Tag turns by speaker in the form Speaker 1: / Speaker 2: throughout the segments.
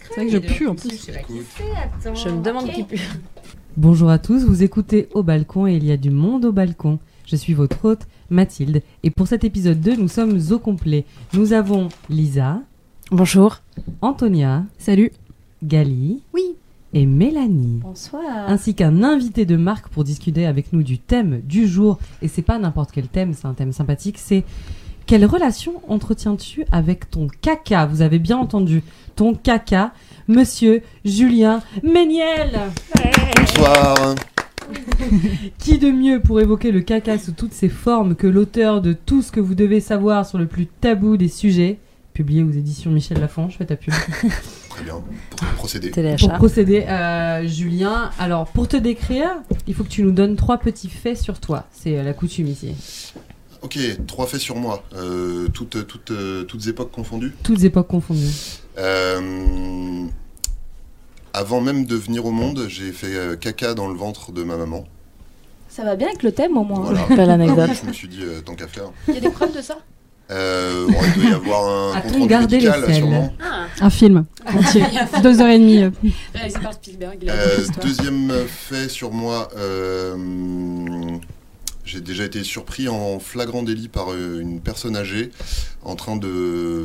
Speaker 1: secret.
Speaker 2: C'est vrai que je
Speaker 1: dis donc,
Speaker 2: pue, en
Speaker 1: tu
Speaker 2: plus.
Speaker 1: sais pas qui
Speaker 3: Écoute.
Speaker 1: c'est, attends.
Speaker 4: Je me demande
Speaker 1: Ok.
Speaker 4: qui pue.
Speaker 5: Bonjour à tous, vous écoutez Au Balcon et il y a du monde au balcon. Je suis votre hôte, Mathilde, et pour cet épisode 2, nous sommes au complet. Nous avons Lisa,
Speaker 4: Bonjour.
Speaker 5: Antonia,
Speaker 2: Salut.
Speaker 5: Gali
Speaker 4: Oui.
Speaker 5: et Mélanie.
Speaker 4: Bonsoir.
Speaker 5: Ainsi qu'un invité de marque pour discuter avec nous du thème du jour. Et c'est pas n'importe quel thème, c'est un thème sympathique, c'est quelle relation entretiens-tu avec ton caca Vous avez bien entendu, ton caca, monsieur Julien Méniel
Speaker 3: Bonsoir.
Speaker 5: Qui de mieux pour évoquer le caca sous toutes ses formes que l'auteur de Tout ce que vous devez savoir sur le plus tabou des sujets Publié aux éditions Michel Lafon, je fais ta pub.
Speaker 3: Très bien. Procédez.
Speaker 5: Pour
Speaker 4: Téléachat.
Speaker 5: procéder, euh, Julien, alors pour te décrire, il faut que tu nous donnes trois petits faits sur toi. C'est euh, la coutume ici.
Speaker 3: Ok, trois faits sur moi, euh, toutes, toutes, euh, toutes époques confondues.
Speaker 5: Toutes époques confondues.
Speaker 3: Euh, avant même de venir au monde, j'ai fait euh, caca dans le ventre de ma maman.
Speaker 6: Ça va bien avec le thème au moins.
Speaker 3: Voilà.
Speaker 4: Belle anecdote.
Speaker 3: Je me suis dit, euh, tant qu'à faire.
Speaker 6: Il y a des preuves de ça
Speaker 3: Euh, bon, il doit y avoir un
Speaker 5: A-t-on
Speaker 3: contrôle
Speaker 5: gardé les
Speaker 3: médical,
Speaker 5: selles
Speaker 3: sûrement.
Speaker 1: Ah,
Speaker 2: Un film entier. Deux heures et demie. euh.
Speaker 6: Réalisé par Spielberg. il a
Speaker 3: Euh,
Speaker 6: raconté l'histoire.
Speaker 3: deuxième fait sur moi, euh, j'ai déjà été surpris en flagrant délit par euh, une personne âgée en train de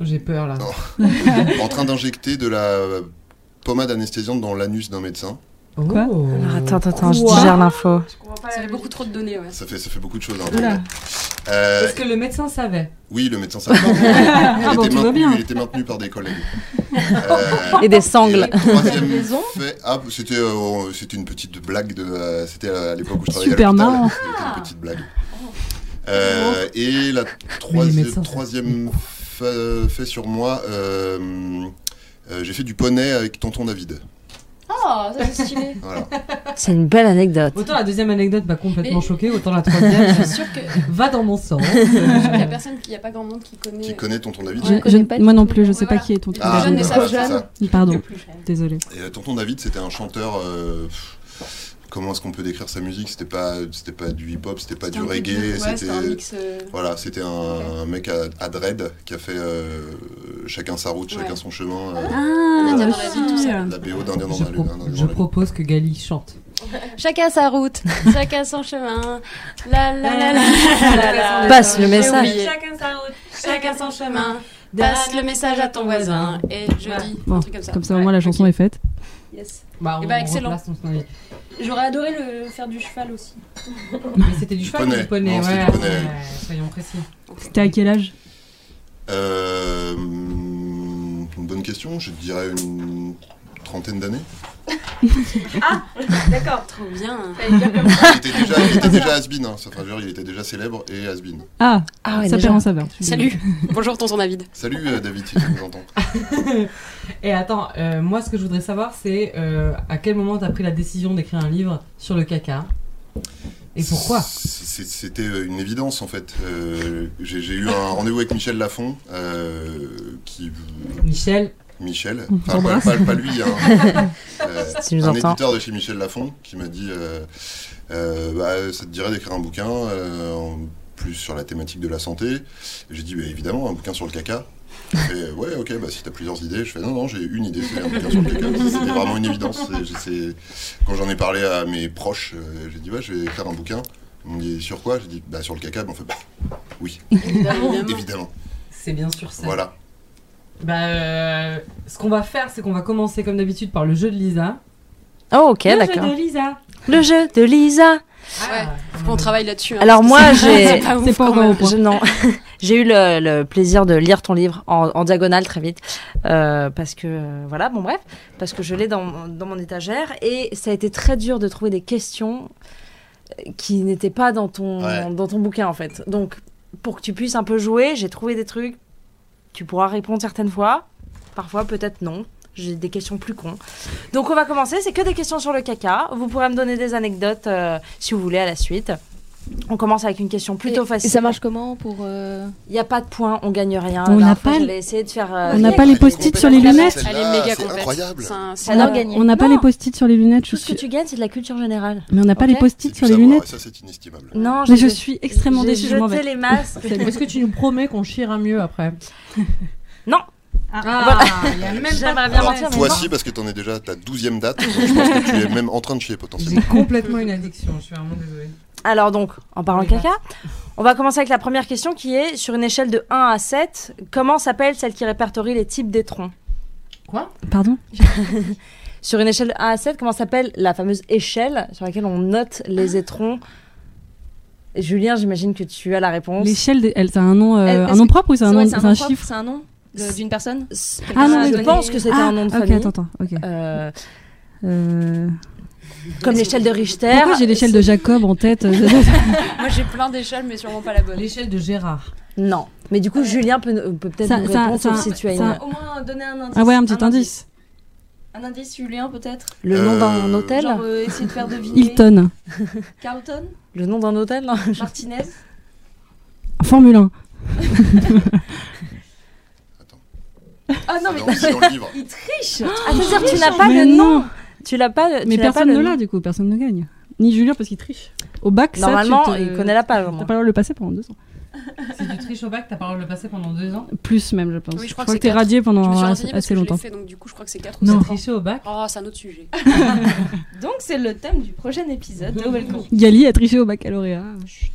Speaker 5: J'ai peur là.
Speaker 3: Non. en train d'injecter de la euh, pommade anesthésiante dans l'anus d'un médecin.
Speaker 5: Oh.
Speaker 2: Quoi
Speaker 4: Alors, attends, attends, attends, je
Speaker 2: Quoi
Speaker 4: digère l'info.
Speaker 6: Je comprends pas. Ça avait beaucoup trop de données, ouais.
Speaker 3: Ça fait, ça fait beaucoup de choses. hein.
Speaker 2: Oula.
Speaker 3: Euh,
Speaker 5: Est-ce que le médecin savait
Speaker 3: oui, le médecin savait. il,
Speaker 2: Ah bon,
Speaker 3: était
Speaker 2: tout va
Speaker 3: maintenu,
Speaker 2: bien.
Speaker 3: il était maintenu par des collègues. Euh,
Speaker 4: Et des sangles.
Speaker 3: et troisième
Speaker 6: Raison.
Speaker 3: fait, ah, c'était euh, c'était une petite blague de, euh, c'était à l'époque où je travaillais
Speaker 2: Super
Speaker 3: à l'hôpital.
Speaker 2: marrant.
Speaker 3: C'était une petite blague. Euh, et la
Speaker 5: Mais les
Speaker 3: troisième,
Speaker 5: médecins, ça-
Speaker 3: troisième fa- fait sur moi, euh, euh, j'ai fait du poney avec tonton David.
Speaker 6: Oh, ça c'est stylé.
Speaker 3: Voilà.
Speaker 4: C'est une belle anecdote.
Speaker 5: Autant la deuxième anecdote m'a complètement
Speaker 6: Mais-
Speaker 5: choquée, autant la troisième
Speaker 6: Je suis sûre que je
Speaker 5: va dans mon sens.
Speaker 6: suis sûre qu'il y a personne qui y a pas grand monde qui connaît.
Speaker 3: Qui connaît tonton David
Speaker 6: Ouais.
Speaker 2: Je-
Speaker 6: Je
Speaker 2: je-
Speaker 6: connais pas du
Speaker 2: moi non
Speaker 6: tout.
Speaker 2: plus, je sais
Speaker 6: Ouais,
Speaker 2: pas
Speaker 6: voilà.
Speaker 2: qui est ton
Speaker 6: Ah,
Speaker 2: David.
Speaker 6: mais ça-
Speaker 3: voilà, c'est
Speaker 6: jeune.
Speaker 3: ça.
Speaker 2: Pardon,
Speaker 6: Le plus jeune.
Speaker 2: désolé.
Speaker 3: Et euh, Tonton David, c'était un chanteur. euh, pff, comment est-ce qu'on peut décrire sa musique C'était pas, c'était pas du hip-hop, c'était pas
Speaker 6: C'était
Speaker 3: du
Speaker 6: un peu
Speaker 3: reggae,
Speaker 6: Ouais, c'était un
Speaker 3: c'était.
Speaker 6: mix. euh,
Speaker 3: Voilà, c'était un, un mec à, à dread qui a fait euh, chacun sa route, chacun
Speaker 6: Ouais.
Speaker 3: son chemin. euh,
Speaker 2: Ah,
Speaker 3: il y a
Speaker 6: dans la vie, tout ça.
Speaker 3: la BO d'Indien dans
Speaker 5: Je,
Speaker 3: la lune.
Speaker 5: pro-
Speaker 3: hein, dans
Speaker 5: je
Speaker 3: la lune.
Speaker 5: propose que Gali chante.
Speaker 6: Chacun sa route, chacun son chemin. La la la la la la la.
Speaker 4: Passe le
Speaker 6: Ah J'ai
Speaker 4: message.
Speaker 6: oublié. Chacun sa route, chacun son chemin.
Speaker 5: Bah,
Speaker 6: Passe le message à ton voisin. Et je
Speaker 5: Ouais.
Speaker 6: dis
Speaker 2: Bon,
Speaker 6: un truc comme ça.
Speaker 2: Comme ça, au moins,
Speaker 6: Ouais,
Speaker 2: la chanson
Speaker 6: ok.
Speaker 2: est faite.
Speaker 6: Yes.
Speaker 5: Bah,
Speaker 6: Eh
Speaker 5: on
Speaker 6: ben, excellent.
Speaker 5: replace ton avis.
Speaker 6: J'aurais adoré le faire du cheval aussi.
Speaker 5: Mais c'était du
Speaker 3: Du
Speaker 5: cheval ou
Speaker 3: poney.
Speaker 5: du poney
Speaker 3: Non, c'était
Speaker 5: ouais,
Speaker 3: du poney.
Speaker 5: ouais, Soyons précis.
Speaker 2: C'était à quel âge
Speaker 3: Euh, hum, une bonne question, je dirais une trentaine d'années.
Speaker 1: d'accord.
Speaker 6: Trop bien.
Speaker 3: Il était déjà, il était déjà has-been, hein, ça, enfin, je veux dire, il était déjà célèbre et has-been.
Speaker 2: Ah,
Speaker 4: Ah ouais,
Speaker 2: ça
Speaker 4: déjà.
Speaker 2: perd en saveur.
Speaker 6: Salut. Bonjour tonton David.
Speaker 3: Salut euh, David, si tu nous entends.
Speaker 5: Et attends, euh, moi ce que je voudrais savoir c'est euh, à quel moment t'as pris la décision d'écrire un livre sur le caca et pourquoi
Speaker 3: C- c- C'était une évidence en fait. Euh, J'ai j'ai eu un rendez-vous avec Michel Lafon, euh, qui
Speaker 5: Michel,
Speaker 3: Michel,
Speaker 2: On
Speaker 3: enfin pas,
Speaker 2: t'embrasse.
Speaker 3: pas- pas lui, hein. Euh,
Speaker 4: Si tu nous
Speaker 3: un
Speaker 4: entends.
Speaker 3: éditeur de chez Michel Lafon qui m'a dit, euh, euh, bah, ça te dirait d'écrire un bouquin euh, en plus sur la thématique de la santé. J'ai dit bah, évidemment un bouquin sur le caca. Il fait, euh, ouais ok bah si t'as plusieurs idées je fais non non j'ai une idée c'est un bouquin sur le caca c'était vraiment une évidence C'est- c'est- quand j'en ai parlé à mes proches euh, j'ai dit ouais je vais écrire un bouquin ils m'ont dit sur quoi j'ai dit bah sur le caca Bah, on fait bah, oui
Speaker 6: Ah
Speaker 3: évidemment
Speaker 5: c'est bien sûr ça.
Speaker 3: voilà
Speaker 5: Bah, euh, ce qu'on va faire c'est qu'on va commencer comme d'habitude par le jeu de Lisa.
Speaker 4: Oh, ok,
Speaker 5: le
Speaker 4: d'accord.
Speaker 5: jeu de Lisa.
Speaker 4: Le jeu de Lisa.
Speaker 6: Ouais,
Speaker 5: Ah,
Speaker 6: Faut qu'on travaille là-dessus. hein,
Speaker 4: Alors
Speaker 6: parce que
Speaker 4: moi,
Speaker 6: c'est-
Speaker 4: j'ai-
Speaker 6: C'est pas ouf,
Speaker 2: C'est pas
Speaker 6: quand
Speaker 2: encore au
Speaker 6: même.
Speaker 2: point.
Speaker 4: Je- non. J'ai eu le, le plaisir de lire ton livre en, en diagonale très vite. Euh, parce que, euh, voilà, bon bref, parce que je l'ai dans, mon- dans mon étagère. Et ça a été très dur de trouver des questions euh, qui n'étaient pas dans ton,
Speaker 3: Ouais.
Speaker 4: dans ton bouquin en fait. Donc, pour que tu puisses un peu jouer, j'ai trouvé des trucs. Tu pourras répondre certaines fois, parfois peut-être non. J'ai des questions plus cons. Donc on va commencer, c'est que des questions sur le caca. Vous pourrez me donner des anecdotes euh, si vous voulez à la suite. On commence avec une question plutôt
Speaker 6: Et-
Speaker 4: facile.
Speaker 6: ça marche comment pour. euh,
Speaker 4: Il n'y a pas de points, on gagne rien. La
Speaker 2: On n'a
Speaker 4: dernière fois,
Speaker 2: pas
Speaker 4: j'avais essayé de faire. euh,
Speaker 2: on n'a
Speaker 4: des-
Speaker 2: pas les post-it sur les lunettes Ah
Speaker 3: Celle-là,
Speaker 6: Elle est méga
Speaker 3: Ah, c'est
Speaker 6: complète.
Speaker 3: incroyable.
Speaker 6: C'est un- c'est
Speaker 4: Elle a
Speaker 6: un-
Speaker 4: gagné.
Speaker 2: On n'a pas
Speaker 4: Non.
Speaker 2: les post-it sur les lunettes, je
Speaker 4: Tout ce que
Speaker 2: suis...
Speaker 4: tu gagnes, c'est de la culture générale.
Speaker 2: Mais on n'a pas
Speaker 4: Ok.
Speaker 2: les
Speaker 3: C'est
Speaker 2: post-it
Speaker 3: du
Speaker 2: sur les
Speaker 3: savoir,
Speaker 2: lunettes.
Speaker 3: et ça c'est inestimable
Speaker 4: Non,
Speaker 2: Mais
Speaker 4: j'ai-
Speaker 2: je suis extrêmement
Speaker 4: j'ai
Speaker 2: déçue, je m'en
Speaker 4: jeté
Speaker 2: vais.
Speaker 4: les masques.
Speaker 5: Est-ce que tu nous promets qu'on chire un mieux après
Speaker 4: non,
Speaker 1: Ah, il y a même pas de
Speaker 4: J'aimerais bien
Speaker 1: problème.
Speaker 4: mentir, mais
Speaker 3: Toi
Speaker 4: bon.
Speaker 3: si, parce que t'en es déjà à ta douzième date, donc je pense que tu es même en train de chier
Speaker 5: J'ai
Speaker 3: potentiellement.
Speaker 5: complètement une addiction, je suis vraiment désolée.
Speaker 4: Alors donc, en parlant
Speaker 5: Oui,
Speaker 4: caca, on va commencer avec la première question qui est sur une échelle de 1 à 7, comment s'appelle celle qui répertorie les types d'étrons
Speaker 5: Quoi
Speaker 2: Pardon
Speaker 4: Sur une échelle de 1 à 7, comment s'appelle la fameuse échelle sur laquelle on note
Speaker 2: Ah.
Speaker 4: les étrons Julien, j'imagine que tu as la réponse.
Speaker 2: L'échelle, des- elle, c'est un nom, euh,
Speaker 1: Elle-
Speaker 2: un
Speaker 1: est-ce
Speaker 2: nom
Speaker 1: que-
Speaker 2: propre ou c'est un,
Speaker 1: ouais,
Speaker 2: nom- c'est un
Speaker 1: nom propre,
Speaker 2: chiffre
Speaker 1: C'est un nom de- d'une personne
Speaker 4: Ah
Speaker 2: Ah
Speaker 4: non,
Speaker 2: non,
Speaker 4: je
Speaker 2: mais-
Speaker 4: pense que c'était un nom de
Speaker 2: ok,
Speaker 4: famille.
Speaker 2: attends, attends. ok.
Speaker 4: Euh,
Speaker 2: Euh,
Speaker 4: comme l'échelle de Richter.
Speaker 2: Pourquoi j'ai l'échelle de Jacob en tête euh,
Speaker 6: Moi, j'ai plein d'échelles, mais sûrement pas la bonne.
Speaker 5: L'échelle de Gérard.
Speaker 4: Non. Mais du coup, Julien peut, peut peut-être
Speaker 2: Ça-
Speaker 4: nous
Speaker 2: ça-
Speaker 4: répondre,
Speaker 2: ça-
Speaker 4: sauf si tu as
Speaker 2: ça-
Speaker 4: une-
Speaker 1: Au moins, donner un indice.
Speaker 2: Ah ouais, un petit indice.
Speaker 1: Un indice, Julien, peut-être
Speaker 4: le nom d'un
Speaker 3: Euh,
Speaker 4: hôtel.
Speaker 1: Genre, euh, essayer de faire deviner.
Speaker 2: Hilton.
Speaker 1: Carlton
Speaker 4: Le nom d'un hôtel
Speaker 2: Ah,
Speaker 4: non
Speaker 1: Martinez
Speaker 2: Formule 1.
Speaker 1: Ah non, mais.
Speaker 3: Non, c'est dans le livre.
Speaker 1: Il triche
Speaker 4: Ah, c'est-à-dire que tu n'as pas
Speaker 2: Mais
Speaker 4: le nom
Speaker 2: non
Speaker 4: Tu l'as pas, tu
Speaker 2: Mais
Speaker 4: l'as
Speaker 2: personne
Speaker 4: pas
Speaker 2: ne
Speaker 4: le
Speaker 2: l'a
Speaker 4: nom.
Speaker 2: du coup, personne ne gagne. Ni Julien parce qu'il triche. Au bac, ça,
Speaker 4: Normalement,
Speaker 2: tu te-
Speaker 4: il connaît la page. au
Speaker 2: T'as
Speaker 4: moins.
Speaker 2: pas le droit de le passer pendant deux ans.
Speaker 5: C'est du triche au bac, t'as pas le droit de le passer pendant deux ans
Speaker 2: Plus même, je pense.
Speaker 6: Oui, je crois que c'est
Speaker 2: que t'es
Speaker 6: quatre.
Speaker 2: radié
Speaker 6: Je me
Speaker 2: pendant
Speaker 6: suis
Speaker 2: assez,
Speaker 6: renseignée parce que
Speaker 2: assez
Speaker 6: je l'ai
Speaker 2: longtemps. Ah,
Speaker 6: fait, donc du coup, je crois que c'est 4 ou 7
Speaker 5: Non.
Speaker 6: ans.
Speaker 5: Tricher au bac
Speaker 6: Oh, c'est un autre sujet.
Speaker 1: Donc, c'est le thème du prochain épisode de Welcome.
Speaker 2: Gali a triché au baccalauréat.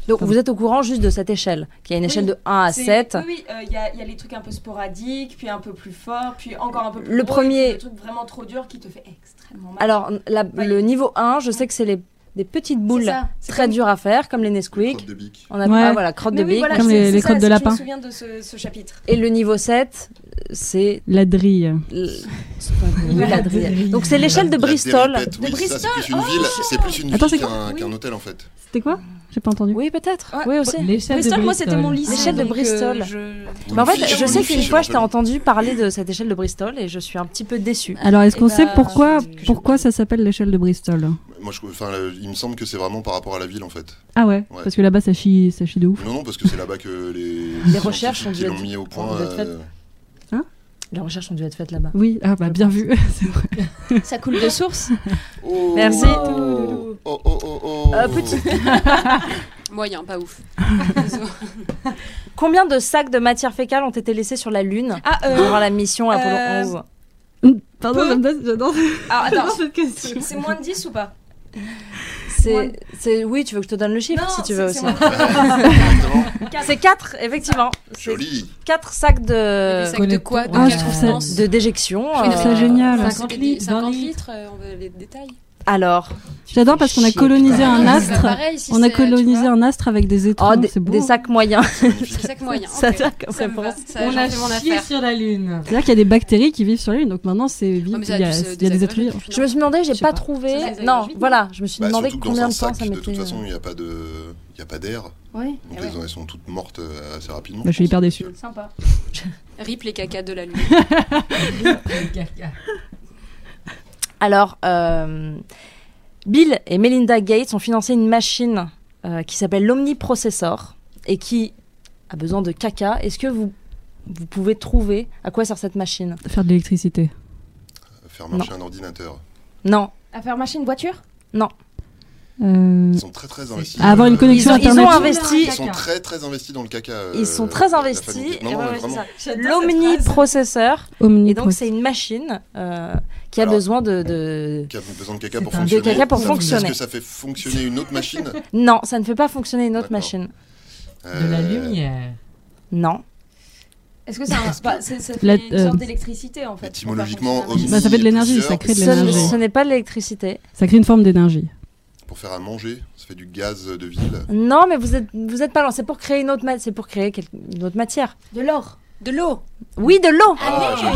Speaker 4: Donc vous êtes au courant juste de cette échelle, qui a une
Speaker 1: Oui,
Speaker 4: échelle de 1 à
Speaker 1: C'est-
Speaker 4: 7.
Speaker 1: Oui, oui, euh, il y, a il y a les trucs un peu sporadiques, puis un peu plus forts, puis encore un peu plus
Speaker 4: Le
Speaker 1: drôles, et puis
Speaker 4: premier-
Speaker 1: Le truc vraiment trop dur qui te fait extrêmement mal.
Speaker 4: Alors la-
Speaker 1: Ouais.
Speaker 4: le niveau 1, je sais que c'est les des petites
Speaker 1: C'est
Speaker 4: boules
Speaker 1: ça, c'est
Speaker 4: très
Speaker 1: comme-
Speaker 4: dures à faire, comme les Nesquik.
Speaker 3: Crotte de bique.
Speaker 4: On a
Speaker 2: Ouais.
Speaker 4: ah, voilà, crotte
Speaker 1: Mais
Speaker 4: de
Speaker 1: oui,
Speaker 4: bique.
Speaker 1: voilà,
Speaker 2: Comme
Speaker 1: c'est-
Speaker 2: les-
Speaker 1: c'est
Speaker 2: les
Speaker 1: ça,
Speaker 2: crottes de
Speaker 1: c'est- Je
Speaker 2: lapin.
Speaker 1: me souviens de ce, ce chapitre.
Speaker 4: Et le niveau 7, c'est
Speaker 2: La drille.
Speaker 4: l- la drille. Donc c'est l'échelle de
Speaker 3: La
Speaker 4: Bristol. Oh.
Speaker 3: Déripette, oui,
Speaker 1: De
Speaker 3: ça, c'est
Speaker 1: Bristol,
Speaker 3: plus une ville, c'est plus une
Speaker 2: Attends,
Speaker 3: ville
Speaker 2: c'est
Speaker 3: qu'un
Speaker 1: quoi
Speaker 3: qu'un hôtel en fait.
Speaker 2: C'était quoi J'ai pas entendu.
Speaker 4: Oui, peut-être.
Speaker 1: Ouais.
Speaker 4: Oui aussi.
Speaker 5: L'échelle de
Speaker 1: Bristol, moi, c'était mon lycée.
Speaker 4: L'échelle de
Speaker 1: donc, euh,
Speaker 4: Bristol.
Speaker 1: je-
Speaker 4: Mais en fait, je
Speaker 1: Une
Speaker 4: sais
Speaker 1: fiche,
Speaker 4: qu'une fois, je t'ai entendu parler de cette échelle de Bristol et je suis un petit peu déçue.
Speaker 2: Alors, est-ce
Speaker 1: Eh
Speaker 2: qu'on
Speaker 1: ben,
Speaker 2: sait pourquoi,
Speaker 1: je- je-
Speaker 2: pourquoi ça s'appelle l'échelle de Bristol
Speaker 3: Moi, je, enfin, euh, il me semble que c'est vraiment par rapport à la ville en fait.
Speaker 2: Ah ouais,
Speaker 3: Ouais.
Speaker 2: Parce que là-bas, ça chie, ça chie de ouf.
Speaker 3: Non, non, parce que c'est là-bas que les,
Speaker 4: recherches
Speaker 3: scientifiques
Speaker 4: ont dû
Speaker 3: qui l'ont
Speaker 4: être-
Speaker 3: mis au
Speaker 4: ont
Speaker 3: point.
Speaker 4: dû être faites.
Speaker 3: euh,
Speaker 4: Les recherches ont dû être faites là-bas.
Speaker 2: Oui, ah bah bien vu. C'est vrai.
Speaker 1: Ça coule de source.
Speaker 3: oh,
Speaker 4: Merci.
Speaker 3: Oh, oh, oh, oh.
Speaker 4: Euh, petite-
Speaker 6: Moyen, pas ouf.
Speaker 4: Combien de sacs de matière fécale ont été laissés sur la Lune
Speaker 1: Ah, euh,
Speaker 4: durant la mission Apollo
Speaker 1: euh,
Speaker 4: 11
Speaker 2: Pardon,
Speaker 1: Peu.
Speaker 2: j'aime bien- j'adore
Speaker 1: ah, attends,
Speaker 2: j'adore cette question.
Speaker 1: c'est moins de 10 ou pas
Speaker 4: C'est, c'est- oui, tu veux que je te donne le chiffre
Speaker 1: Non,
Speaker 4: si tu
Speaker 1: c'est-
Speaker 4: veux aussi.
Speaker 1: c'est moins de-
Speaker 3: Exactement.
Speaker 4: C'est 4, effectivement.
Speaker 3: Joli.
Speaker 4: 4 sacs de,
Speaker 6: Des sacs de
Speaker 5: Connectons-
Speaker 6: quoi De
Speaker 2: Ah, je
Speaker 6: quatre
Speaker 2: trouve ça-
Speaker 6: finances
Speaker 4: de déjection.
Speaker 2: trouve ça
Speaker 4: euh,
Speaker 2: génial.
Speaker 6: Enfin,
Speaker 5: 50
Speaker 6: c'était des-
Speaker 5: litres,
Speaker 6: 50
Speaker 5: 20
Speaker 6: litres, euh, on veut les détails.
Speaker 4: Alors,
Speaker 2: J'adore parce qu'on a
Speaker 4: Chier,
Speaker 2: colonisé
Speaker 4: putain.
Speaker 2: un
Speaker 6: Ah, c'est pas
Speaker 2: astre.
Speaker 6: pareil, si
Speaker 2: On a
Speaker 6: c'est, tu
Speaker 2: colonisé
Speaker 6: vois,
Speaker 2: un astre avec des étrons.
Speaker 4: oh, des,
Speaker 2: c'est beau.
Speaker 4: des sacs moyens.
Speaker 6: C'est ça que moyen.
Speaker 4: Ça
Speaker 6: ok.
Speaker 4: t'a comme
Speaker 6: Ça me va,
Speaker 4: réponse.
Speaker 6: ça
Speaker 5: On a
Speaker 6: fait mon
Speaker 5: chié
Speaker 6: affaire.
Speaker 5: sur la lune.
Speaker 2: C'est-à-dire qu'il y a des bactéries qui vivent sur la Lune. Donc maintenant, c'est vide.
Speaker 6: Non, mais
Speaker 2: Il y
Speaker 6: ça euh,
Speaker 2: a,
Speaker 6: a dû se
Speaker 2: il y a des êtres
Speaker 6: désagréger,
Speaker 2: vivants.
Speaker 6: finalement.
Speaker 4: Je me suis demandé, j'ai
Speaker 2: Je sais
Speaker 4: pas
Speaker 2: pas.
Speaker 4: trouvé.
Speaker 6: Ça, ça,
Speaker 4: non,
Speaker 6: ça,
Speaker 4: voilà, je me suis
Speaker 3: Bah,
Speaker 4: demandé
Speaker 3: surtout que dans
Speaker 4: combien
Speaker 3: un
Speaker 4: de temps
Speaker 3: sac,
Speaker 4: ça
Speaker 3: de
Speaker 4: mettait.
Speaker 3: toute façon,
Speaker 4: euh,
Speaker 3: il n'y a pas de, il y a pas d'air.
Speaker 1: Oui,
Speaker 3: Donc
Speaker 1: ouais,
Speaker 3: les elles sont toutes mortes euh, assez rapidement.
Speaker 2: Bah, je suis hyper déçue.
Speaker 1: sympa.
Speaker 6: Rip les caca de la lune.
Speaker 4: Alors, euh, Bill et Melinda Gates ont financé une machine euh, qui s'appelle l'Omniprocessor et qui a besoin de caca. Est-ce que vous, vous pouvez trouver à quoi sert cette machine
Speaker 2: Faire de l'électricité.
Speaker 3: Faire marcher un ordinateur.
Speaker 2: Mm.
Speaker 4: Non.
Speaker 1: À faire marcher une voiture
Speaker 2: Euh,
Speaker 3: Ils sont très très investis.
Speaker 2: Ah, avoir une
Speaker 3: Euh,
Speaker 4: Ils
Speaker 2: connexion
Speaker 4: ont, ils ont
Speaker 2: Internet.
Speaker 4: investi.
Speaker 3: Ils sont très très investis dans le caca. euh,
Speaker 4: Ils sont très
Speaker 3: la
Speaker 4: investis.
Speaker 3: famille.
Speaker 4: et
Speaker 3: Non, non,
Speaker 4: ouais,
Speaker 3: mais
Speaker 4: ouais, c'est ça.
Speaker 3: vraiment.
Speaker 4: L'omniprocesseur. Et donc, c'est une machine euh, qui a
Speaker 3: Alors-
Speaker 4: besoin de, de-
Speaker 3: Qui a besoin de caca pour
Speaker 5: C'est un- de
Speaker 3: fonctionner.
Speaker 4: caca pour
Speaker 3: Ça-
Speaker 4: fonctionner.
Speaker 3: Est-ce que ça fait fonctionner une autre machine
Speaker 4: Non, ça ne fait pas fonctionner une autre
Speaker 3: D'accord.
Speaker 4: machine.
Speaker 5: De la
Speaker 3: Euh,
Speaker 5: lumière.
Speaker 4: Non.
Speaker 1: Est-ce que c'est un- c'est pas- c'est- ça fait
Speaker 2: La-
Speaker 1: une sorte
Speaker 2: euh,
Speaker 1: d'électricité en fait
Speaker 3: Étymologiquement,
Speaker 1: pour faire fonctionner
Speaker 2: Bah, ça fait de l'énergie,
Speaker 3: omniprocesseur,
Speaker 2: ça crée de
Speaker 4: Ce,
Speaker 3: c'est
Speaker 2: l'énergie.
Speaker 3: pour-
Speaker 4: ce n'est pas de l'électricité.
Speaker 2: Ça crée une forme d'énergie.
Speaker 3: Pour faire à manger, ça fait du gaz de ville.
Speaker 4: Non, mais vous êtes, vous êtes pas loin. C'est pour créer une autre, ma- c'est pour créer quel- une autre matière.
Speaker 1: la machine. De l'or.
Speaker 6: De l'eau.
Speaker 4: Oui, de l'eau.
Speaker 3: Ah, joli.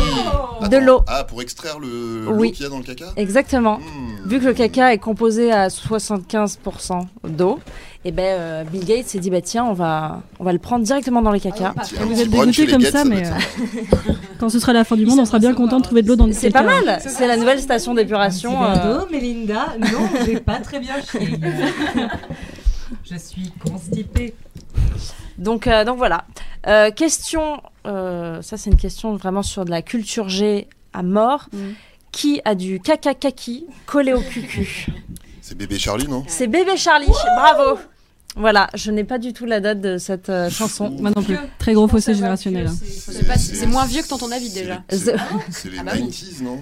Speaker 3: Attends.
Speaker 4: De l'eau.
Speaker 3: Ah, pour extraire le l'eau
Speaker 4: Oui.
Speaker 3: qu'il y a dans le caca
Speaker 4: Exactement.
Speaker 3: Hmm.
Speaker 4: Vu que le caca est composé à 75% d'eau, et ben euh, Bill Gates s'est dit bah tiens, on va on va le prendre directement dans les caca.
Speaker 3: Un petit-
Speaker 2: Vous
Speaker 3: un
Speaker 2: êtes
Speaker 3: petit brunch
Speaker 2: dégoûtés
Speaker 3: chez les
Speaker 2: comme
Speaker 3: Gates,
Speaker 2: ça,
Speaker 3: doit
Speaker 2: mais,
Speaker 3: être
Speaker 2: euh,
Speaker 3: sympa.
Speaker 2: Quand ce sera la fin du
Speaker 5: Ils
Speaker 2: monde, on
Speaker 5: savent
Speaker 2: sera bien
Speaker 5: recevoir.
Speaker 2: content de trouver de l'eau dans des
Speaker 4: C'est pas mal. C'est la nouvelle station d'épuration.
Speaker 5: Un petit verre
Speaker 4: euh,
Speaker 5: d'eau, Mélinda. Non, j'ai pas très bien chié. Je suis constipée.
Speaker 4: Donc, euh, donc voilà. Euh, question, euh, ça c'est une question vraiment sur de la culture G à mort.
Speaker 6: Mhm.
Speaker 4: Qui a du caca kaki collé au cucu
Speaker 3: C'est bébé Charlie, non
Speaker 4: C'est bébé Charlie, bravo Voilà, je n'ai pas du tout la date de cette euh, chanson.
Speaker 2: Moi non plus. Très gros fossé générationnel. hein.
Speaker 6: Je sais pas si c'est moins vieux que Tonton David
Speaker 3: c'est-
Speaker 6: déjà.
Speaker 3: C'est
Speaker 4: The-
Speaker 3: c'est les
Speaker 6: Ah bah oui.
Speaker 3: 90s, non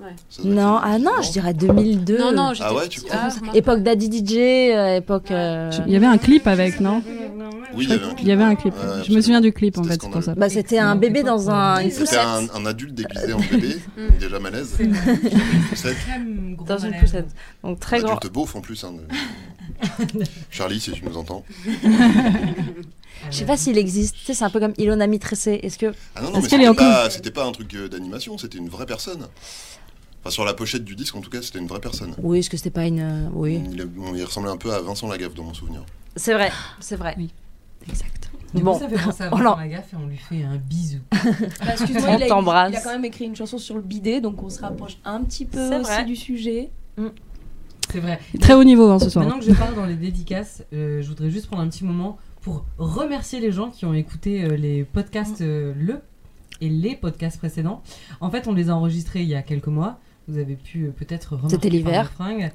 Speaker 6: Ouais.
Speaker 3: Ça doit être
Speaker 4: Non,
Speaker 3: les
Speaker 4: ah non,
Speaker 3: 90s,
Speaker 4: je dirais 2002.
Speaker 6: Non, non, j'étais
Speaker 3: Ah ouais, tu
Speaker 6: petite.
Speaker 3: crois
Speaker 6: Ah, remarque.
Speaker 4: Époque Daddy DJ, euh, époque. euh,
Speaker 2: Il y avait un clip avec, non
Speaker 3: Oui, il y avait un clip.
Speaker 2: Il y avait un clip.
Speaker 3: Ouais, ouais,
Speaker 2: Je me
Speaker 3: absolument.
Speaker 2: souviens du clip en
Speaker 3: C'était
Speaker 2: fait, c'est pour ça.
Speaker 4: Bah, c'était un bébé dans un, une
Speaker 3: C'était
Speaker 4: poussette.
Speaker 3: un, un adulte déguisé en bébé,
Speaker 6: Mm.
Speaker 3: déjà malaise.
Speaker 5: C'est
Speaker 3: Poussette,
Speaker 4: Dans une poussette. Donc très grand.
Speaker 3: adulte beauf en plus. hein, de- Charlie, si tu nous entends.
Speaker 5: Euh,
Speaker 4: Je sais pas s'il existe. Tu sais, c'est un peu comme Ilona Mitressé. Est-ce que.
Speaker 3: Ah non, non,
Speaker 2: Parce
Speaker 3: mais
Speaker 2: qu'elle est
Speaker 3: c'était
Speaker 2: en
Speaker 3: pas, c'était pas un truc euh, d'animation, c'était une vraie personne. Enfin, sur la pochette du disque, en tout cas, c'était une vraie personne.
Speaker 4: Oui, est-ce que c'était pas une. euh, Oui.
Speaker 3: Il, bon, il ressemblait un peu à Vincent Lagaffe dans mon souvenir.
Speaker 4: C'est vrai, c'est vrai.
Speaker 2: Oui.
Speaker 4: Exact.
Speaker 5: bon,
Speaker 4: Bon,
Speaker 5: ça fait penser à
Speaker 4: Oh
Speaker 5: Vincent
Speaker 4: non.
Speaker 5: Lagaffe et on lui fait un bisou.
Speaker 1: Bah, excuse-moi,
Speaker 4: On
Speaker 1: il a-
Speaker 4: t'embrasse.
Speaker 1: Il a quand même écrit une chanson sur le bidet, donc on se rapproche un petit peu
Speaker 4: C'est vrai.
Speaker 1: aussi du sujet.
Speaker 5: C'est vrai.
Speaker 2: Très haut niveau hein, ce soir.
Speaker 5: Maintenant que je parle dans les dédicaces, euh, je voudrais juste prendre un petit moment pour remercier les gens qui ont écouté euh, les podcasts
Speaker 4: Mm.
Speaker 5: euh, le et les podcasts précédents. En fait, on les a enregistrés il y a quelques mois. Vous avez pu euh, peut-être remarquer.
Speaker 4: C'était l'hiver.
Speaker 5: par le fringue.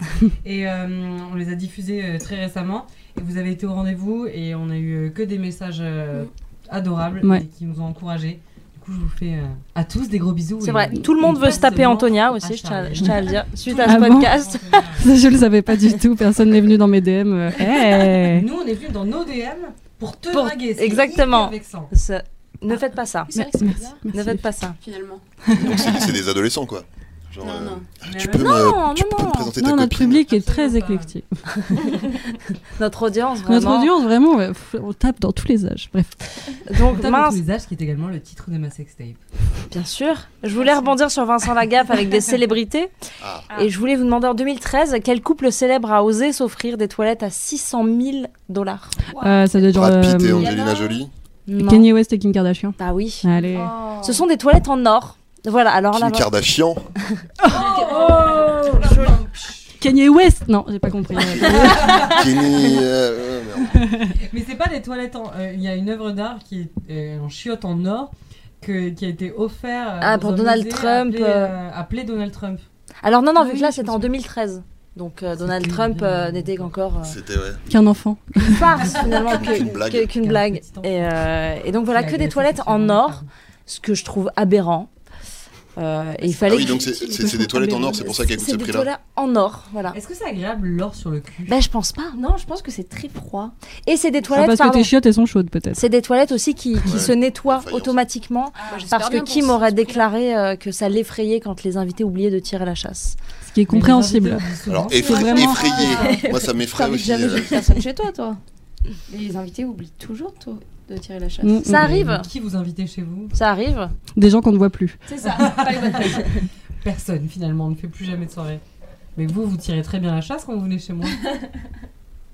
Speaker 5: et euh, on les a diffusés euh, très récemment. Et vous avez été au rendez-vous et on a eu euh, que des messages euh, adorables
Speaker 2: Ouais.
Speaker 5: et qui nous ont encouragés. Du coup, je vous fais euh, à tous des gros bisous.
Speaker 4: c'est
Speaker 5: et-
Speaker 4: vrai.
Speaker 5: et
Speaker 4: Tout le monde veut se taper
Speaker 5: pas
Speaker 4: Antonia
Speaker 5: seulement
Speaker 4: aussi,
Speaker 5: à
Speaker 4: je tiens,
Speaker 5: Charlie.
Speaker 4: je tiens à le dire. Suite à
Speaker 2: Ah
Speaker 4: ce
Speaker 2: bon
Speaker 4: podcast.
Speaker 2: je le savais pas du tout, personne n'est venu dans mes DM. euh, hey
Speaker 5: Nous, on est venus dans nos DM pour te
Speaker 4: Pour-
Speaker 5: draguer. c'est
Speaker 4: exactement.
Speaker 5: hyper vexant.
Speaker 4: Ça- Ne faites pas ça.
Speaker 6: C'est vrai que c'est bizarre,
Speaker 4: Ne faites pas ça.
Speaker 6: finalement.
Speaker 3: Donc, c'est c'est des adolescents, quoi. Genre,
Speaker 6: Non,
Speaker 3: euh,
Speaker 6: non.
Speaker 3: Tu peux,
Speaker 4: Non,
Speaker 3: me, tu
Speaker 4: non,
Speaker 3: peux me
Speaker 4: non.
Speaker 3: présenter ta
Speaker 2: Non, notre
Speaker 3: copine
Speaker 2: public est très
Speaker 5: Absolument pas.
Speaker 2: éclectique.
Speaker 4: Notre audience, vraiment.
Speaker 2: Notre audience, vraiment, ouais, pff, on tape dans tous les âges. Bref.
Speaker 4: Donc,
Speaker 5: Table
Speaker 4: mince,
Speaker 5: tous les âges, qui est également le titre de ma sextape.
Speaker 4: bien sûr. Je voulais rebondir sur Vincent Lagaffe avec des célébrités.
Speaker 3: Ah,
Speaker 4: Et je voulais vous demander en 2013, quel couple célèbre a osé s'offrir des toilettes à 600 000 dollars
Speaker 2: Euh, ça doit être genre.
Speaker 3: Brad Pitt et
Speaker 2: euh,
Speaker 3: Angelina Jolie.
Speaker 4: Non.
Speaker 2: Kanye West et Kim Kardashian.
Speaker 4: Bah oui.
Speaker 2: Allez.
Speaker 1: Oh.
Speaker 4: Ce sont des toilettes en or. Voilà, alors là.
Speaker 3: Kim Kardashian.
Speaker 4: Oh.
Speaker 2: Kanye West Non, j'ai pas compris.
Speaker 3: Kenny. euh, euh, merde.
Speaker 5: Mais c'est pas des toilettes en. euh, Il y a une œuvre d'art qui est euh, en chiotte en or. Que, qui a été offert euh,
Speaker 4: Ah,
Speaker 5: dans
Speaker 4: pour
Speaker 5: un
Speaker 4: Donald
Speaker 5: musée
Speaker 4: Trump,
Speaker 5: appelé,
Speaker 4: euh,
Speaker 5: euh, appelé Donald Trump
Speaker 4: Alors non, non,
Speaker 5: Ah
Speaker 4: vu
Speaker 5: oui,
Speaker 4: que là
Speaker 5: je
Speaker 4: c'était
Speaker 5: me
Speaker 4: en
Speaker 5: souviens.
Speaker 4: 2013. Donc euh, Donald
Speaker 5: C'était
Speaker 4: Trump
Speaker 5: bien.
Speaker 4: euh, n'était qu'encore euh,
Speaker 3: C'était, ouais.
Speaker 2: Qu'un enfant.
Speaker 4: une farce finalement que- que-
Speaker 3: Qu'une
Speaker 4: qu'une
Speaker 3: blague.
Speaker 4: blague.
Speaker 5: Qu'un petit temps.
Speaker 4: Et, euh, et donc voilà,
Speaker 5: Qui a
Speaker 4: que des
Speaker 5: agressé
Speaker 4: toilettes en
Speaker 5: sexuellement
Speaker 4: or, ce que je trouve aberrant. Euh, et il
Speaker 3: Ah
Speaker 4: fallait.
Speaker 3: oui,
Speaker 4: que-
Speaker 3: donc c'est- c'est c'est des toilettes en or, c'est pour ça qu'elle coûte
Speaker 4: c'est
Speaker 3: ce
Speaker 4: des
Speaker 3: prix-là.
Speaker 4: toilettes en or, voilà.
Speaker 5: sa- Est-ce que c'est agréable l'or sur le cul
Speaker 4: Ben je pense pas, non, je pense que c'est très froid. Et c'est des
Speaker 2: Ah,
Speaker 4: toilettes,
Speaker 2: parce que
Speaker 4: pardon,
Speaker 2: tes chiottes, elles sont chaudes peut-être.
Speaker 4: c'est des toilettes aussi qui, qui
Speaker 3: Ouais.
Speaker 4: se nettoient
Speaker 3: Faïence.
Speaker 4: automatiquement.
Speaker 6: Moi, j'espère
Speaker 4: Parce que
Speaker 6: bien pour
Speaker 4: Kim
Speaker 6: ce-
Speaker 4: aurait
Speaker 6: ce
Speaker 4: déclaré euh, que ça l'effrayait quand les invités oubliaient de tirer la chasse.
Speaker 2: Ce qui est compréhensible.
Speaker 3: Alors,
Speaker 5: et...
Speaker 3: effra-
Speaker 2: vraiment-
Speaker 3: effrayé. Moi, ça m'effraie
Speaker 7: T'invites
Speaker 3: aussi.
Speaker 7: jamais
Speaker 3: euh,
Speaker 7: de personne chez toi, toi. Les invités oublient toujours toi, de tirer la chasse.
Speaker 2: Mm, mm.
Speaker 4: Ça arrive,
Speaker 5: Qui vous invitez chez vous
Speaker 4: ça arrive.
Speaker 2: Des gens qu'on ne voit plus.
Speaker 1: C'est ça, pas les bonnes personnes.
Speaker 5: Personne finalement, on ne fait plus jamais de soirée. Mais vous, vous tirez très bien la chasse quand vous venez chez moi,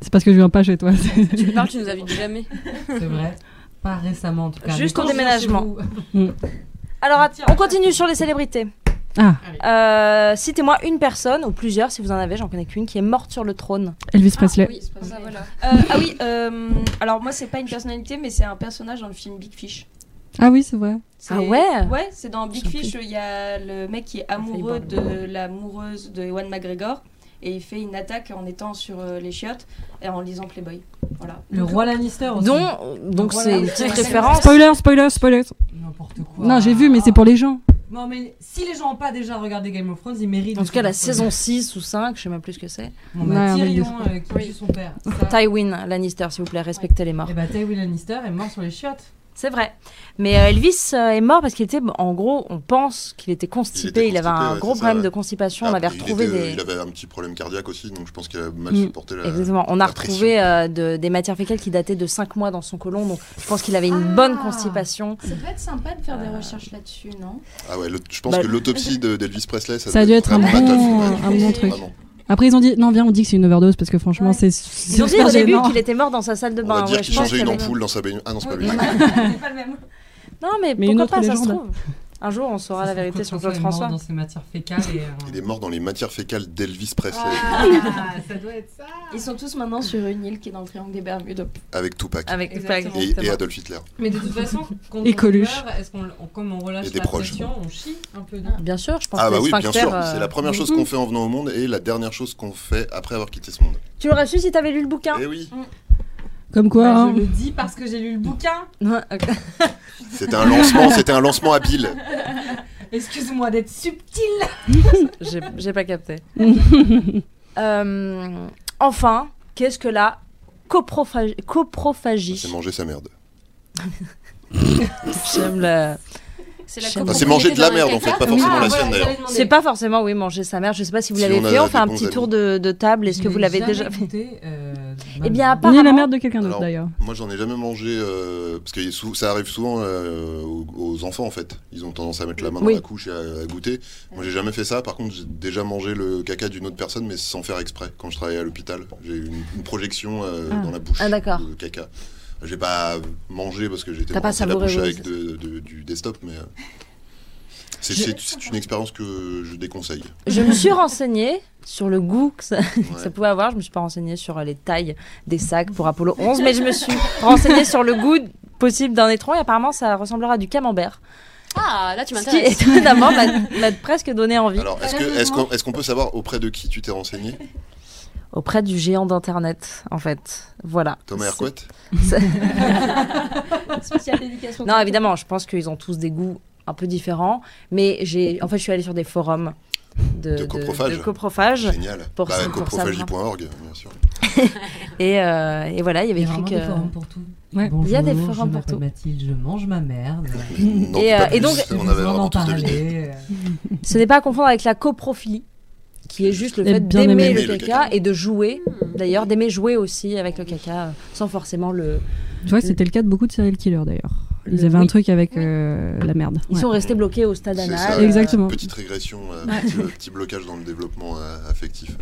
Speaker 2: C'est parce que je viens pas chez toi.
Speaker 6: prix. Tu me parles, tu nous invites jamais.
Speaker 5: c'est vrai Pas récemment en tout cas.
Speaker 4: Juste
Speaker 5: Mais
Speaker 4: au
Speaker 5: quand je viens chez
Speaker 4: déménagement.
Speaker 5: vous-
Speaker 4: Alors, att- on continue sur les célébrités.
Speaker 2: Ah,
Speaker 4: Euh, Citez-moi une personne, ou plusieurs si vous en avez, j'en connais qu'une, qui est morte sur le trône.
Speaker 2: Elvis Presley.
Speaker 6: Ah Oui, c'est pas ça, voilà.
Speaker 1: Euh, ah oui, euh, alors moi c'est pas une personnalité, mais c'est un personnage dans le film Big Fish.
Speaker 2: Ah oui, c'est vrai.
Speaker 1: C'est-
Speaker 4: Ah ouais
Speaker 1: Ouais, c'est dans Big
Speaker 4: Je sais
Speaker 1: Fish, il y a le mec qui est amoureux de l'amoureuse de Ewan McGregor et il fait une attaque en étant sur euh, les chiottes et en lisant Playboy. Voilà.
Speaker 5: Le roi Lannister aussi.
Speaker 4: Dont, Oh, donc
Speaker 5: Voilà.
Speaker 4: c'est une petite référence.
Speaker 2: Spoiler, spoiler, spoiler.
Speaker 5: N'importe quoi.
Speaker 2: Non, j'ai vu, mais c'est pour les gens.
Speaker 5: Non, mais si les gens n'ont pas déjà regardé Game of Thrones, ils méritent.
Speaker 4: En
Speaker 5: de
Speaker 4: tout cas, la
Speaker 5: se faire
Speaker 4: saison 6 ou 5, je sais même plus ce que c'est.
Speaker 5: Bon, bah,
Speaker 2: Ouais, un mec de
Speaker 5: Tyrion euh, qui
Speaker 6: Oui.
Speaker 5: tue son père. Ça...
Speaker 4: Tywin Lannister, s'il vous plaît, respectez les morts.
Speaker 5: Et bah, Tywin Lannister est mort sur les chiottes.
Speaker 4: C'est vrai. Mais euh, Elvis euh, est mort parce qu'il était, en gros, on pense qu'il était constipé. Il,
Speaker 3: Il
Speaker 4: avait
Speaker 3: était
Speaker 4: un
Speaker 3: constipé, ouais,
Speaker 4: gros
Speaker 3: c'est ça,
Speaker 4: problème
Speaker 3: ouais.
Speaker 4: de constipation. on
Speaker 3: ah,
Speaker 4: avait
Speaker 3: il
Speaker 4: retrouvé
Speaker 3: était, euh,
Speaker 4: des.
Speaker 3: Il avait un petit problème cardiaque aussi, donc je pense qu'il a mal
Speaker 2: Mm.
Speaker 3: supporté la.
Speaker 4: Exactement. On a
Speaker 3: la pression.
Speaker 4: retrouvé euh, de- des matières fécales qui dataient de 5 mois dans son côlon. Donc, je pense qu'il avait une bonne
Speaker 7: Ah.
Speaker 4: constipation.
Speaker 7: Ça peut être sympa de faire
Speaker 1: Ah.
Speaker 7: des recherches là-dessus, non
Speaker 3: Ah ouais, le- je pense
Speaker 4: Bah,
Speaker 3: que l'autopsie de- d'Elvis Presley, ça,
Speaker 2: Ça a dû être un
Speaker 3: vraiment la teuf,
Speaker 2: bon,
Speaker 3: ouais.
Speaker 2: un bon truc.
Speaker 3: Vraiment.
Speaker 2: Après, ils ont dit, non, viens, on dit que c'est une overdose parce que franchement,
Speaker 1: Ouais.
Speaker 2: c'est.
Speaker 4: Ils ont dit
Speaker 2: super
Speaker 4: au début
Speaker 2: gênant.
Speaker 4: qu'il était mort dans sa salle de
Speaker 3: On
Speaker 4: bain.
Speaker 3: va dire
Speaker 4: Ouais, je
Speaker 3: qu'il
Speaker 4: pense
Speaker 3: changeait
Speaker 4: qu'il
Speaker 3: une
Speaker 4: avait-
Speaker 3: ampoule dans sa baignoire. Ah non, c'est pas lui.
Speaker 1: c'est pas le même.
Speaker 4: Non, mais,
Speaker 2: Mais une
Speaker 4: pourquoi
Speaker 2: autre
Speaker 4: pas, ça se
Speaker 2: légende.
Speaker 4: trouve. Un jour, on saura la vérité sur Claude
Speaker 5: Claude
Speaker 4: François.
Speaker 5: dans ses matières fécales. Et, euh,
Speaker 3: Il est mort dans les matières fécales d'Elvis Presley
Speaker 5: Ah, ça doit être ça.
Speaker 7: Ils sont tous maintenant sur une île qui est dans le triangle des Bermudes.
Speaker 3: avec Tupac
Speaker 4: Avec
Speaker 5: Exactement.
Speaker 3: et, et Adolf Hitler.
Speaker 5: Mais de toute façon, quand
Speaker 2: Et
Speaker 5: on
Speaker 2: Coluche.
Speaker 5: meurt, est-ce qu'on, on- comme on relâche
Speaker 3: Et des
Speaker 5: la
Speaker 3: proches. hein.
Speaker 5: pression, on chie un peu non
Speaker 4: Bien sûr, je pense
Speaker 3: Ah
Speaker 4: que
Speaker 3: bah
Speaker 4: les
Speaker 3: oui, bien
Speaker 4: sphincters,
Speaker 3: sûr.
Speaker 4: euh,
Speaker 3: C'est la première chose qu'on fait en venant au monde et la dernière chose qu'on fait après avoir quitté ce monde.
Speaker 4: Tu l'aurais su si t'avais lu le bouquin.
Speaker 3: Eh oui.
Speaker 2: Comme quoi,
Speaker 5: Bah,
Speaker 2: hein.
Speaker 5: Je le dis parce que j'ai lu le bouquin.
Speaker 3: C'était un lancement, c'était un lancement habile.
Speaker 5: Excuse-moi d'être subtil.
Speaker 4: J'ai j'ai pas capté. Euh, enfin, qu'est-ce que la coprophagie,
Speaker 3: C'est
Speaker 4: coprophagie
Speaker 3: manger sa merde.
Speaker 4: J'aime la-
Speaker 6: C'est la
Speaker 4: Enfin,
Speaker 3: Enfin, Ah, c'est manger de la merde en fait, pas forcément
Speaker 2: Ah,
Speaker 3: la
Speaker 2: voilà,
Speaker 3: sienne d'ailleurs.
Speaker 4: C'est pas forcément, oui, manger sa mère. Je sais pas si vous
Speaker 3: Si
Speaker 4: l'avez
Speaker 3: on a
Speaker 4: fait. On
Speaker 3: des
Speaker 4: fait un
Speaker 3: bons
Speaker 4: petit
Speaker 3: amis.
Speaker 4: tour de, de table. Est-ce que vous l'avez déjà fait
Speaker 5: euh,
Speaker 4: Eh bien, à part-
Speaker 2: ni la
Speaker 4: apparemment-
Speaker 2: merde de quelqu'un d'autre
Speaker 3: Alors,
Speaker 2: d'ailleurs.
Speaker 3: Moi, j'en ai jamais mangé euh, parce que il- sou- ça arrive souvent euh, aux, aux enfants en fait. Ils ont tendance à mettre la main
Speaker 4: Oui.
Speaker 3: dans la couche et à, à goûter. Moi, j'ai jamais fait ça. Par contre, j'ai déjà mangé le caca d'une autre personne, mais sans faire exprès. Quand je travaillais à l'hôpital, j'ai eu une, une projection euh, dans la bouche
Speaker 4: Ah, d'accord.
Speaker 3: de caca. J'ai pas mangé parce que j'étais
Speaker 4: T'as pas
Speaker 3: dans la
Speaker 4: savouré,
Speaker 3: bouche
Speaker 4: oui,
Speaker 3: avec
Speaker 4: c'est
Speaker 3: de- de- du desktop, mais euh, c'est-
Speaker 4: Je-
Speaker 3: c'est c'est une expérience que je déconseille.
Speaker 4: Je me suis renseignée sur le goût que ça, que
Speaker 3: Ouais.
Speaker 4: ça pouvait avoir. Je me suis pas renseignée sur euh, les tailles des sacs pour Apollo 11, mais je me suis renseignée sur le goût possible d'un étron. Et apparemment, ça ressemblera à du camembert.
Speaker 6: Ah, là, tu
Speaker 4: Ce qui,
Speaker 6: m'intéresses.
Speaker 4: étonnamment, m'a- m'a presque donné envie.
Speaker 3: Alors, est-ce que- est-ce qu'on est-ce qu'on peut savoir auprès de qui tu t'es renseigné
Speaker 4: Auprès du géant d'Internet, en fait. Voilà.
Speaker 3: Thomas
Speaker 4: C'est-
Speaker 3: Hercouet
Speaker 7: Spéciale dédication.
Speaker 4: Non, évidemment, je pense qu'ils ont tous des goûts un peu différents, mais j'ai, en fait, je suis allée sur des forums de,
Speaker 3: De coprophages.
Speaker 4: de coprophages,
Speaker 3: Génial.
Speaker 4: Pour
Speaker 3: Bah,
Speaker 4: ça, pour
Speaker 3: coprophagie.org, bien sûr.
Speaker 4: et, euh, et voilà, il y avait écrit que.
Speaker 5: pour tout.
Speaker 2: Ouais.
Speaker 4: Il y a des
Speaker 5: Bonjour,
Speaker 4: forums
Speaker 5: je
Speaker 4: pour
Speaker 5: m'appelle
Speaker 4: tout.
Speaker 5: Mathilde, je mange ma merde.
Speaker 3: Non,
Speaker 4: Et,
Speaker 3: pas
Speaker 4: euh, et
Speaker 3: plus,
Speaker 4: donc-
Speaker 3: on avait vraiment tous deviné.
Speaker 5: parler.
Speaker 4: Ce n'est pas à confondre avec la coprophilie, qui est juste le
Speaker 2: Et
Speaker 4: fait
Speaker 2: bien
Speaker 4: d'aimer le
Speaker 2: aimer
Speaker 3: le
Speaker 4: caca
Speaker 3: caca.
Speaker 4: et de jouer. D'ailleurs, d'aimer jouer aussi avec le caca, euh, sans forcément le.
Speaker 2: Tu vois, c'était le cas de beaucoup de serial killers d'ailleurs. Ils
Speaker 4: Le-
Speaker 2: avaient un
Speaker 4: oui.
Speaker 2: truc avec euh, la merde.
Speaker 4: Ils
Speaker 2: Ouais.
Speaker 4: sont restés bloqués au stade
Speaker 3: C'est
Speaker 4: anal.
Speaker 3: ça.
Speaker 4: euh,
Speaker 2: Exactement.
Speaker 3: Petite régression, euh, petit, euh, petit blocage dans le développement euh, affectif.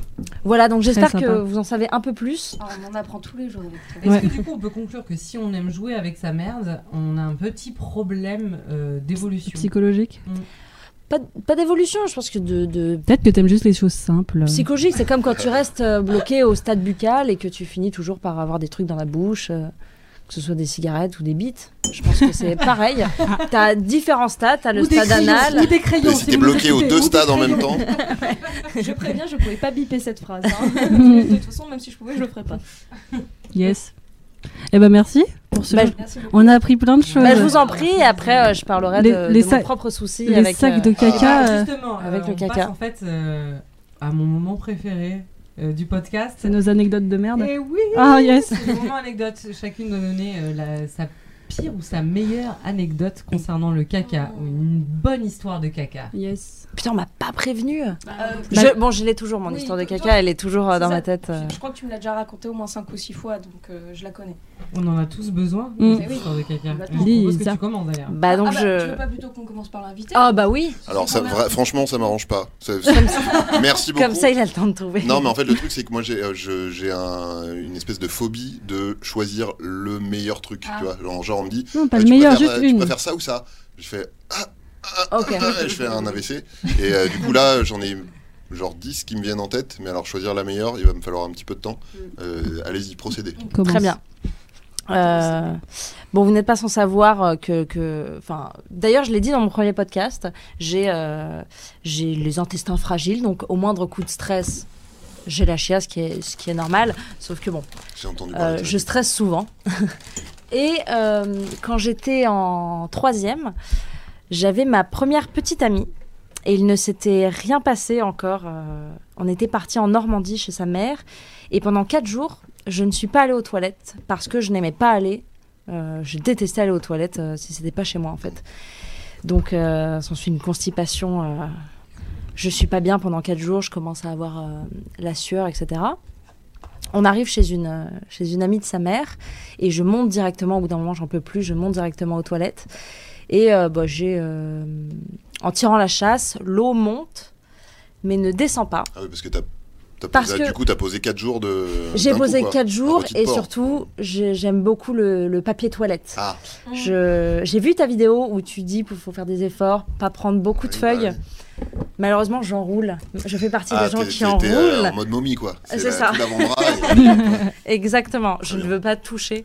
Speaker 4: Voilà, donc j'espère
Speaker 2: sympa.
Speaker 4: que vous en savez un peu plus.
Speaker 7: Ah, on en apprend tous les jours avec toi.
Speaker 5: Est-ce
Speaker 2: Ouais.
Speaker 5: que du coup on peut conclure que si on aime jouer avec sa merde, on a un petit problème euh, d'évolution
Speaker 2: Psychologique.
Speaker 4: Pas, pas d'évolution, je pense que de. de...
Speaker 2: Peut-être que t'aimes juste les choses simples.
Speaker 4: Psychologique, c'est comme quand tu restes euh, bloqué au stade buccal et que tu finis toujours par avoir des trucs dans la bouche, euh, que ce soit des cigarettes ou des bites. Je pense que c'est pareil. T'as différents stades, t'as le
Speaker 5: Ou des
Speaker 4: stade
Speaker 5: crayons,
Speaker 4: anal.
Speaker 5: ou des crayons,
Speaker 3: Et si
Speaker 5: si
Speaker 3: t'es
Speaker 5: vous
Speaker 3: bloqué aux
Speaker 5: écoutez,
Speaker 3: deux
Speaker 5: ou des
Speaker 3: stades en même
Speaker 5: crayons.
Speaker 3: temps,
Speaker 7: Je préviens, je pouvais pas biper cette phrase. hein. Parce que de toute façon, même si je pouvais, je le ferais pas.
Speaker 2: Yes. Eh ben merci pour ce.
Speaker 4: Bah,
Speaker 2: jeu.
Speaker 7: Merci beaucoup.
Speaker 2: On a appris plein de choses.
Speaker 4: Bah, je vous en prie, et après euh, je parlerai
Speaker 2: Les-
Speaker 4: de,
Speaker 2: les
Speaker 4: de mon
Speaker 2: sacs-
Speaker 4: propre souci
Speaker 2: les
Speaker 4: avec
Speaker 2: sacs
Speaker 4: euh,
Speaker 2: de caca.
Speaker 5: Ah,
Speaker 2: euh,
Speaker 5: justement,
Speaker 4: avec
Speaker 5: euh,
Speaker 4: le
Speaker 5: on
Speaker 4: caca.
Speaker 5: passe, en fait euh, à mon moment préféré euh, du podcast.
Speaker 2: C'est nos anecdotes de merde.
Speaker 5: Et oui
Speaker 2: Ah, yes.
Speaker 5: C'est le moment anecdote. Chacune doit donner euh, la- sa pire ou sa meilleure anecdote concernant le caca. Ou une bonne histoire de caca.
Speaker 2: Yes.
Speaker 4: Putain, on m'a pas prévenu.
Speaker 6: Bah,
Speaker 7: Euh,
Speaker 4: Je, bon, je l'ai toujours, mon
Speaker 7: Oui,
Speaker 4: histoire de
Speaker 7: toi-
Speaker 4: caca,
Speaker 7: toi-
Speaker 4: elle est toujours euh,
Speaker 7: c'est
Speaker 4: dans
Speaker 7: ça.
Speaker 4: ma tête. euh.
Speaker 7: je- Je crois que tu me l'as déjà raconté au moins 5 ou 6 fois, donc euh, je la connais.
Speaker 5: On en a tous besoin,
Speaker 2: Mm.
Speaker 5: cette histoire de caca.
Speaker 7: Bah,
Speaker 5: Je propose que
Speaker 2: Lisa.
Speaker 5: tu commences d'ailleurs.
Speaker 4: Bah donc
Speaker 7: ah bah, Tu
Speaker 4: je.
Speaker 7: veux pas plutôt qu'on commence par l'invité
Speaker 4: Ah bah oui,
Speaker 3: alors ça, vra- franchement, ça m'arrange pas. Ça- Merci beaucoup.
Speaker 4: comme ça il a le temps de trouver.
Speaker 3: Non, mais en fait, le truc, c'est que moi, j'ai euh, je- j'ai un- une espèce de phobie de choisir le meilleur truc.
Speaker 7: Ah.
Speaker 3: Tu vois, genre, genre, on me dit,
Speaker 2: Non, pas
Speaker 3: euh,
Speaker 2: le
Speaker 3: tu,
Speaker 2: meilleur,
Speaker 3: préfères,
Speaker 2: juste
Speaker 3: euh, tu
Speaker 2: une.
Speaker 3: préfères ça ou ça Je fais,
Speaker 4: Ok.
Speaker 3: je fais un AVC. Et euh, du coup, là, j'en ai genre 10 qui me viennent en tête. Mais alors, choisir la meilleure, il va me falloir un petit peu de temps.
Speaker 4: Mm.
Speaker 3: Euh, Allez-y, procédez.
Speaker 2: Commence.
Speaker 4: Très bien. Euh, bon, vous n'êtes pas sans savoir euh, que, que, enfin, d'ailleurs, je l'ai dit dans mon premier podcast, j'ai, euh, j'ai les intestins fragiles, donc au moindre coup de stress, j'ai la chiasse, ce qui est, ce qui est normal. Sauf que bon,
Speaker 3: J'ai entendu
Speaker 4: Euh,
Speaker 3: parler de ça.
Speaker 4: je stresse souvent. Et euh, quand j'étais en troisième, j'avais ma première petite amie. Et il ne s'était rien passé encore. euh, on était parti en Normandie chez sa mère. Et pendant quatre jours, je ne suis pas allée aux toilettes parce que je n'aimais pas aller. Euh, je détestais aller aux toilettes euh, si c'était pas chez moi en fait. Donc, euh, s'en suit une constipation. euh, je suis pas bien pendant quatre jours. Je commence à avoir euh, la sueur, etc on arrive chez une, euh, chez une amie de sa mère et je monte directement, au bout d'un moment j'en peux plus, je monte directement aux toilettes. Et euh, bah, j'ai, euh, en tirant la chasse, l'eau monte mais ne descend pas.
Speaker 3: Ah oui, parce que t'as. t'as
Speaker 4: Parce
Speaker 3: posé,
Speaker 4: que-
Speaker 3: Du coup, t'as posé 4 jours de.
Speaker 4: J'ai
Speaker 3: d'un
Speaker 4: posé
Speaker 3: coup, quoi.
Speaker 4: quatre jours
Speaker 3: rôti de
Speaker 4: et
Speaker 3: porc.
Speaker 4: surtout j'ai- j'aime beaucoup le, le papier toilette.
Speaker 3: Ah,
Speaker 4: Je- J'ai vu ta vidéo où tu dis qu'il faut faire des efforts, pas prendre beaucoup de
Speaker 3: oui,
Speaker 4: feuilles.
Speaker 3: bah oui.
Speaker 4: Malheureusement j'enroule. Je fais partie
Speaker 3: Ah,
Speaker 4: des gens
Speaker 3: t'es-
Speaker 4: qui
Speaker 3: t'es- t'es, euh,
Speaker 4: enroulent.
Speaker 3: en mode momie, quoi.
Speaker 4: C'est
Speaker 3: la-
Speaker 4: ça.
Speaker 3: tout l'avant-bras et-
Speaker 4: Exactement, je
Speaker 3: Très
Speaker 4: ne
Speaker 3: bien.
Speaker 4: veux pas toucher.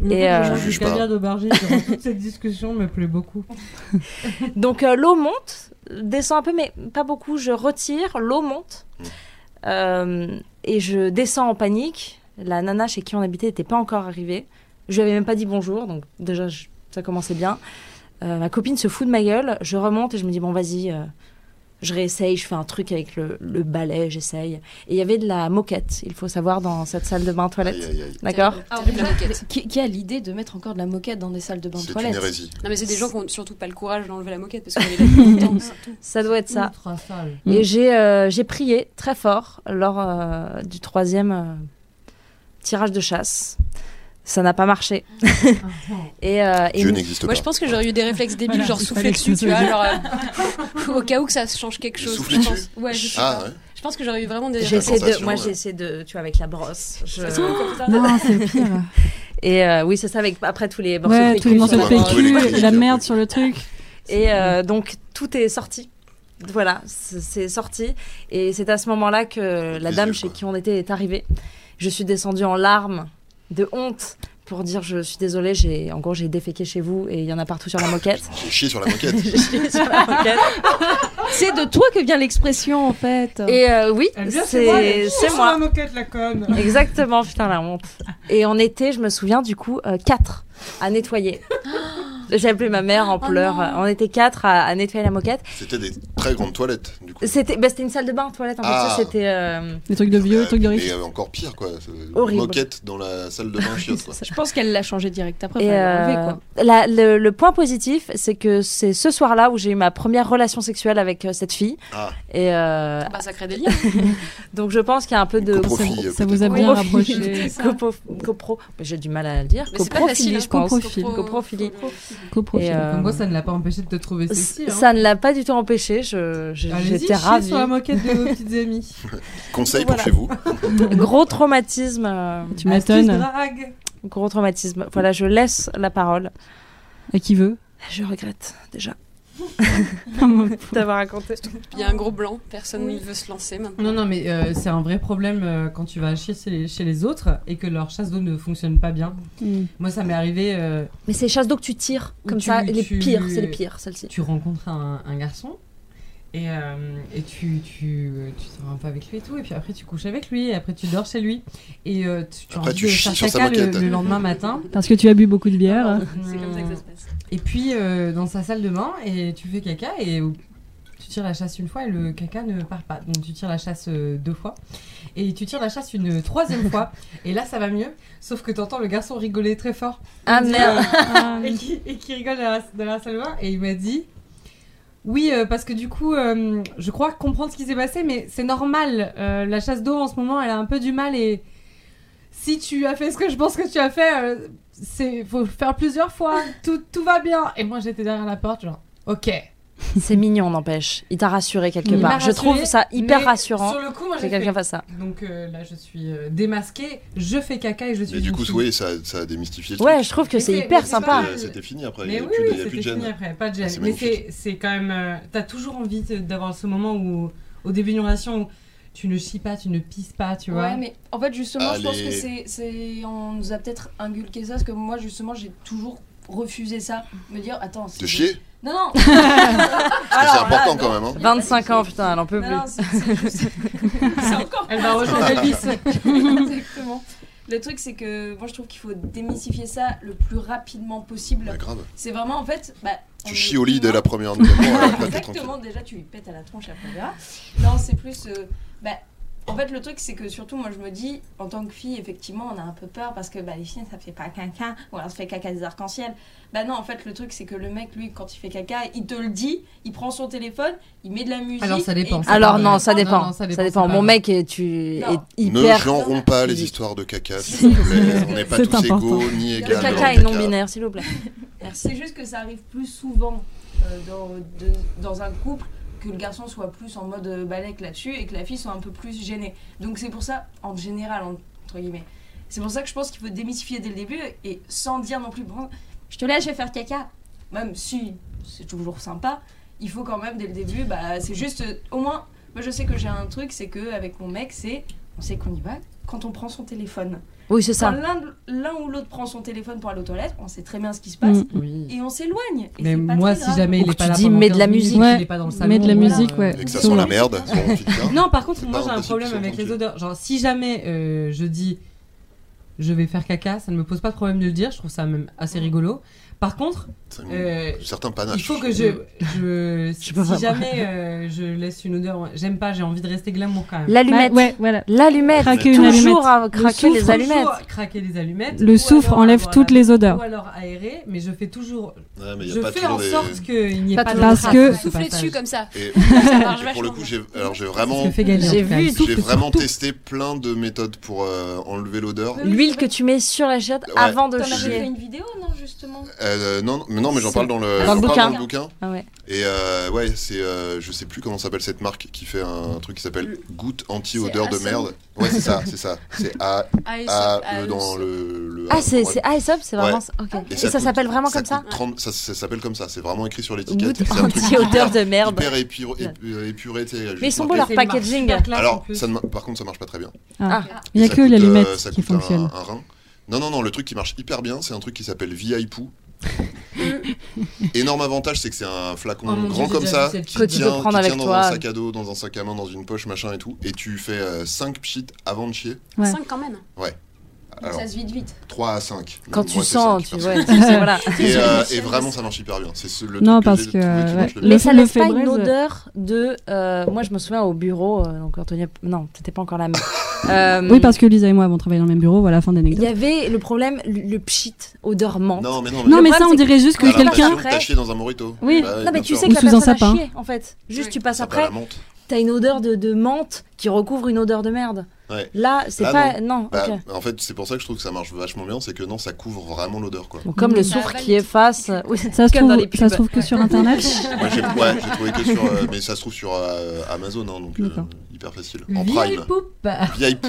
Speaker 5: Le
Speaker 4: Et,
Speaker 5: fait que
Speaker 4: euh,
Speaker 5: je
Speaker 3: juge
Speaker 5: suis
Speaker 3: pas.
Speaker 5: caviar d'aubergine durant toute cette discussion me plaît beaucoup.
Speaker 4: Donc euh, l'eau monte, descend un peu, mais pas beaucoup. Je retire, l'eau monte.
Speaker 3: Mm.
Speaker 4: Euh, et je descends en panique. La nana chez qui on habitait n'était pas encore arrivée. Je lui avais même pas dit bonjour, donc déjà je- ça commençait bien. Euh, ma copine se fout de ma gueule. Je remonte et je me dis bon vas-y, euh, je réessaye, je fais un truc avec le, le balai, j'essaye. Et il y avait de la moquette, il faut savoir, dans cette salle de bain
Speaker 3: Aïe,
Speaker 4: toilette.
Speaker 3: aïe, aïe.
Speaker 4: D'accord
Speaker 1: Ah,
Speaker 6: Terrible, la moquette.
Speaker 7: Qui, qui a l'idée de mettre encore de la moquette dans des salles de bain
Speaker 3: C'est une
Speaker 7: toilettes
Speaker 3: hérésie.
Speaker 6: Non, mais c'est des gens qui ont surtout pas le courage d'enlever la moquette parce qu'on est là tout le temps. c'est tout.
Speaker 4: Ça doit être ça.
Speaker 5: Ultra sale.
Speaker 2: Mm.
Speaker 4: Et j'ai euh, j'ai prié très fort lors euh, du troisième euh, tirage de chasse. Ça n'a pas marché. et, euh, et
Speaker 3: Dieu
Speaker 4: nous-
Speaker 3: n'existe
Speaker 6: Moi,
Speaker 3: pas.
Speaker 6: je pense que j'aurais eu des réflexes débiles,
Speaker 2: Voilà,
Speaker 6: genre
Speaker 2: il
Speaker 6: souffler
Speaker 2: fallait que
Speaker 6: dessus,
Speaker 2: ce
Speaker 6: tu vois,
Speaker 2: soit-
Speaker 6: genre euh, au cas où que ça change quelque chose.
Speaker 3: Souffler
Speaker 6: je pense.
Speaker 3: dessus
Speaker 6: Ouais, je, sais
Speaker 3: Ah
Speaker 6: pas.
Speaker 3: ouais.
Speaker 6: je pense que j'aurais eu vraiment des.
Speaker 4: j'ai essayé de,
Speaker 3: sensation,
Speaker 4: moi
Speaker 3: ouais.
Speaker 4: j'ai essayé de, tu vois, avec la brosse. Je-
Speaker 6: comme ça.
Speaker 2: Non, c'est le pire.
Speaker 4: Et euh, oui, c'est ça, avec après tous les morceaux
Speaker 2: Ouais,
Speaker 4: de euh,
Speaker 2: tous les
Speaker 4: PQ,
Speaker 2: morceaux de
Speaker 4: sur la-
Speaker 3: Tous les
Speaker 2: PQ
Speaker 3: cris,
Speaker 2: et la
Speaker 3: tout.
Speaker 2: merde sur le truc.
Speaker 4: Et euh, donc tout est sorti. Voilà, c'est c'est sorti. Et c'est à ce moment-là que la
Speaker 3: Les
Speaker 4: dame
Speaker 3: yeux,
Speaker 4: chez
Speaker 3: quoi.
Speaker 4: qui on était est arrivée. Je suis descendue en larmes, de honte, pour dire je suis désolée, j'ai, en gros j'ai déféqué chez vous et il y en a partout sur la moquette.
Speaker 3: J'ai chié sur la moquette.
Speaker 4: J'ai chié sur la moquette.
Speaker 7: C'est de toi que vient l'expression en fait.
Speaker 4: Et euh, oui,
Speaker 8: Elle vient chez moi,
Speaker 4: c'est c'est
Speaker 8: Sur la
Speaker 4: moi.
Speaker 8: moquette, la conne.
Speaker 4: Exactement, putain la honte. Et en été, je me souviens du coup, euh, quatre à nettoyer. J'ai appelé ma mère en pleurs. on était quatre à- à nettoyer la moquette.
Speaker 3: C'était des très grandes toilettes, du coup.
Speaker 4: C'était bah, c'était une salle de bain, toilette, en
Speaker 3: Ah.
Speaker 4: fait, ça, c'était... euh,
Speaker 2: Les trucs de vieux, les trucs de riches.
Speaker 3: Mais euh, encore pire, quoi. C'est-
Speaker 4: Horrible.
Speaker 3: Moquette dans la salle de bain chiotte, quoi.
Speaker 7: Je pense qu'elle l'a changé direct après.
Speaker 4: Et
Speaker 7: fallait l'enlever,
Speaker 4: euh,
Speaker 7: quoi.
Speaker 4: la- le, le point positif, c'est que c'est ce soir-là où j'ai eu ma première relation sexuelle avec euh, cette fille.
Speaker 3: Ah,
Speaker 4: Et euh,
Speaker 6: Bah, ça crée des liens.
Speaker 4: donc je pense qu'il y a un peu de
Speaker 3: Copro.
Speaker 2: Ça,
Speaker 3: Profit, euh,
Speaker 2: ça vous a
Speaker 4: peut-être.
Speaker 2: bien
Speaker 4: Oui.
Speaker 2: rapproché.
Speaker 4: copo- copro. mais J'ai du mal à le dire.
Speaker 6: Mais c'est pas facile,
Speaker 4: Coprophilie,
Speaker 6: hein,
Speaker 4: je pense.
Speaker 2: Coprofil.
Speaker 6: copro-
Speaker 4: Coprophilie.
Speaker 2: Coprofil.
Speaker 4: Et, euh,
Speaker 2: Comme
Speaker 5: Comme
Speaker 2: quoi,
Speaker 5: quoi, ça ne l'a pas empêché de te trouver sexy. hein.
Speaker 4: Ça ne l'a pas du tout empêché. je- je-
Speaker 5: Allez-y,
Speaker 4: J'étais
Speaker 5: chier
Speaker 4: ravie.
Speaker 5: sur la moquette de vos petites amies.
Speaker 3: conseil
Speaker 4: Voilà.
Speaker 3: pour chez vous.
Speaker 4: Gros traumatisme. euh,
Speaker 2: Tu m'étonnes.
Speaker 8: drague.
Speaker 4: gros traumatisme. Voilà, je laisse la parole.
Speaker 2: À qui veut
Speaker 4: Je regrette déjà d'avoir raconté.
Speaker 6: Il y a un gros blanc, personne ne veut se lancer maintenant.
Speaker 5: Non, non, mais euh, c'est un vrai problème euh, quand tu vas chier chez les, chez les autres et que leur chasse d'eau ne fonctionne pas bien.
Speaker 7: Hmm.
Speaker 2: Mm.
Speaker 5: Moi, ça m'est arrivé, euh,
Speaker 4: Mais c'est chasse d'eau que tu tires,
Speaker 5: Ou
Speaker 4: comme
Speaker 5: tu-
Speaker 4: ça, les
Speaker 5: tu-
Speaker 4: pires, c'est les pires, celle-ci.
Speaker 5: tu rencontres un, un garçon et, euh, et tu, tu, tu sors un peu avec lui et tout, et puis après tu couches avec lui, et après tu dors chez lui, et euh, tu, tu as
Speaker 3: Après,
Speaker 5: envie
Speaker 3: tu
Speaker 5: de
Speaker 3: chies
Speaker 5: faire
Speaker 3: sur sa
Speaker 5: caca le,
Speaker 3: moquette.
Speaker 5: le lendemain matin.
Speaker 2: Parce que tu as bu beaucoup de bière.
Speaker 4: Ah,
Speaker 2: hein.
Speaker 6: C'est comme ça que ça se passe.
Speaker 5: Et puis euh, dans sa salle de bain, et tu fais caca et tu tires la chasse une fois et le caca ne part pas. Donc tu tires la chasse euh, deux fois et tu tires la chasse une troisième fois. Et là ça va mieux, sauf que t'entends le garçon rigoler très fort
Speaker 4: Ah merde
Speaker 5: et qui, et qui rigole dans la, dans la salle de bain et il m'a dit. Oui, euh, parce que du coup, euh, je crois comprendre ce qui s'est passé, mais c'est normal. Euh, la chasse d'eau en ce moment, elle a un peu du mal et si tu as fait ce que je pense que tu as fait, euh, c'est faut le faire plusieurs fois. Tout, tout va bien. Et moi, j'étais derrière la porte, genre, ok.
Speaker 4: C'est mignon, n'empêche. Il t'a rassuré quelque
Speaker 5: Il
Speaker 4: part.
Speaker 5: m'a
Speaker 4: Je trouve
Speaker 5: rassurée,
Speaker 4: ça hyper
Speaker 5: mais
Speaker 4: rassurant
Speaker 5: Sur le coup, moi,
Speaker 4: que
Speaker 5: j'ai
Speaker 4: quelqu'un
Speaker 5: fait.
Speaker 4: fasse ça.
Speaker 5: Donc euh, là, je suis euh, démasquée. Je fais caca et je suis.
Speaker 3: Mais du
Speaker 5: une
Speaker 3: coup,
Speaker 5: fille.
Speaker 3: oui, ça, ça a démystifié le
Speaker 4: Ouais,
Speaker 3: truc.
Speaker 4: je trouve que
Speaker 5: Mais
Speaker 4: c'est
Speaker 5: c'est-
Speaker 4: hyper
Speaker 5: mais c'est
Speaker 4: sympa.
Speaker 5: pas-
Speaker 3: C'était- C'était fini après. Il n'y
Speaker 5: Mais
Speaker 3: a
Speaker 5: oui,
Speaker 3: plus de- il
Speaker 5: oui,
Speaker 3: y a plus de
Speaker 5: c'était fini
Speaker 3: gêne.
Speaker 5: après, pas de
Speaker 3: Ah,
Speaker 5: gêne.
Speaker 3: c'est
Speaker 5: mais
Speaker 3: magnifique.
Speaker 5: c'est, c'est quand même. euh, t'as toujours envie de- d'avoir ce moment où, au début d'une relation, où tu ne chies pas, tu ne pisses pas, tu vois.
Speaker 1: Ouais, mais en fait, justement, je pense que
Speaker 3: Allez.
Speaker 1: c'est, c'est- On nous a peut-être inculqué ça, parce que moi, justement, j'ai toujours refusé ça. Me dire, attends, c'est.
Speaker 3: De chier
Speaker 1: Non, non,
Speaker 3: Parce que c'est important quand même. hein.
Speaker 4: 25 ans, putain, elle en peut
Speaker 1: non,
Speaker 4: plus.
Speaker 1: non, c'est, c'est juste. c'est encore.
Speaker 5: Elle va rejoindre Elvis.
Speaker 1: Exactement. Le truc, c'est que moi, je trouve qu'il faut démystifier ça le plus rapidement possible.
Speaker 3: Bah, grave.
Speaker 1: C'est vraiment, en fait. Bah, on
Speaker 3: Tu
Speaker 1: est
Speaker 3: chies au lit
Speaker 1: humain.
Speaker 3: dès la première nuit. Après, t'es tranquille.
Speaker 1: Ah, Exactement, déjà tu lui pètes à la tronche après on verra. Non, c'est plus. euh, bah, en fait, le truc, c'est que surtout, moi je me dis, en tant que fille, effectivement, on a un peu peur parce que bah, les filles, ça fait pas caca, ou alors ça fait caca des arcs-en-ciel. Bah non, en fait, le truc, c'est que le mec, lui, quand il fait caca, il te le dit, il prend son téléphone, il met de la musique.
Speaker 5: Alors, ça dépend,
Speaker 1: et-
Speaker 5: ça
Speaker 4: Alors
Speaker 5: pas
Speaker 4: non,
Speaker 5: vrai.
Speaker 4: ça
Speaker 5: Non,
Speaker 4: dépend.
Speaker 5: non,
Speaker 4: ça
Speaker 5: ça
Speaker 4: dépend.
Speaker 5: dépend, c'est pas
Speaker 4: Mon
Speaker 5: vrai.
Speaker 4: mec, est- tu
Speaker 1: Non.
Speaker 4: es
Speaker 3: Ne
Speaker 4: hyper.
Speaker 3: genrons pas les
Speaker 4: physique.
Speaker 3: histoires de caca, s'il vous plaît. On n'est pas
Speaker 2: C'est
Speaker 3: tous
Speaker 2: important.
Speaker 3: égaux ni égales.
Speaker 4: Le
Speaker 1: Le
Speaker 3: devant
Speaker 4: caca
Speaker 3: le
Speaker 4: est non binaire, s'il vous plaît.
Speaker 1: C'est juste que ça arrive plus souvent euh, dans, de- dans un couple que le garçon soit plus en mode euh, balèque là-dessus et que la fille soit un peu plus gênée. Donc c'est pour ça, en général, entre guillemets, c'est pour ça que je pense qu'il faut démystifier dès le début et sans dire non plus, bon, je te laisse, je vais faire caca. Même si c'est toujours sympa, il faut quand même dès le début, bah, c'est juste, euh, au moins, moi je sais que j'ai un truc, c'est que avec mon mec, c'est, on sait qu'on y va quand on prend son téléphone.
Speaker 4: Oui, c'est
Speaker 1: Quand
Speaker 4: ça.
Speaker 1: l'un de- l'un ou l'autre prend son téléphone pour aller aux toilettes, on sait très bien ce qui se passe et on s'éloigne. Et
Speaker 5: Mais
Speaker 1: c'est pas
Speaker 5: moi,
Speaker 1: très
Speaker 5: si
Speaker 1: grave.
Speaker 5: jamais
Speaker 4: Ou
Speaker 5: il
Speaker 4: que
Speaker 5: est pas
Speaker 4: tu
Speaker 5: là
Speaker 4: dis,
Speaker 5: pendant
Speaker 4: mets de la
Speaker 5: 15 minutes,
Speaker 4: musique.
Speaker 5: il est pas dans le
Speaker 2: Ouais,
Speaker 5: salon,
Speaker 2: mets de la
Speaker 5: voilà.
Speaker 2: musique, ouais.
Speaker 3: Et que ça sent la merde. bon, putain.
Speaker 5: Euh, Non, par contre,
Speaker 3: C'est
Speaker 5: moi
Speaker 3: pas
Speaker 5: j'ai un
Speaker 3: impossible,
Speaker 5: problème
Speaker 3: c'est
Speaker 5: avec les
Speaker 3: tranquille.
Speaker 5: odeurs. Genre, si jamais euh, je dis je vais faire caca, ça ne me pose pas de problème de le dire, je trouve ça même assez rigolo. Par contre,
Speaker 3: C'est
Speaker 5: euh,
Speaker 3: Certains
Speaker 5: il
Speaker 3: panaches.
Speaker 5: faut que je, je- si,
Speaker 4: peux pas
Speaker 5: si jamais euh, je laisse une odeur, j'aime pas, j'ai envie de rester glamour quand même.
Speaker 4: L'allumette.
Speaker 2: Bah, Ouais, voilà.
Speaker 4: L'allumette.
Speaker 2: Craquer une
Speaker 4: Toujours
Speaker 2: allumette.
Speaker 4: à craquer
Speaker 5: Le
Speaker 4: les
Speaker 5: soufre,
Speaker 4: allumettes.
Speaker 5: toujours craquer les allumettes.
Speaker 2: Le
Speaker 5: ou
Speaker 2: soufre
Speaker 5: alors
Speaker 2: enlève
Speaker 5: avoir
Speaker 2: toutes
Speaker 5: la-
Speaker 2: les odeurs.
Speaker 5: Ou alors aérer, mais je fais toujours,
Speaker 3: Ouais, mais y a
Speaker 5: je
Speaker 3: pas
Speaker 5: fais
Speaker 3: toujours
Speaker 5: en
Speaker 3: des-
Speaker 5: sorte qu'il n'y ait
Speaker 7: Pas
Speaker 5: pas,
Speaker 7: toujours
Speaker 5: de
Speaker 2: des
Speaker 5: traces
Speaker 2: traces.
Speaker 5: de
Speaker 2: Parce
Speaker 6: Souffler
Speaker 5: passage.
Speaker 6: dessus comme ça.
Speaker 3: Et
Speaker 6: marche
Speaker 3: pour le coup,
Speaker 6: vachement
Speaker 3: j'ai alors j'ai
Speaker 5: C'est ce que
Speaker 3: vraiment
Speaker 5: fait gagner,
Speaker 4: J'ai
Speaker 5: en tout cas.
Speaker 4: vu,
Speaker 5: Le soufre
Speaker 3: j'ai
Speaker 5: que
Speaker 3: vraiment
Speaker 5: surtout-
Speaker 3: testé plein de méthodes pour euh, enlever l'odeur.
Speaker 4: L'huile que tu mets sur la chatte
Speaker 3: Ouais.
Speaker 4: avant de
Speaker 1: T'en avais
Speaker 4: chier.
Speaker 1: fait une vidéo, non, justement
Speaker 3: Euh, non, mais non, mais j'en parle dans le,
Speaker 4: Dans le
Speaker 3: j'en parle
Speaker 4: bouquin.
Speaker 3: dans le bouquin.
Speaker 4: Ah ouais.
Speaker 3: Et euh, ouais, c'est euh, je sais plus comment s'appelle cette marque qui fait un truc qui s'appelle goutte anti-odeur de
Speaker 6: Aesop.
Speaker 3: merde. Ouais, c'est ça, c'est ça. C'est A
Speaker 6: Ah, et
Speaker 3: A
Speaker 6: ça- ah,
Speaker 3: E
Speaker 6: le
Speaker 3: dans
Speaker 6: saut.
Speaker 3: le, le A,
Speaker 4: Ah, c'est
Speaker 3: ouais.
Speaker 4: c'est Aesop, c'est vraiment. ça. Ok. Et ça
Speaker 3: coûte-
Speaker 4: s'appelle vraiment comme
Speaker 3: coûte
Speaker 4: ça
Speaker 3: 30 ça, ça s'appelle comme ça, c'est vraiment écrit sur l'étiquette.
Speaker 4: Goutte
Speaker 3: C'est un truc
Speaker 4: anti-odeur de merde.
Speaker 3: hyper épuré, épuré, épuré, t'sais, juste
Speaker 4: Mais ils sont beaux
Speaker 3: marqué.
Speaker 4: leur
Speaker 5: C'est une marque
Speaker 4: packaging.
Speaker 5: super classe, en
Speaker 3: Alors,
Speaker 5: plus.
Speaker 3: ça ne mar- par contre, ça marche pas très bien.
Speaker 2: Ah.
Speaker 4: Ah.
Speaker 2: Il n'y a
Speaker 3: Ça
Speaker 2: que
Speaker 3: coûte,
Speaker 2: l'allumette
Speaker 3: euh, ça
Speaker 2: qui
Speaker 3: coûte un-
Speaker 2: fonctionne.
Speaker 3: Un, rein. Non, non, non, le truc qui marche hyper bien, c'est un truc qui s'appelle VIPoo. Énorme avantage, c'est que c'est un flacon
Speaker 5: Oh mon Dieu,
Speaker 3: grand
Speaker 5: j'ai
Speaker 3: comme
Speaker 5: déjà
Speaker 3: ça,
Speaker 5: vu cette
Speaker 3: qui
Speaker 5: chose.
Speaker 4: Que tu
Speaker 3: tient,
Speaker 4: peux prendre
Speaker 3: qui
Speaker 4: avec
Speaker 3: tient dans
Speaker 4: toi.
Speaker 3: un sac à dos, dans un sac à main, dans une poche, machin et tout, et tu fais 5 pchits avant de chier.
Speaker 2: Ouais.
Speaker 6: Cinq quand même.
Speaker 1: Donc
Speaker 3: Alors,
Speaker 1: ça se vide vite.
Speaker 3: 3 à 5.
Speaker 4: Quand tu sens, tu vois. tu sais, voilà.
Speaker 3: Et, euh, et vraiment, ça marche hyper bien. C'est ce- le
Speaker 2: Non,
Speaker 3: truc
Speaker 2: parce
Speaker 3: j'ai
Speaker 2: que,
Speaker 3: trouvé qui
Speaker 2: ouais.
Speaker 3: marche le
Speaker 2: Le
Speaker 3: mieux.
Speaker 4: Mais ça
Speaker 2: le
Speaker 4: laisse pas une
Speaker 2: fébreze.
Speaker 4: odeur de. euh, moi, je me souviens au bureau. euh, donc, Antonia. Non, t'étais pas encore la même. Euh,
Speaker 2: Oui, parce que Lisa et moi avons travaillé dans le même bureau, voilà, fin
Speaker 4: Il y
Speaker 2: d'anecdote.
Speaker 4: avait le problème, le, le pshit, odeur menthe.
Speaker 3: Non, mais non, mais
Speaker 2: Non,
Speaker 4: Le
Speaker 2: mais
Speaker 4: problème,
Speaker 2: ça, on
Speaker 4: c'est que-
Speaker 2: dirait juste que
Speaker 4: Alors,
Speaker 2: quelqu'un.
Speaker 4: bah,
Speaker 3: T'as chié dans un morito.
Speaker 2: Oui.
Speaker 3: Bah,
Speaker 4: non, mais
Speaker 3: bien
Speaker 4: tu
Speaker 3: sûr.
Speaker 4: sais
Speaker 2: Ou
Speaker 4: que la
Speaker 2: sous un
Speaker 4: personne a
Speaker 2: sapin.
Speaker 4: chié, en fait. Juste,
Speaker 6: Oui.
Speaker 4: tu passes
Speaker 3: Ça perd
Speaker 4: après,
Speaker 3: la menthe.
Speaker 4: t'as une odeur de, de menthe qui recouvre une odeur de merde.
Speaker 3: Ouais.
Speaker 4: Là, c'est
Speaker 3: Là,
Speaker 4: pas... Non,
Speaker 3: Bah,
Speaker 4: ok.
Speaker 3: En fait, c'est pour ça que je trouve que ça marche vachement bien, c'est que non, ça couvre vraiment l'odeur. quoi.
Speaker 4: Bon, comme le
Speaker 6: Ça
Speaker 4: soufre
Speaker 6: avale
Speaker 4: qui efface... euh, Oui,
Speaker 2: Ça se,
Speaker 4: comme dans
Speaker 2: trouve,
Speaker 4: les pubs.
Speaker 2: ça se trouve que sur internet.
Speaker 3: Moi, j'ai ouais, j'ai trouvé que sur. euh, mais ça se trouve sur euh, Amazon, hein, donc euh,
Speaker 2: D'accord.
Speaker 3: hyper facile. En
Speaker 5: Vieille
Speaker 3: Prime.
Speaker 5: poupe
Speaker 3: Vieille pou.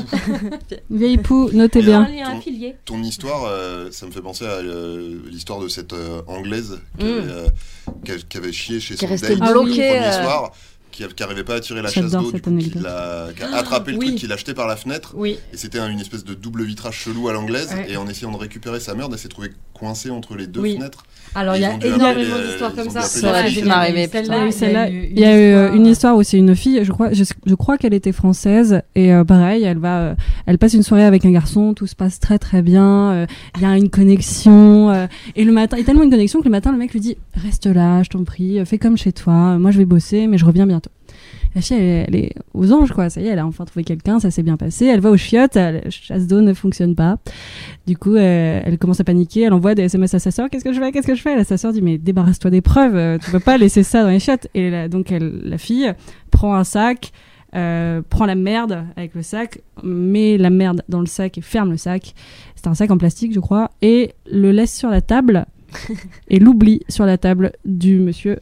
Speaker 2: Vieille pou, notez
Speaker 3: Et
Speaker 2: bien.
Speaker 3: alors, ton,
Speaker 7: pilier.
Speaker 3: ton histoire, euh, ça me fait penser à euh, l'histoire de cette euh, anglaise qui,
Speaker 4: Mm.
Speaker 3: avait, euh, qui a- qui avait chié chez
Speaker 4: Qui
Speaker 3: son date
Speaker 4: restait
Speaker 2: Ah oui.
Speaker 3: le
Speaker 4: bloqué.
Speaker 3: premier
Speaker 4: euh,
Speaker 3: soir, qui n'arrivait pas à tirer la chasse
Speaker 2: J'adore
Speaker 3: d'eau, du
Speaker 2: cette
Speaker 3: coup, qui
Speaker 2: anecdote.
Speaker 3: l'a- qui a attrapé le
Speaker 5: oui.
Speaker 3: truc, qui l'a jeté par la fenêtre.
Speaker 5: Oui.
Speaker 3: Et c'était un- une espèce de double vitrage chelou à l'anglaise.
Speaker 5: Ouais.
Speaker 3: Et en essayant de récupérer sa merde, elle s'est trouvée coincée entre les deux
Speaker 5: Oui.
Speaker 3: fenêtres.
Speaker 5: Alors il y
Speaker 3: Ils ont
Speaker 5: a
Speaker 3: dû
Speaker 5: énormément
Speaker 3: appeler, euh,
Speaker 5: d'histoires
Speaker 3: ils
Speaker 5: comme
Speaker 3: ont
Speaker 5: ça.
Speaker 3: dû appeler
Speaker 4: Ça aurait dû m'arriver, putain.
Speaker 2: Il y a eu celle-là,
Speaker 5: eu
Speaker 2: il y a eu euh, une
Speaker 5: histoire.
Speaker 2: histoire où c'est une fille, je crois, je, je crois qu'elle était française et euh, pareil, elle va, euh, elle passe une soirée avec un garçon, tout se passe très très bien, euh, il y a une connexion euh, et le matin, il y a tellement une connexion que le matin le mec lui dit reste là, je t'en prie, euh, fais comme chez toi, euh, moi je vais bosser mais je reviens bientôt. La fille, elle, elle est aux anges, quoi. Ça y est, elle a enfin trouvé quelqu'un, ça s'est bien passé. Elle va aux chiottes, euh, la chasse d'eau ne fonctionne pas. Du coup, euh, elle commence à paniquer, elle envoie des SMS à sa sœur, qu'est-ce que je fais, qu'est-ce que je fais Et Sa sœur dit, mais débarrasse-toi des preuves, euh, tu peux pas laisser ça dans les chiottes. Et la- donc elle- la fille prend un sac, euh, prend la merde avec le sac, met la merde dans le sac et ferme le sac. C'est un sac en plastique, je crois, et le laisse sur la table et l'oublie sur la table du monsieur.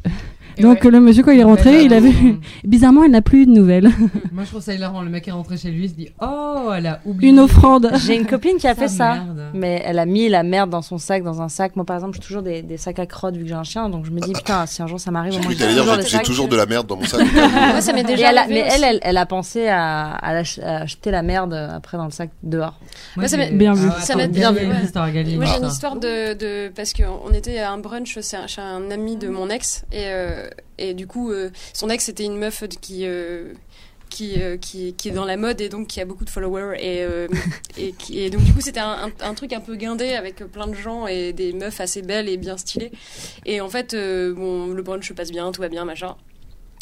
Speaker 2: Donc le monsieur, quand il est rentré, il a vu...
Speaker 4: Mm.
Speaker 2: Bizarrement, elle n'a plus eu de nouvelles.
Speaker 5: Moi je trouve ça hilarant. Le mec est rentré chez lui, il se dit Oh, elle a oublié.
Speaker 2: Une offrande.
Speaker 4: J'ai une copine qui a fait ça.
Speaker 5: merde.
Speaker 4: Mais elle a mis la merde dans son sac, dans un sac. Moi, par exemple, j'ai toujours des, des sacs à crotte vu que j'ai un chien. Donc je me dis, putain, si un jour ça m'arrive, au
Speaker 3: J'ai
Speaker 4: moins
Speaker 3: cru
Speaker 4: j'ai
Speaker 3: que t'allais
Speaker 4: toujours
Speaker 3: dire,
Speaker 4: des
Speaker 3: j'ai- j'ai
Speaker 4: sacs.
Speaker 3: toujours de la merde dans mon sac.
Speaker 6: Moi, ça m'est
Speaker 4: Et
Speaker 6: déjà
Speaker 4: elle a-
Speaker 6: arrivé.
Speaker 4: mais
Speaker 6: aussi.
Speaker 4: elle, elle, elle a pensé à, à, lâch- à jeter la merde après dans le sac dehors.
Speaker 5: Moi,
Speaker 6: ça
Speaker 5: j'ai-
Speaker 6: m'a-
Speaker 2: Bien vu.
Speaker 5: Ah,
Speaker 6: Ça
Speaker 5: attends,
Speaker 6: m'a-
Speaker 5: bien
Speaker 6: bien
Speaker 5: vu.
Speaker 6: vu, ouais.
Speaker 5: Histoire Galine.
Speaker 6: Moi j'ai une
Speaker 5: Ah.
Speaker 6: histoire de, de parce qu'on était à un brunch chez un, chez un ami de mon ex et, euh, et du coup euh, son ex c'était une meuf de- qui euh, qui, euh, qui qui est dans la mode et donc qui a beaucoup de followers et euh, et, qui, et donc du coup c'était un, un- un truc un peu guindé avec plein de gens et des meufs assez belles et bien stylées et en fait euh, bon le brunch passe bien tout va bien machin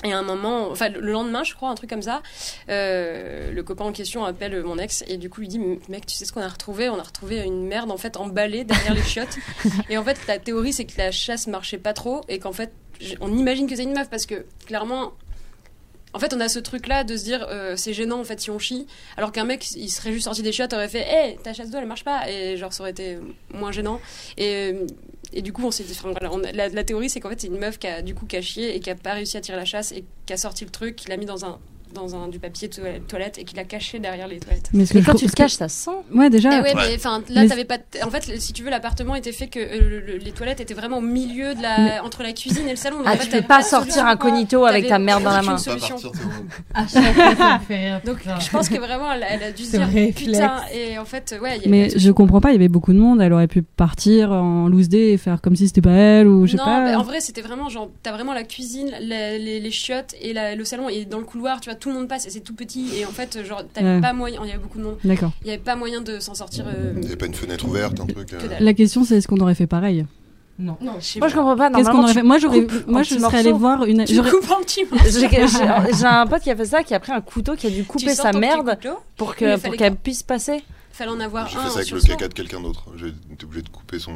Speaker 6: et à un moment, enfin le lendemain, je crois, un truc comme ça, euh, le copain en question appelle euh, mon ex et du coup il dit mec tu sais ce qu'on a retrouvé on a retrouvé une merde en fait emballée derrière les chiottes et en fait la théorie c'est que la chasse marchait pas trop et qu'en fait j- on imagine que c'est une meuf parce que clairement en fait on a ce truc là de se dire euh, c'est gênant en fait si on chie alors qu'un mec il serait juste sorti des chiottes aurait fait hé ta chasse d'eau elle marche pas et genre ça aurait été euh, moins gênant et euh, et du coup, on s'est dit, enfin, voilà, on a- la, la théorie, c'est qu'en fait, c'est une meuf qui a du coup caché et qui a pas réussi à tirer la chasse et qui a sorti le truc, qui l'a mis dans un dans un du papier toilette, toilette et qu'il a caché derrière les toilettes.
Speaker 2: Mais ce que
Speaker 4: Mais
Speaker 2: je
Speaker 4: quand
Speaker 2: trouve-
Speaker 4: tu le
Speaker 2: ce que-
Speaker 4: caches, ça sent.
Speaker 2: Ah, Ouais, déjà.
Speaker 6: Eh ouais, mais enfin là
Speaker 2: Mais-
Speaker 6: t'avais pas de- en fait le- si tu veux l'appartement était fait que euh, le- le- les toilettes étaient vraiment au milieu de la
Speaker 2: Mais-
Speaker 6: entre la cuisine et le salon. Donc, en
Speaker 4: Ah,
Speaker 6: fait,
Speaker 4: tu peux
Speaker 6: t'avais
Speaker 4: pas
Speaker 6: de
Speaker 4: sortir
Speaker 6: solution.
Speaker 4: incognito avec
Speaker 6: T'avais
Speaker 4: ta merde dans la
Speaker 6: aucune
Speaker 4: main.
Speaker 3: Je peux pas
Speaker 6: solution.
Speaker 3: partir, c'est bon.
Speaker 5: À chaque fois, ça me fait rire.
Speaker 6: Donc
Speaker 5: putain.
Speaker 6: je pense que vraiment elle, elle a dû se
Speaker 5: Ce
Speaker 6: dire
Speaker 5: réflexe.
Speaker 6: putain et en fait ouais. il y avait
Speaker 2: Mais
Speaker 6: pas de
Speaker 2: je
Speaker 6: solution.
Speaker 2: comprends pas, il y avait beaucoup de monde, elle aurait pu partir en loose day et faire comme si c'était pas elle ou je sais
Speaker 6: non,
Speaker 2: pas.
Speaker 6: bah, en vrai, c'était vraiment genre, t'as vraiment la cuisine, la- les, les chiottes et la- le salon, et dans le couloir, tu vois, tout tout le monde passe et c'est tout petit et en fait genre t'avais
Speaker 2: Ouais.
Speaker 6: pas moyen, il y avait beaucoup de monde,
Speaker 2: D'accord.
Speaker 6: il y avait pas moyen de s'en sortir. euh,
Speaker 3: Il n'y a pas une fenêtre ouverte, un truc. euh,
Speaker 6: Que dalle.
Speaker 2: La question, c'est est-ce qu'on aurait fait pareil
Speaker 6: Non, je sais
Speaker 4: Moi,
Speaker 6: pas.
Speaker 4: je comprends pas.
Speaker 2: Qu'est-ce qu'on
Speaker 4: Normalement,
Speaker 2: aurait fait Moi, j'aurais,
Speaker 4: coupes en
Speaker 2: moi, je
Speaker 4: petits
Speaker 2: serais allée
Speaker 4: morceaux.
Speaker 2: voir une.
Speaker 6: Tu
Speaker 2: j'aurais-
Speaker 6: coupes un petit morceau.
Speaker 4: J'ai j'ai- j'ai un pote qui a fait ça, qui a pris un couteau, qui a dû
Speaker 6: Tu
Speaker 4: couper
Speaker 6: sors
Speaker 4: sa
Speaker 6: ton petit
Speaker 4: merde
Speaker 6: couteau,
Speaker 4: pour
Speaker 6: Oui,
Speaker 4: que
Speaker 6: il
Speaker 4: pour
Speaker 6: fallait
Speaker 4: qu'elle puisse passer.
Speaker 6: Fallait en
Speaker 3: J'ai
Speaker 6: avoir un.
Speaker 3: fait ça avec
Speaker 6: sur
Speaker 3: le
Speaker 6: soi.
Speaker 3: caca de quelqu'un d'autre. J'ai été obligé de couper son,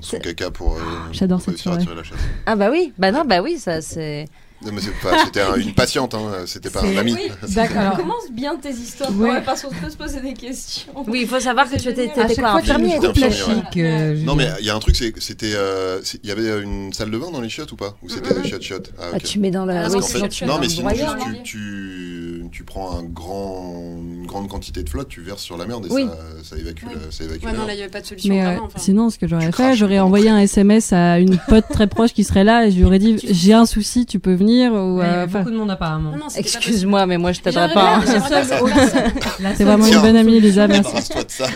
Speaker 3: son
Speaker 4: C'est-
Speaker 3: caca pour, euh,
Speaker 2: Ah, J'adore
Speaker 3: pour
Speaker 2: cette
Speaker 3: réussir à
Speaker 2: soirée.
Speaker 3: tirer la chasse.
Speaker 4: Ah bah oui, bah non, bah oui, ça c'est.
Speaker 3: Non, mais c'est pas- c'était un- une patiente, hein, c'était pas un
Speaker 5: C'est-
Speaker 3: ami.
Speaker 1: Oui.
Speaker 5: D'accord.
Speaker 1: Commence bien tes histoires,
Speaker 5: Ouais.
Speaker 1: ouais, parce qu'on peut se poser des questions.
Speaker 4: Oui, il faut savoir que tu étais
Speaker 1: À
Speaker 4: t'étais
Speaker 5: chaque
Speaker 4: quoi
Speaker 5: fois,
Speaker 4: infirmier.
Speaker 3: t'as mis-
Speaker 5: Coupe la
Speaker 3: Infirmière, ouais.
Speaker 5: chic, euh, Julie.
Speaker 3: Non, mais il y a un truc, c'est- c'était. euh, c'est- Il y avait une salle de bain dans les chiottes ou pas Ou c'était
Speaker 5: Mm-hmm.
Speaker 3: des chiottes-chiottes Ah,
Speaker 4: Ah,
Speaker 3: ok.
Speaker 4: tu mets dans la.
Speaker 6: Ah,
Speaker 3: Parce
Speaker 4: oui,
Speaker 3: qu'en
Speaker 6: c'est
Speaker 4: sinon
Speaker 3: fait-
Speaker 4: tu
Speaker 6: chiottes-chiottes.
Speaker 3: non, mais
Speaker 4: mets dans
Speaker 3: sinon,
Speaker 4: le
Speaker 3: tu,
Speaker 4: broyeur.
Speaker 3: tu, tu, tu prends un grand, une grande quantité de flotte, tu verses sur la merde et
Speaker 4: Oui.
Speaker 3: ça, ça évacue,
Speaker 6: Oui.
Speaker 3: la- ça évacue
Speaker 6: Ouais,
Speaker 3: la
Speaker 6: non,
Speaker 3: merde.
Speaker 6: là, il n'y avait pas de solution.
Speaker 2: Mais euh,
Speaker 6: vraiment, enfin.
Speaker 2: sinon, ce que
Speaker 3: Tu
Speaker 2: j'aurais fait,
Speaker 3: craches.
Speaker 2: j'aurais envoyé un SMS à une pote très proche qui serait là et je lui aurais dit
Speaker 6: Tu-
Speaker 2: j'ai un souci, tu peux venir ou
Speaker 5: Ouais, il y avait
Speaker 2: euh, enfin,
Speaker 5: beaucoup de monde apparemment.
Speaker 6: Non, non, c'était pas possible.
Speaker 4: Excuse-moi, mais moi je t'aiderai
Speaker 6: J'aimerais
Speaker 4: pas. hein.
Speaker 6: bien- j'aimerais bien-
Speaker 5: La
Speaker 2: C'est
Speaker 5: seule-
Speaker 2: vraiment une
Speaker 3: Tiens.
Speaker 2: bonne amie, Elisa. Merci.
Speaker 3: Débarrasse-toi de ça.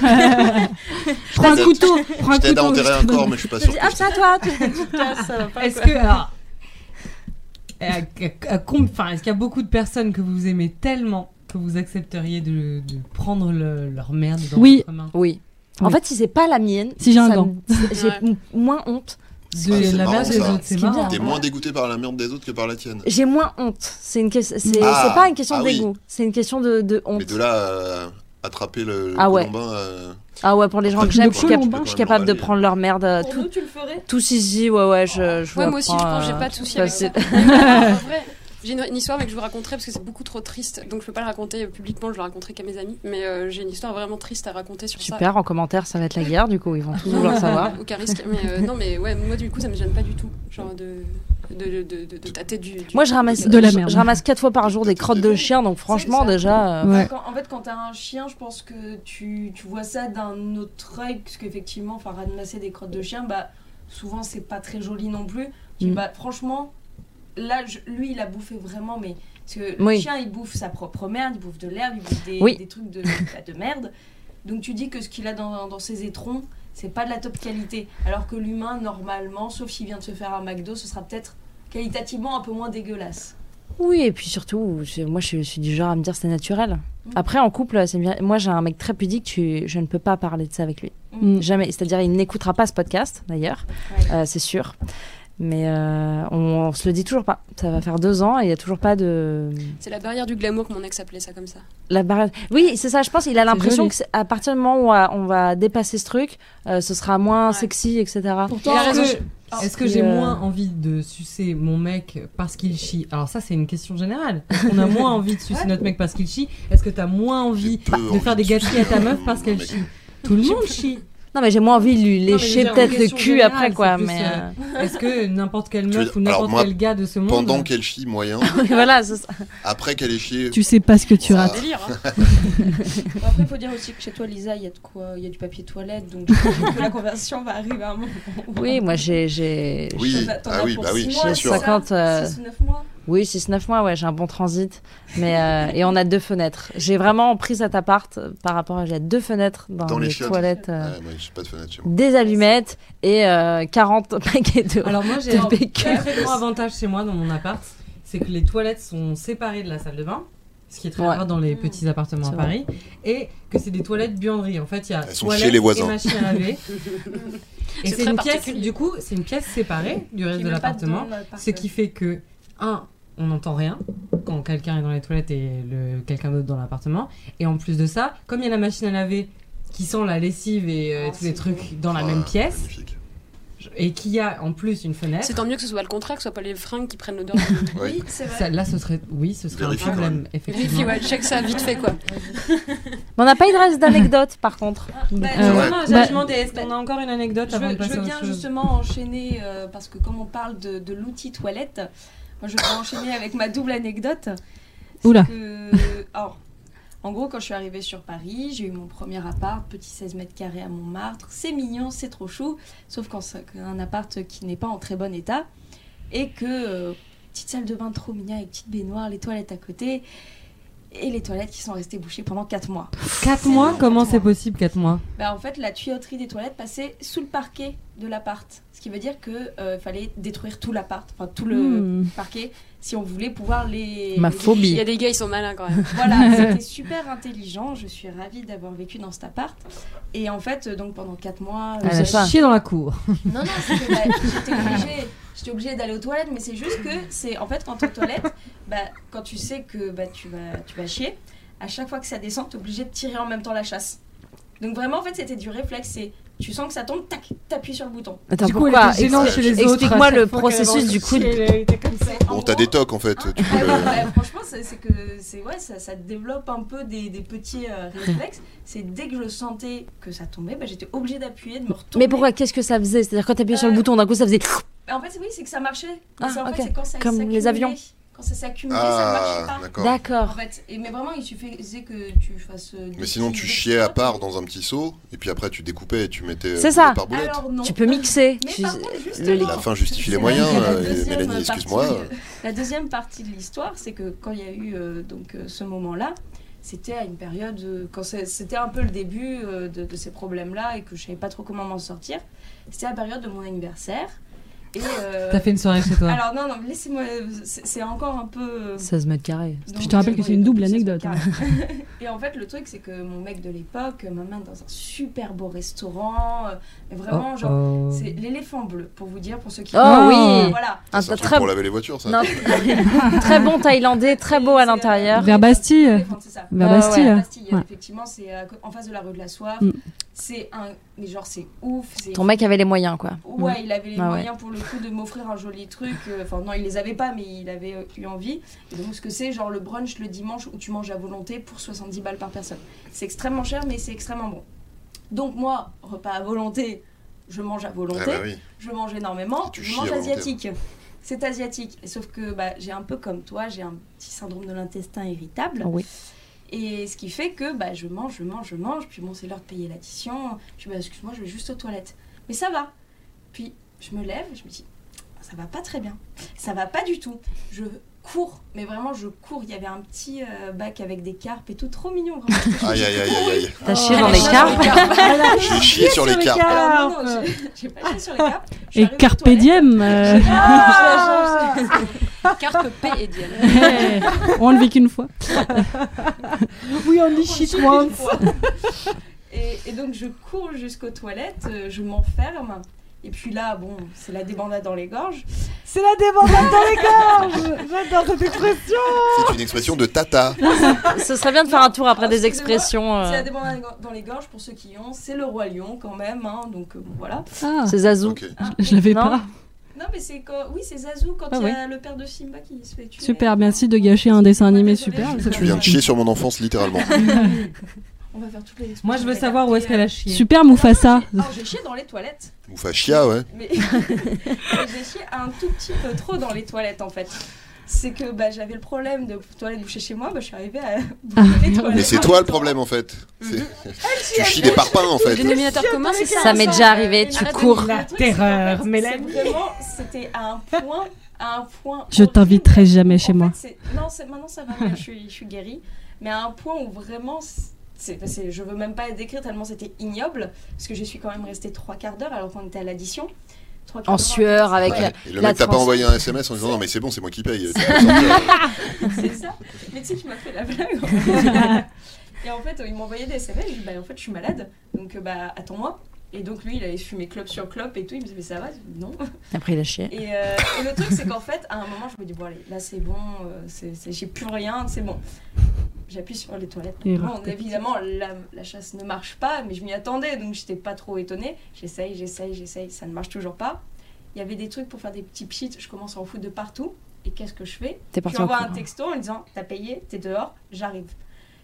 Speaker 2: Prends un
Speaker 3: t'aide-
Speaker 2: couteau. Prends un
Speaker 3: Je t'aide à
Speaker 2: couteau.
Speaker 3: enterrer un corps, mais je suis pas
Speaker 4: Je
Speaker 3: sûr.
Speaker 4: dis,
Speaker 3: que
Speaker 4: hop, ça toi, tu tu te casses, ça va pas,
Speaker 5: Est-ce
Speaker 4: quoi.
Speaker 5: que. alors, à- à- à- à com- enfin, Est-ce qu'il y a beaucoup de personnes que vous aimez tellement que vous accepteriez de, de prendre le- leur merde dans
Speaker 2: Oui.
Speaker 5: votre main
Speaker 4: Oui. En
Speaker 2: Oui.
Speaker 4: fait, si c'est pas la mienne,
Speaker 2: Si j'ai un
Speaker 4: ça
Speaker 2: gant.
Speaker 4: me- c'est- j'ai
Speaker 6: Ouais.
Speaker 4: m- moins honte.
Speaker 3: Ah,
Speaker 5: De
Speaker 3: c'est
Speaker 5: la
Speaker 3: marrant,
Speaker 5: merde des
Speaker 3: ça.
Speaker 5: autres, c'est
Speaker 4: Ce qui est
Speaker 5: marrant.
Speaker 3: T'es moins dégoûté par la merde des autres que par la tienne.
Speaker 4: J'ai moins honte. C'est une question. C'est
Speaker 3: Ah,
Speaker 4: c'est pas une question
Speaker 3: ah
Speaker 4: de
Speaker 3: oui.
Speaker 4: dégoût. C'est une question de, de honte.
Speaker 3: Mais de là à attraper le
Speaker 4: Ah ouais.
Speaker 3: colombin, euh,
Speaker 4: Ah ouais, pour les gens
Speaker 3: Le
Speaker 4: que j'aime, je suis cap-
Speaker 2: colombin.
Speaker 4: je suis capable de prendre leur merde. euh,
Speaker 1: Pour
Speaker 4: Tout,
Speaker 1: nous, tu le ferais
Speaker 4: tout si si, ouais ouais, je. je
Speaker 6: Ouais,
Speaker 4: leur
Speaker 6: moi aussi,
Speaker 4: prends,
Speaker 6: je pense que
Speaker 4: euh,
Speaker 6: j'ai pas de soucis
Speaker 4: ça,
Speaker 6: avec ça.
Speaker 4: c'est- euh,
Speaker 6: En vrai, J'ai une, une histoire mais que je vous raconterai parce que c'est beaucoup trop triste, donc je peux pas le raconter publiquement, je le raconterai qu'à mes amis. Mais euh, j'ai une histoire vraiment triste à raconter sur ça.
Speaker 4: Super. En commentaire, ça va être la guerre. Du coup, ils vont tout
Speaker 6: Non,
Speaker 4: vouloir
Speaker 6: non,
Speaker 4: savoir.
Speaker 6: Aucun risque. Mais euh, non, mais ouais, moi du coup, ça me gêne pas du tout, genre de de de, de, de, de tâter du. du-
Speaker 4: Moi, je ramasse.
Speaker 2: De la
Speaker 4: je-
Speaker 2: merde.
Speaker 4: Je, ramasse quatre fois par jour des crottes de chien. Donc franchement,
Speaker 1: C'est ça.
Speaker 4: déjà. euh,
Speaker 2: Ouais.
Speaker 1: Bah, Quand- En fait, quand t'as un chien, je pense que tu, tu vois ça d'un autre œil, parce qu'effectivement, enfin, ramasser des crottes de chien, bah, souvent, c'est pas très joli non plus. Tu dis,
Speaker 2: Mm.
Speaker 1: bah, franchement, là, je- lui, il a bouffé vraiment, mais. Parce que
Speaker 4: Oui.
Speaker 1: le chien, il bouffe sa propre merde, il bouffe de l'herbe, il bouffe des,
Speaker 4: Oui.
Speaker 1: des trucs de, bah, de merde. Donc, tu dis que ce qu'il a dans, dans ses étrons, c'est pas de la top qualité. Alors que l'humain, normalement, sauf s'il vient de se faire un McDo, ce sera peut-être qualitativement un peu moins dégueulasse.
Speaker 4: Oui, et puis surtout, je- moi, je, je suis du genre à me dire c'est naturel.
Speaker 1: Mm.
Speaker 4: Après, en couple, c'est bien. Moi, j'ai un mec très pudique. tu- je ne peux pas parler de ça avec lui.
Speaker 2: Mm.
Speaker 4: Jamais. C'est-à-dire, il n'écoutera pas ce podcast, d'ailleurs.
Speaker 1: Ouais.
Speaker 4: Euh, c'est sûr. Mais euh, on, on se le dit toujours pas. Ça va faire deux ans et il n'y a toujours pas de.
Speaker 6: C'est la barrière du glamour que mon ex appelait ça comme ça.
Speaker 4: La barrière. Oui, c'est ça, je pense. Il a l'impression
Speaker 2: joli.
Speaker 4: que c'est- à partir du moment où on va, on va dépasser ce truc, euh, ce sera moins
Speaker 6: Ouais.
Speaker 4: sexy, etc.
Speaker 6: Il a raison.
Speaker 5: Est-ce que- Est-ce que
Speaker 4: Puis,
Speaker 5: j'ai
Speaker 4: euh,
Speaker 5: moins envie de sucer mon mec parce qu'il chie Alors ça, c'est une question générale. Est-ce qu'on a moins envie de sucer notre mec parce qu'il chie Est-ce que t'as moins
Speaker 3: j'ai
Speaker 5: envie
Speaker 3: peu
Speaker 5: de
Speaker 3: envie
Speaker 5: faire des
Speaker 3: de sucer
Speaker 5: gâchis à ta
Speaker 3: un-
Speaker 5: meuf parce
Speaker 3: un
Speaker 5: qu'elle
Speaker 3: mec.
Speaker 5: chie Tout le monde chie.
Speaker 4: Non, mais j'ai moins envie de lui
Speaker 5: mais je veux
Speaker 4: lécher
Speaker 5: dire,
Speaker 4: peut-être
Speaker 5: une
Speaker 4: le
Speaker 5: question
Speaker 4: cul
Speaker 5: générale,
Speaker 4: après,
Speaker 5: c'est
Speaker 4: quoi.
Speaker 5: plus,
Speaker 4: Mais.
Speaker 5: euh, Est-ce que n'importe quelle
Speaker 3: veux
Speaker 5: meuf
Speaker 3: dire-
Speaker 5: ou
Speaker 3: alors
Speaker 5: n'importe
Speaker 3: moi,
Speaker 5: quel gars de ce monde
Speaker 3: Pendant qu'elle chie, moyen.
Speaker 4: euh, voilà, c'est ça.
Speaker 3: Après qu'elle ait chié,
Speaker 2: Tu sais pas ce que tu
Speaker 6: C'est un
Speaker 3: Ah.
Speaker 2: rates.
Speaker 6: délire. hein.
Speaker 1: Bon, Après, il faut dire aussi que chez toi, Lisa, il y a de quoi, il y a du papier toilette, donc je pense que la conversion va arriver à un moment.
Speaker 4: Oui, moi, j'ai. j'ai-
Speaker 3: Oui,
Speaker 1: T'en as- t'en
Speaker 3: ah
Speaker 1: as
Speaker 3: oui,
Speaker 1: pour
Speaker 3: bah
Speaker 1: six
Speaker 3: oui,
Speaker 1: mois,
Speaker 3: bien
Speaker 1: c'est
Speaker 3: sûr.
Speaker 1: ça
Speaker 4: 50, euh,
Speaker 1: 6 ou 9 mois.
Speaker 4: Oui, 6-9 mois, ouais, j'ai un bon transit. Mais, euh, et on a deux fenêtres. J'ai vraiment pris cet appart euh, par rapport à. Il y a deux fenêtres dans,
Speaker 3: Dans les
Speaker 4: les,
Speaker 3: chiottes.
Speaker 4: toilettes. euh,
Speaker 3: Ouais, moi, j'ai pas de fenêtre chez moi.
Speaker 4: Des allumettes et euh, 40 paquets de.
Speaker 5: Alors moi, j'ai
Speaker 4: de
Speaker 5: un
Speaker 4: PQ.
Speaker 5: très gros avantage chez moi dans mon appart, c'est que les toilettes sont séparées de la salle de bain. Ce qui est très
Speaker 4: Ouais.
Speaker 5: rare dans les
Speaker 1: Mmh.
Speaker 5: petits appartements à
Speaker 4: C'est
Speaker 5: Paris, et que c'est des toilettes buanderies. En fait, il y a
Speaker 3: Elles sont
Speaker 5: toilettes
Speaker 3: chez les voisins.
Speaker 5: et machine à laver. et
Speaker 6: C'est
Speaker 5: c'est
Speaker 6: très
Speaker 5: une pièce,
Speaker 6: particulier.
Speaker 5: du coup, c'est une pièce séparée du
Speaker 1: Qui
Speaker 5: reste de
Speaker 1: veut pas euh,
Speaker 5: l'appartement.
Speaker 1: dans l'appart.
Speaker 5: Ce qui fait que, un, on n'entend rien quand quelqu'un est dans les toilettes et le- quelqu'un d'autre dans l'appartement. Et en plus de ça, comme il y a la machine à laver qui sent la lessive et euh,
Speaker 1: Ah,
Speaker 5: tous les
Speaker 1: c'est
Speaker 5: trucs dans la
Speaker 3: Ah,
Speaker 5: même pièce,
Speaker 3: magnifique.
Speaker 5: et qu'il y a en plus une fenêtre,
Speaker 6: C'est tant mieux que ce soit le contraire, que ce soit pas les fringues qui prennent l'odeur. du-
Speaker 3: Ouais.
Speaker 1: Oui, c'est
Speaker 5: ça-
Speaker 1: vrai.
Speaker 5: là, ce serait, oui, ce serait un
Speaker 3: Vérifie quand
Speaker 5: problème, effectivement.
Speaker 6: Vérifie, ouais, check ça vite fait quoi.
Speaker 4: Mais on n'a pas eu de reste d'anecdote, par contre.
Speaker 2: Euh,
Speaker 3: Ouais.
Speaker 5: Non, non,
Speaker 2: bah-
Speaker 5: j'allais demander, est-ce qu'on a encore une anecdote
Speaker 1: Je
Speaker 5: avant
Speaker 1: veux,
Speaker 5: de passer
Speaker 1: je veux
Speaker 5: à autre
Speaker 1: bien
Speaker 5: chose
Speaker 1: justement enchaîner, euh, parce que comme on parle de, de l'outil toilette, moi je vais enchaîner avec ma double anecdote. C'est
Speaker 2: Oula.
Speaker 1: que- alors, en gros, quand je suis arrivée sur Paris, j'ai eu mon premier appart, petit 16 mètres carrés à Montmartre. C'est mignon, c'est trop chou, sauf quand c'est un appart qui n'est pas en très bon état. Et que euh, petite salle de bain trop mignonne avec petite baignoire, les toilettes à côté. et les toilettes qui sont restées bouchées pendant 4 mois.
Speaker 5: 4
Speaker 1: C'est
Speaker 5: mois
Speaker 1: long,
Speaker 5: Comment
Speaker 1: quatre
Speaker 5: c'est
Speaker 1: mois.
Speaker 5: possible 4 mois
Speaker 1: Bah, en fait, la tuyauterie des toilettes passait sous le parquet de l'appart. Ce qui veut dire qu'il fallait détruire tout l'appart, enfin tout le
Speaker 2: Hmm.
Speaker 1: parquet, si on voulait pouvoir les.
Speaker 8: Ma
Speaker 1: les-
Speaker 6: Il y
Speaker 8: phobie.
Speaker 6: a des gars, ils sont malins quand même.
Speaker 1: Voilà, c'était super intelligent. Je suis ravie d'avoir vécu dans cet appart. Et en fait, euh, donc pendant 4 mois. euh,
Speaker 8: Ah,
Speaker 5: Vous
Speaker 8: la
Speaker 5: avez
Speaker 8: ça.
Speaker 5: chié dans la cour.
Speaker 1: non, non, c'est que, bah, j'étais obligée, j'étais obligée d'aller aux toilettes, mais c'est juste que c'est en fait quand t'es aux toilettes, bah, quand tu sais que bah, tu, vas, tu vas chier, à chaque fois que ça descend, t'es obligée de tirer en même temps la chasse. Donc vraiment, en fait, c'était du réflexe. C'est tu sens que ça tombe, tac, t'appuies sur le bouton.
Speaker 4: Attends,
Speaker 5: Du coup, elle
Speaker 4: pourquoi
Speaker 5: était gênante
Speaker 4: Expli-
Speaker 5: chez les autres,
Speaker 4: Explique-moi
Speaker 5: à chaque
Speaker 4: le
Speaker 5: fois
Speaker 4: processus
Speaker 5: qu'elle
Speaker 4: du coude.
Speaker 3: Bon, t'as des tocs en fait. Tu peux
Speaker 1: Ah Ouais,
Speaker 3: le-
Speaker 1: ouais, ouais, franchement, c'est c'est que c'est ouais, ça, ça développe un peu des, des petits euh, réflexes. C'est dès que je sentais que ça tombait, bah, j'étais obligée d'appuyer, de me retourner.
Speaker 4: Mais pourquoi Qu'est-ce que ça faisait C'est-à-dire quand t'appuyais sur le
Speaker 1: Euh,
Speaker 4: bouton, d'un coup ça faisait.
Speaker 1: Bah, En fait, oui, c'est que ça marchait.
Speaker 4: Ah,
Speaker 1: C'est- en fait,
Speaker 4: ok.
Speaker 1: c'est quand ça
Speaker 4: Comme les
Speaker 1: s'accumulait.
Speaker 4: avions.
Speaker 1: Quand ça s'accumulait, ça marchait
Speaker 3: Ah,
Speaker 1: pas.
Speaker 3: d'accord.
Speaker 1: En
Speaker 4: D'accord.
Speaker 1: fait, et, mais vraiment, il suffisait que tu fasses. euh, des
Speaker 3: Mais sinon,
Speaker 1: petits-
Speaker 3: tu
Speaker 1: des
Speaker 3: chiais à
Speaker 1: petits-
Speaker 3: part dans un petit seau, et puis après, tu découpais et tu mettais euh,
Speaker 4: C'est
Speaker 3: boulette
Speaker 4: ça.
Speaker 3: par boulette.
Speaker 1: Alors non.
Speaker 4: Tu peux mixer.
Speaker 1: Mais
Speaker 4: Tu-
Speaker 1: par contre, justement,
Speaker 4: le liquide.
Speaker 3: La fin justifie les
Speaker 1: c'est
Speaker 3: moyens,
Speaker 1: la
Speaker 3: euh,
Speaker 1: deuxième
Speaker 3: Mélanie,
Speaker 1: partie
Speaker 3: excuse-moi.
Speaker 1: de- La deuxième partie de l'histoire, c'est que quand il y a eu euh, donc euh, ce moment-là, c'était à une période euh, quand c'est- c'était un peu le début euh, de, de ces problèmes-là et que je savais pas trop comment m'en sortir. C'était la période de mon anniversaire. Et, euh,
Speaker 5: T'as fait une soirée chez toi
Speaker 1: alors non, non, laissez-moi. C'est c'est encore un peu. euh,
Speaker 4: 16 mètres carrés.
Speaker 1: donc,
Speaker 2: Je te rappelle que
Speaker 1: euh,
Speaker 2: c'est une double
Speaker 1: ça se
Speaker 2: anecdote, hein.
Speaker 1: calme. et en fait, le truc, c'est que mon mec de l'époque m'amène dans un super beau restaurant. euh, vraiment,
Speaker 5: Oh,
Speaker 1: genre,
Speaker 5: oh.
Speaker 1: c'est l'éléphant bleu, pour vous dire, pour ceux qui.
Speaker 4: Oh
Speaker 2: oui.
Speaker 1: Voilà.
Speaker 4: Un
Speaker 3: C'est un truc
Speaker 4: très,
Speaker 3: pour laver les voitures, ça.
Speaker 4: non, très bon thaïlandais, très beau à l'intérieur.
Speaker 2: Vers Bastille.
Speaker 1: L'éléphant, euh, c'est ça.
Speaker 2: Vers
Speaker 4: Ah ouais,
Speaker 2: Bastille.
Speaker 1: Vers Bastille,
Speaker 2: Ouais.
Speaker 1: effectivement, c'est à co- en face de la rue de la Soif.
Speaker 2: Mm.
Speaker 1: C'est un. Mais genre, c'est ouf. c'est-
Speaker 4: Ton mec avait les moyens, quoi.
Speaker 1: Ouais, il avait les
Speaker 4: Ah ouais.
Speaker 1: moyens pour le coup de m'offrir un joli truc. euh, Enfin, non, il les avait pas, mais il avait euh, eu envie. Et donc, ce que c'est, genre le brunch le dimanche où tu manges à volonté pour 70 balles par personne. C'est extrêmement cher, mais c'est extrêmement bon. Donc, moi, repas à volonté, je mange à
Speaker 3: Ah
Speaker 1: volonté.
Speaker 3: bah oui.
Speaker 1: Je mange énormément,
Speaker 3: Tu
Speaker 1: je
Speaker 3: chies
Speaker 1: mange
Speaker 3: à volonté.
Speaker 1: asiatique. C'est asiatique. Et Sauf que bah, j'ai un peu comme toi, j'ai un petit syndrome de l'intestin irritable.
Speaker 4: Oui.
Speaker 1: Et ce qui fait que bah, je mange, je mange, je mange. Puis bon, c'est l'heure de payer l'addition. Je me dis, bah, excuse-moi, je vais juste aux toilettes. Mais ça va. Puis je me lève, je me dis, ça va pas très bien. Ça va pas du tout. Je cours, mais vraiment, je cours. Il y avait un petit euh, bac avec des carpes et tout, trop mignon. Vraiment.
Speaker 3: Aïe, aïe, aïe, aïe, aïe.
Speaker 4: T'as chié
Speaker 1: Ah,
Speaker 4: dans
Speaker 1: la
Speaker 4: les
Speaker 1: chance,
Speaker 4: carpes.
Speaker 3: J'ai chié sur les carpes.
Speaker 1: Ah, non, non, j'ai- j'ai pas chié
Speaker 4: Ah.
Speaker 1: sur les carpes. Je suis
Speaker 2: Et
Speaker 1: arrivée aux
Speaker 2: Carpe
Speaker 1: toilettes.
Speaker 2: Diem euh,
Speaker 1: Ah, je- je- je-
Speaker 6: Carpe P et Diane.
Speaker 2: euh, hey, On le vit qu'une fois.
Speaker 5: We only
Speaker 1: On
Speaker 5: shit
Speaker 1: chie une
Speaker 5: once.
Speaker 1: fois. et, et donc je cours jusqu'aux toilettes, euh, je m'enferme. Et puis là, bon, c'est la débandade dans les gorges.
Speaker 8: C'est la débandade dans les gorges J'adore cette expression
Speaker 3: C'est une expression de tata.
Speaker 4: Ce serait bien de faire un tour après
Speaker 1: Oh,
Speaker 4: des
Speaker 1: excusez-moi.
Speaker 4: expressions. euh,
Speaker 1: C'est la débandade dans les gorges pour ceux qui ont. C'est le roi lion quand même, hein, donc euh, bon, voilà.
Speaker 2: Ah,
Speaker 4: C'est Zazou.
Speaker 3: Ok.
Speaker 2: je l'avais
Speaker 4: Non.
Speaker 2: pas.
Speaker 1: Non mais c'est quand... Oui, c'est Zazu quand
Speaker 2: Ah
Speaker 1: il y a le père de Simba qui se fait tuer.
Speaker 2: Super, merci de gâcher un dessin animé
Speaker 1: Désolée,
Speaker 2: super.
Speaker 1: je-
Speaker 2: c'est
Speaker 3: Tu viens de chier sur mon enfance, littéralement.
Speaker 1: On va faire toutes les
Speaker 5: Moi, je veux savoir où est-ce qu'elle a chié.
Speaker 2: Super Mufasa.
Speaker 1: Ah, j'ai chié dans les toilettes.
Speaker 3: Moufachia, chia, ouais.
Speaker 1: Mais j'ai chié un tout petit peu trop dans les toilettes en fait. C'est que bah, j'avais le problème de toilettes bouchées chez moi, bah, je suis arrivée à bouffer les toilettes.
Speaker 3: Mais c'est toi le problème, en fait. C'est- Tu chies des parpaings, en
Speaker 6: Le
Speaker 3: fait.
Speaker 6: dénominateur commun, c'est ça.
Speaker 4: Ça m'est déjà arrivé, tu
Speaker 6: arrête de
Speaker 4: cours.
Speaker 6: dire.
Speaker 1: Le truc, c'est qu'en
Speaker 8: terreur,
Speaker 1: fait, c'est
Speaker 8: Mélanie.
Speaker 1: Vraiment, c'était à un point. À un point
Speaker 2: Je
Speaker 1: horrible.
Speaker 2: t'inviterai jamais
Speaker 1: En
Speaker 2: chez
Speaker 1: fait,
Speaker 2: moi.
Speaker 1: c'est- non, c'est- maintenant ça va, mieux, je suis, je suis guérie. Mais à un point où vraiment, c'est, c'est- je veux même pas décrire tellement c'était ignoble, parce que je suis quand même restée trois quarts d'heure alors qu'on était à l'addition. Trois quarts
Speaker 4: En
Speaker 1: d'heure.
Speaker 4: sueur, avec.
Speaker 3: Ouais. Et le
Speaker 4: la
Speaker 3: mec t'a pas
Speaker 4: trans-
Speaker 3: envoyé un SMS en disant non mais c'est bon c'est moi qui paye. Tu peux sortir.
Speaker 1: C'est ça. Mais tu sais qui m'a fait la blague. et en fait, il m'envoyait des SMS. Je lui dis, bah, en fait, je suis malade. Donc, euh, bah, attends-moi. Et donc, lui, il avait fumé clope sur clope et tout. Il me disait, mais ça va Je dis, Non.
Speaker 4: Après, il a chié.
Speaker 1: Et, euh, et le truc, c'est qu'en fait, à un moment, je me dis, bon, allez, là, c'est bon. euh, c'est- c'est- J'ai plus rien. C'est bon. J'appuie sur les toilettes.
Speaker 2: Erreur
Speaker 1: Bon,
Speaker 2: tactique.
Speaker 1: évidemment, la, la chasse ne marche pas, mais je m'y attendais. Donc, j'étais pas trop étonnée. J'essaye, j'essaye, j'essaye. Ça ne marche toujours pas. Il y avait des trucs pour faire des petits pchits. Je commence à en foutre de partout. Et qu'est-ce que je fais
Speaker 4: T'es
Speaker 1: je
Speaker 4: parti
Speaker 1: lui
Speaker 4: en
Speaker 1: envoie un
Speaker 4: cours.
Speaker 1: texto en lui disant T'as payé, t'es dehors, j'arrive.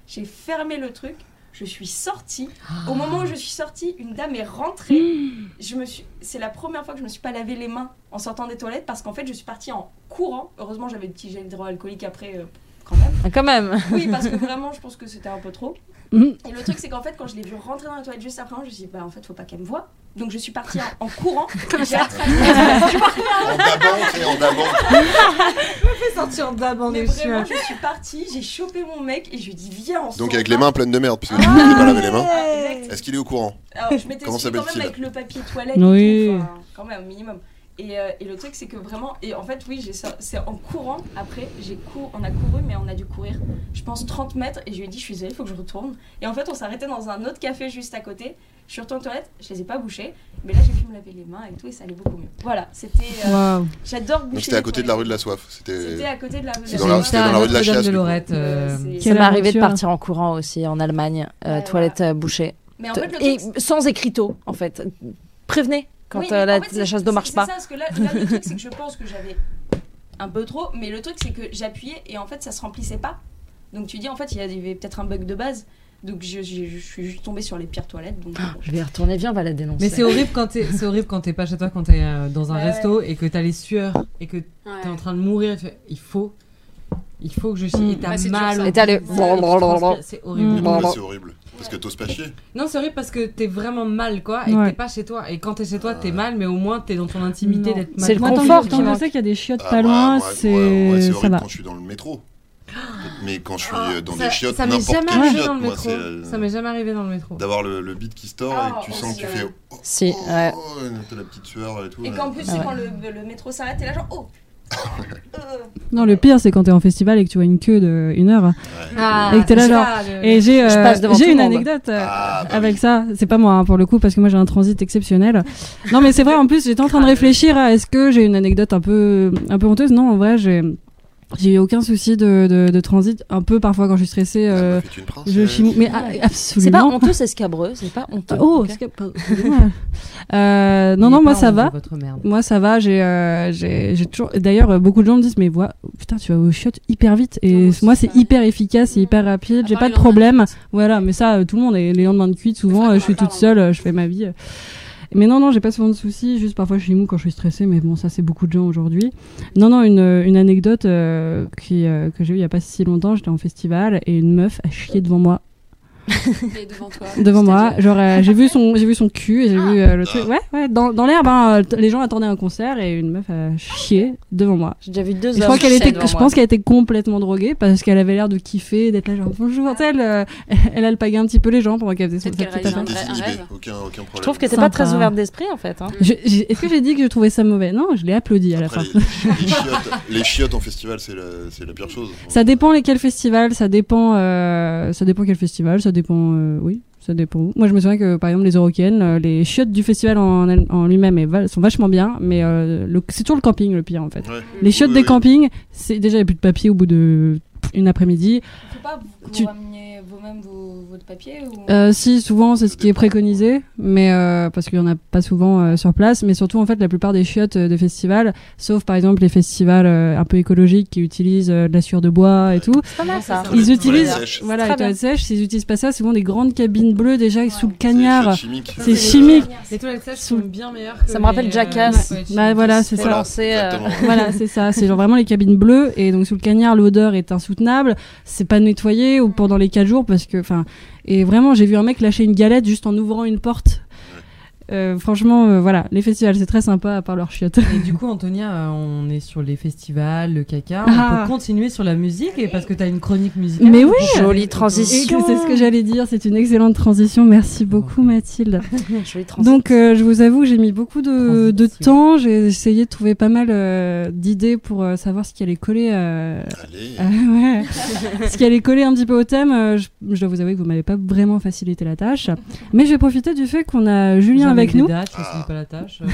Speaker 1: J'ai fermé le truc, je suis sortie.
Speaker 4: Ah.
Speaker 1: Au moment où je suis sortie, une dame est rentrée. Je me suis... C'est la première fois que je me suis pas lavé les mains en sortant des toilettes parce qu'en fait, je suis partie en courant. Heureusement, j'avais le petit gel hydroalcoolique après, euh, quand même.
Speaker 4: Ah, Quand même.
Speaker 1: Oui, parce que vraiment, je pense que c'était un peu trop.
Speaker 2: Mhm.
Speaker 4: Mm-hmm.
Speaker 1: Et le truc, c'est qu'en fait, quand je l'ai vue rentrer dans la toilette juste après, moi, je me suis dit Bah, en fait, faut pas qu'elle me voie. Donc je suis partie en, en courant.
Speaker 4: Comme
Speaker 1: J'ai
Speaker 4: ça.
Speaker 1: attrapé-
Speaker 3: En dabant, tu sais, en dabant.
Speaker 4: fait sortir d'abord
Speaker 1: Mais vraiment, je suis partie, j'ai chopé mon mec et je lui ai dit viens on
Speaker 3: Donc
Speaker 1: s'en
Speaker 3: avec
Speaker 1: va.
Speaker 3: les mains pleines de merde,
Speaker 5: Ah.
Speaker 3: parce que tu ne pas laver les mains.
Speaker 1: Ah, exact.
Speaker 3: Est-ce qu'il est au courant
Speaker 1: Alors, je m'étais
Speaker 3: Comment
Speaker 1: suivi quand même
Speaker 3: s'appelle-t-il
Speaker 1: avec le papier toilette.
Speaker 2: Oui.
Speaker 1: Et tout, enfin, quand même, minimum. Et, euh, et le truc, c'est que vraiment, et en fait, oui, j'ai ça- c'est en courant. Après, j'ai cou- on a couru, mais on a dû courir, je pense, 30 mètres. Et je lui ai dit, je suis désolée, il faut que je retourne. Et en fait, on s'arrêtait dans un autre café juste à côté. Je suis retournée aux toilettes, je les ai pas bouchées. Mais là, j'ai pu me laver les mains et tout, et ça allait beaucoup mieux. Voilà, c'était. euh,
Speaker 2: Waouh.
Speaker 1: J'adore boucher.
Speaker 3: Donc c'était à
Speaker 1: les
Speaker 3: côté de la rue
Speaker 1: toilettes.
Speaker 3: de la soif.
Speaker 1: C'était
Speaker 3: C'était.
Speaker 1: à côté de la rue de
Speaker 3: C'est dans la-
Speaker 1: soif.
Speaker 3: c'était dans la rue de la
Speaker 5: Notre-Dame
Speaker 3: Chiasse, du coup.
Speaker 5: Lorette. euh,
Speaker 1: Euh, c'est-
Speaker 2: Quelle
Speaker 4: Ça m'est arrivé de
Speaker 2: aventure.
Speaker 4: partir en courant aussi en Allemagne, euh,
Speaker 1: Ouais,
Speaker 4: toilette euh, bouchée.
Speaker 1: Mais en fait, le
Speaker 4: Et
Speaker 1: truc,
Speaker 4: sans écriteau, en fait. Prévenez quand
Speaker 1: Oui,
Speaker 4: euh,
Speaker 1: mais
Speaker 4: la,
Speaker 1: en fait,
Speaker 4: la
Speaker 1: c'est-
Speaker 4: chasse d'eau
Speaker 1: c'est-
Speaker 4: marche
Speaker 1: c'est
Speaker 4: pas.
Speaker 1: ça, parce que là, là, le truc, c'est que je pense que j'avais un peu trop, mais le truc, c'est que j'appuyais et en fait, ça se remplissait pas. Donc tu dis, en fait, il y avait peut-être un bug de base. Donc je, je- je suis juste tombée sur les pires toilettes. Donc, euh, bon.
Speaker 4: Je vais y retourner, viens, on va la dénoncer.
Speaker 5: Mais c'est horrible quand t'es, c'est horrible quand t'es pas chez toi, quand t'es euh, dans un
Speaker 1: Ouais,
Speaker 5: resto et que t'as les sueurs et que t'es
Speaker 6: Ouais.
Speaker 5: en train de mourir. et tu fais, Il faut, il faut que je chie.
Speaker 2: Mm.
Speaker 5: Et t'as
Speaker 6: Ouais, c'est dur,
Speaker 5: mal.
Speaker 6: ça.
Speaker 5: au
Speaker 4: Et t'as le-
Speaker 5: bout du ventre, tu transpires, C'est horrible.
Speaker 2: Mm.
Speaker 3: Mais
Speaker 4: Bon,
Speaker 3: pourquoi
Speaker 4: bon.
Speaker 3: c'est horrible Parce que t'oses pas chier.
Speaker 5: Non, c'est horrible parce que t'es vraiment mal, quoi, et que
Speaker 2: Ouais.
Speaker 5: t'es pas chez toi. Et quand t'es chez toi, t'es
Speaker 3: Ouais.
Speaker 5: mal, mais au moins t'es dans ton intimité
Speaker 2: Non.
Speaker 5: d'être mal.
Speaker 4: C'est le
Speaker 2: Moi, tant que-
Speaker 4: confort, tu
Speaker 2: tant que
Speaker 4: vois.
Speaker 2: je sais qu'il y a des chiottes
Speaker 3: Ah,
Speaker 2: pas
Speaker 3: bah,
Speaker 2: loin,
Speaker 3: moi,
Speaker 2: c'est
Speaker 3: ouais, ouais, c'est
Speaker 2: ça
Speaker 3: horrible
Speaker 2: va.
Speaker 3: quand je suis dans le métro. Mais quand je suis
Speaker 5: Ah,
Speaker 3: euh, dans
Speaker 5: ça-
Speaker 3: des chiottes,
Speaker 5: ça m'est
Speaker 3: n'importe
Speaker 5: jamais
Speaker 3: quelle
Speaker 5: arrivé
Speaker 3: chiotte,
Speaker 5: dans le
Speaker 3: moi,
Speaker 5: métro.
Speaker 3: c'est euh,
Speaker 5: Ça m'est jamais arrivé dans le métro.
Speaker 3: d'avoir le, le beat qui se tord
Speaker 1: Ah,
Speaker 3: et que tu sens que tu
Speaker 1: ouais.
Speaker 3: fais oh, oh,
Speaker 4: Si, ouais.
Speaker 3: oh, t'as la petite sueur et tout.
Speaker 1: Et
Speaker 3: là.
Speaker 1: qu'en plus, c'est
Speaker 4: Ah ouais.
Speaker 1: quand le, le métro s'arrête, et là, genre, oh Euh,
Speaker 2: Non, le pire, c'est quand t'es en festival et que tu vois une queue de une heure.
Speaker 5: Ah,
Speaker 2: Et que t'es là, genre, Et j'ai
Speaker 4: Euh, Je
Speaker 2: euh,
Speaker 4: passe devant tout
Speaker 2: j'ai
Speaker 4: le
Speaker 2: une
Speaker 4: monde.
Speaker 2: anecdote euh,
Speaker 3: Ah, bah
Speaker 2: avec
Speaker 3: oui.
Speaker 2: ça. C'est pas moi hein, pour le coup parce que moi j'ai un transit exceptionnel. non mais c'est vrai. En plus j'étais en train
Speaker 4: Ah,
Speaker 2: de réfléchir à est-ce que j'ai une anecdote un peu un peu honteuse. Non en vrai j'ai j'ai eu aucun souci de, de, de transit. Un peu parfois quand je suis stressée,
Speaker 3: Ah,
Speaker 2: euh,
Speaker 3: bah, fais-tu une princesse
Speaker 2: je chimie. Mais ah,
Speaker 4: C'est pas
Speaker 2: absolument.
Speaker 4: honteux, c'est scabreux, c'est pas honteux.
Speaker 2: Oh,
Speaker 4: ok
Speaker 2: c'est que- excusez-moi. Euh, non non moi ça va.
Speaker 5: Votre merde.
Speaker 2: Moi ça va, j'ai euh, j'ai j'ai toujours d'ailleurs euh, beaucoup de gens me disent mais voi- putain tu vas aux chiottes hyper vite
Speaker 6: Non,
Speaker 2: et
Speaker 6: moi
Speaker 2: c- moi
Speaker 6: aussi,
Speaker 2: c'est
Speaker 6: ça-
Speaker 2: hyper efficace, c'est
Speaker 6: Mm.
Speaker 2: hyper rapide,
Speaker 6: À
Speaker 2: j'ai
Speaker 6: part
Speaker 2: pas
Speaker 6: les
Speaker 2: de
Speaker 6: lendemains de
Speaker 2: problème.
Speaker 6: cuite.
Speaker 2: Voilà, mais ça euh, tout le monde et les lendemains de cuite souvent
Speaker 6: ça,
Speaker 2: euh,
Speaker 6: on
Speaker 2: je suis
Speaker 6: en hein. parle,
Speaker 2: toute seule, euh, je fais ma vie. euh. Mais non non, j'ai pas souvent de soucis, juste parfois je suis mou quand je suis stressée mais bon ça c'est beaucoup de gens aujourd'hui. Non non, une, euh, une anecdote euh, qui euh, que j'ai eu il y a pas si longtemps, j'étais en festival et une meuf a chié devant moi
Speaker 6: Et devant toi.
Speaker 2: devant moi.
Speaker 6: c'est-à-dire-
Speaker 2: Genre, euh, j'ai vu son, j'ai vu son cul et j'ai
Speaker 6: Ah.
Speaker 2: vu euh, le truc. Ouais, ouais. Dans, dans l'herbe, hein, t- les gens attendaient un concert et une meuf a chié devant moi.
Speaker 4: J'ai déjà vu deux
Speaker 2: Et je
Speaker 4: hommes
Speaker 2: crois qu'elle
Speaker 4: sur
Speaker 2: était,
Speaker 4: scène devant
Speaker 2: je
Speaker 4: moi.
Speaker 2: pense qu'elle était complètement droguée parce qu'elle avait l'air de kiffer, d'être là genre bonjour. Tu sais, Elle, euh, elle alpaguait un petit peu les gens pendant qu'elle faisait son
Speaker 6: Peut-être
Speaker 2: sa
Speaker 6: qu'elle
Speaker 2: petite
Speaker 6: un
Speaker 2: affaire.
Speaker 6: réalisait vrai- un
Speaker 3: Désinhibé,
Speaker 6: rêve.
Speaker 3: Aucun, aucun problème.
Speaker 4: Je trouve que t'es
Speaker 2: Sympa.
Speaker 4: pas très ouverte d'esprit en fait. hein.
Speaker 2: Je- j'ai- Est-ce que j'ai dit que je trouvais ça mauvais Non, je l'ai applaudi à la
Speaker 3: Après,
Speaker 2: fin.
Speaker 3: les, les chiottes, les chiottes en festival, c'est la, c'est la pire chose.
Speaker 2: Ça dépend lesquels festivals, ça dépend, euh, ça dépend quel festival, ça dépend, euh, oui, ça dépend où. Moi, je me souviens que par exemple les Eurocaines, euh, les chiottes du festival en, elle- en lui-même est va- sont vachement bien, mais euh, le- c'est toujours le camping le pire en fait.
Speaker 3: Ouais.
Speaker 2: Les chiottes
Speaker 3: Oui,
Speaker 2: des
Speaker 3: oui.
Speaker 2: campings, c'est déjà il n'y a plus de papier au bout de une après-midi.
Speaker 1: faut pas vous,
Speaker 2: Tu-
Speaker 1: vous rameniez vous-même vos, votre papier ou...
Speaker 2: Euh, si souvent c'est ce qui est préconisé, mais euh, parce qu'il y en a pas souvent euh, sur place, mais surtout en fait la plupart des chiottes euh, de festivals, sauf par exemple les festivals euh, un peu écologiques qui utilisent euh, de la sueur de bois et tout,
Speaker 4: C'est pas mal ça.
Speaker 5: Ils
Speaker 2: Ils
Speaker 5: Toilettes
Speaker 2: utilisent,
Speaker 3: sèches.
Speaker 2: voilà,
Speaker 4: Très
Speaker 2: les toilettes sèches. S'ils utilisent pas ça, souvent des grandes cabines bleues déjà sous
Speaker 3: C'est
Speaker 2: le
Speaker 3: les chiottes
Speaker 2: cagnard.
Speaker 3: chimiques.
Speaker 2: C'est chimique.
Speaker 5: Les toilettes sèches sont bien meilleures que
Speaker 4: Ça me rappelle
Speaker 5: les, euh,
Speaker 4: Jackass.
Speaker 5: les toilettes
Speaker 2: Bah,
Speaker 5: chimiques.
Speaker 2: voilà, c'est ça.
Speaker 3: Voilà,
Speaker 4: lancé, euh,
Speaker 3: exactement.
Speaker 2: voilà, c'est ça. C'est genre vraiment les cabines bleues et donc sous le cagnard, l'odeur est insoutenable. C'est pas nettoyé ou pendant les quatre jours parce que, enfin, et vraiment, j'ai vu un mec lâcher une galette juste en ouvrant une porte. Euh, franchement, euh, voilà, les festivals, c'est très sympa à part leurs chiottes.
Speaker 5: Et du coup, Antonia, euh, on est sur les festivals, le caca. On
Speaker 2: Ah.
Speaker 5: peut continuer sur la musique et parce que t'as une chronique musicale.
Speaker 2: Mais oui,
Speaker 4: Jolie
Speaker 2: Et
Speaker 4: transition.
Speaker 2: que c'est ce que j'allais dire. C'est une excellente transition. Merci beaucoup, Mathilde.
Speaker 4: Jolie transition.
Speaker 2: Donc, euh, je vous avoue, j'ai mis beaucoup de, de
Speaker 5: Transition.
Speaker 2: temps. J'ai essayé de trouver pas mal euh, d'idées pour euh, savoir ce qui allait coller. euh,
Speaker 3: Allez.
Speaker 2: euh, ouais. ce qui allait coller un petit peu au thème. euh, je, je dois vous avouer que vous m'avez pas vraiment facilité la tâche. Mais je vais profiter du fait qu'on a
Speaker 5: Vous
Speaker 2: Julien
Speaker 5: avez
Speaker 2: avec
Speaker 5: des
Speaker 2: nous.
Speaker 5: dates, facilitez pas la tâche. Euh,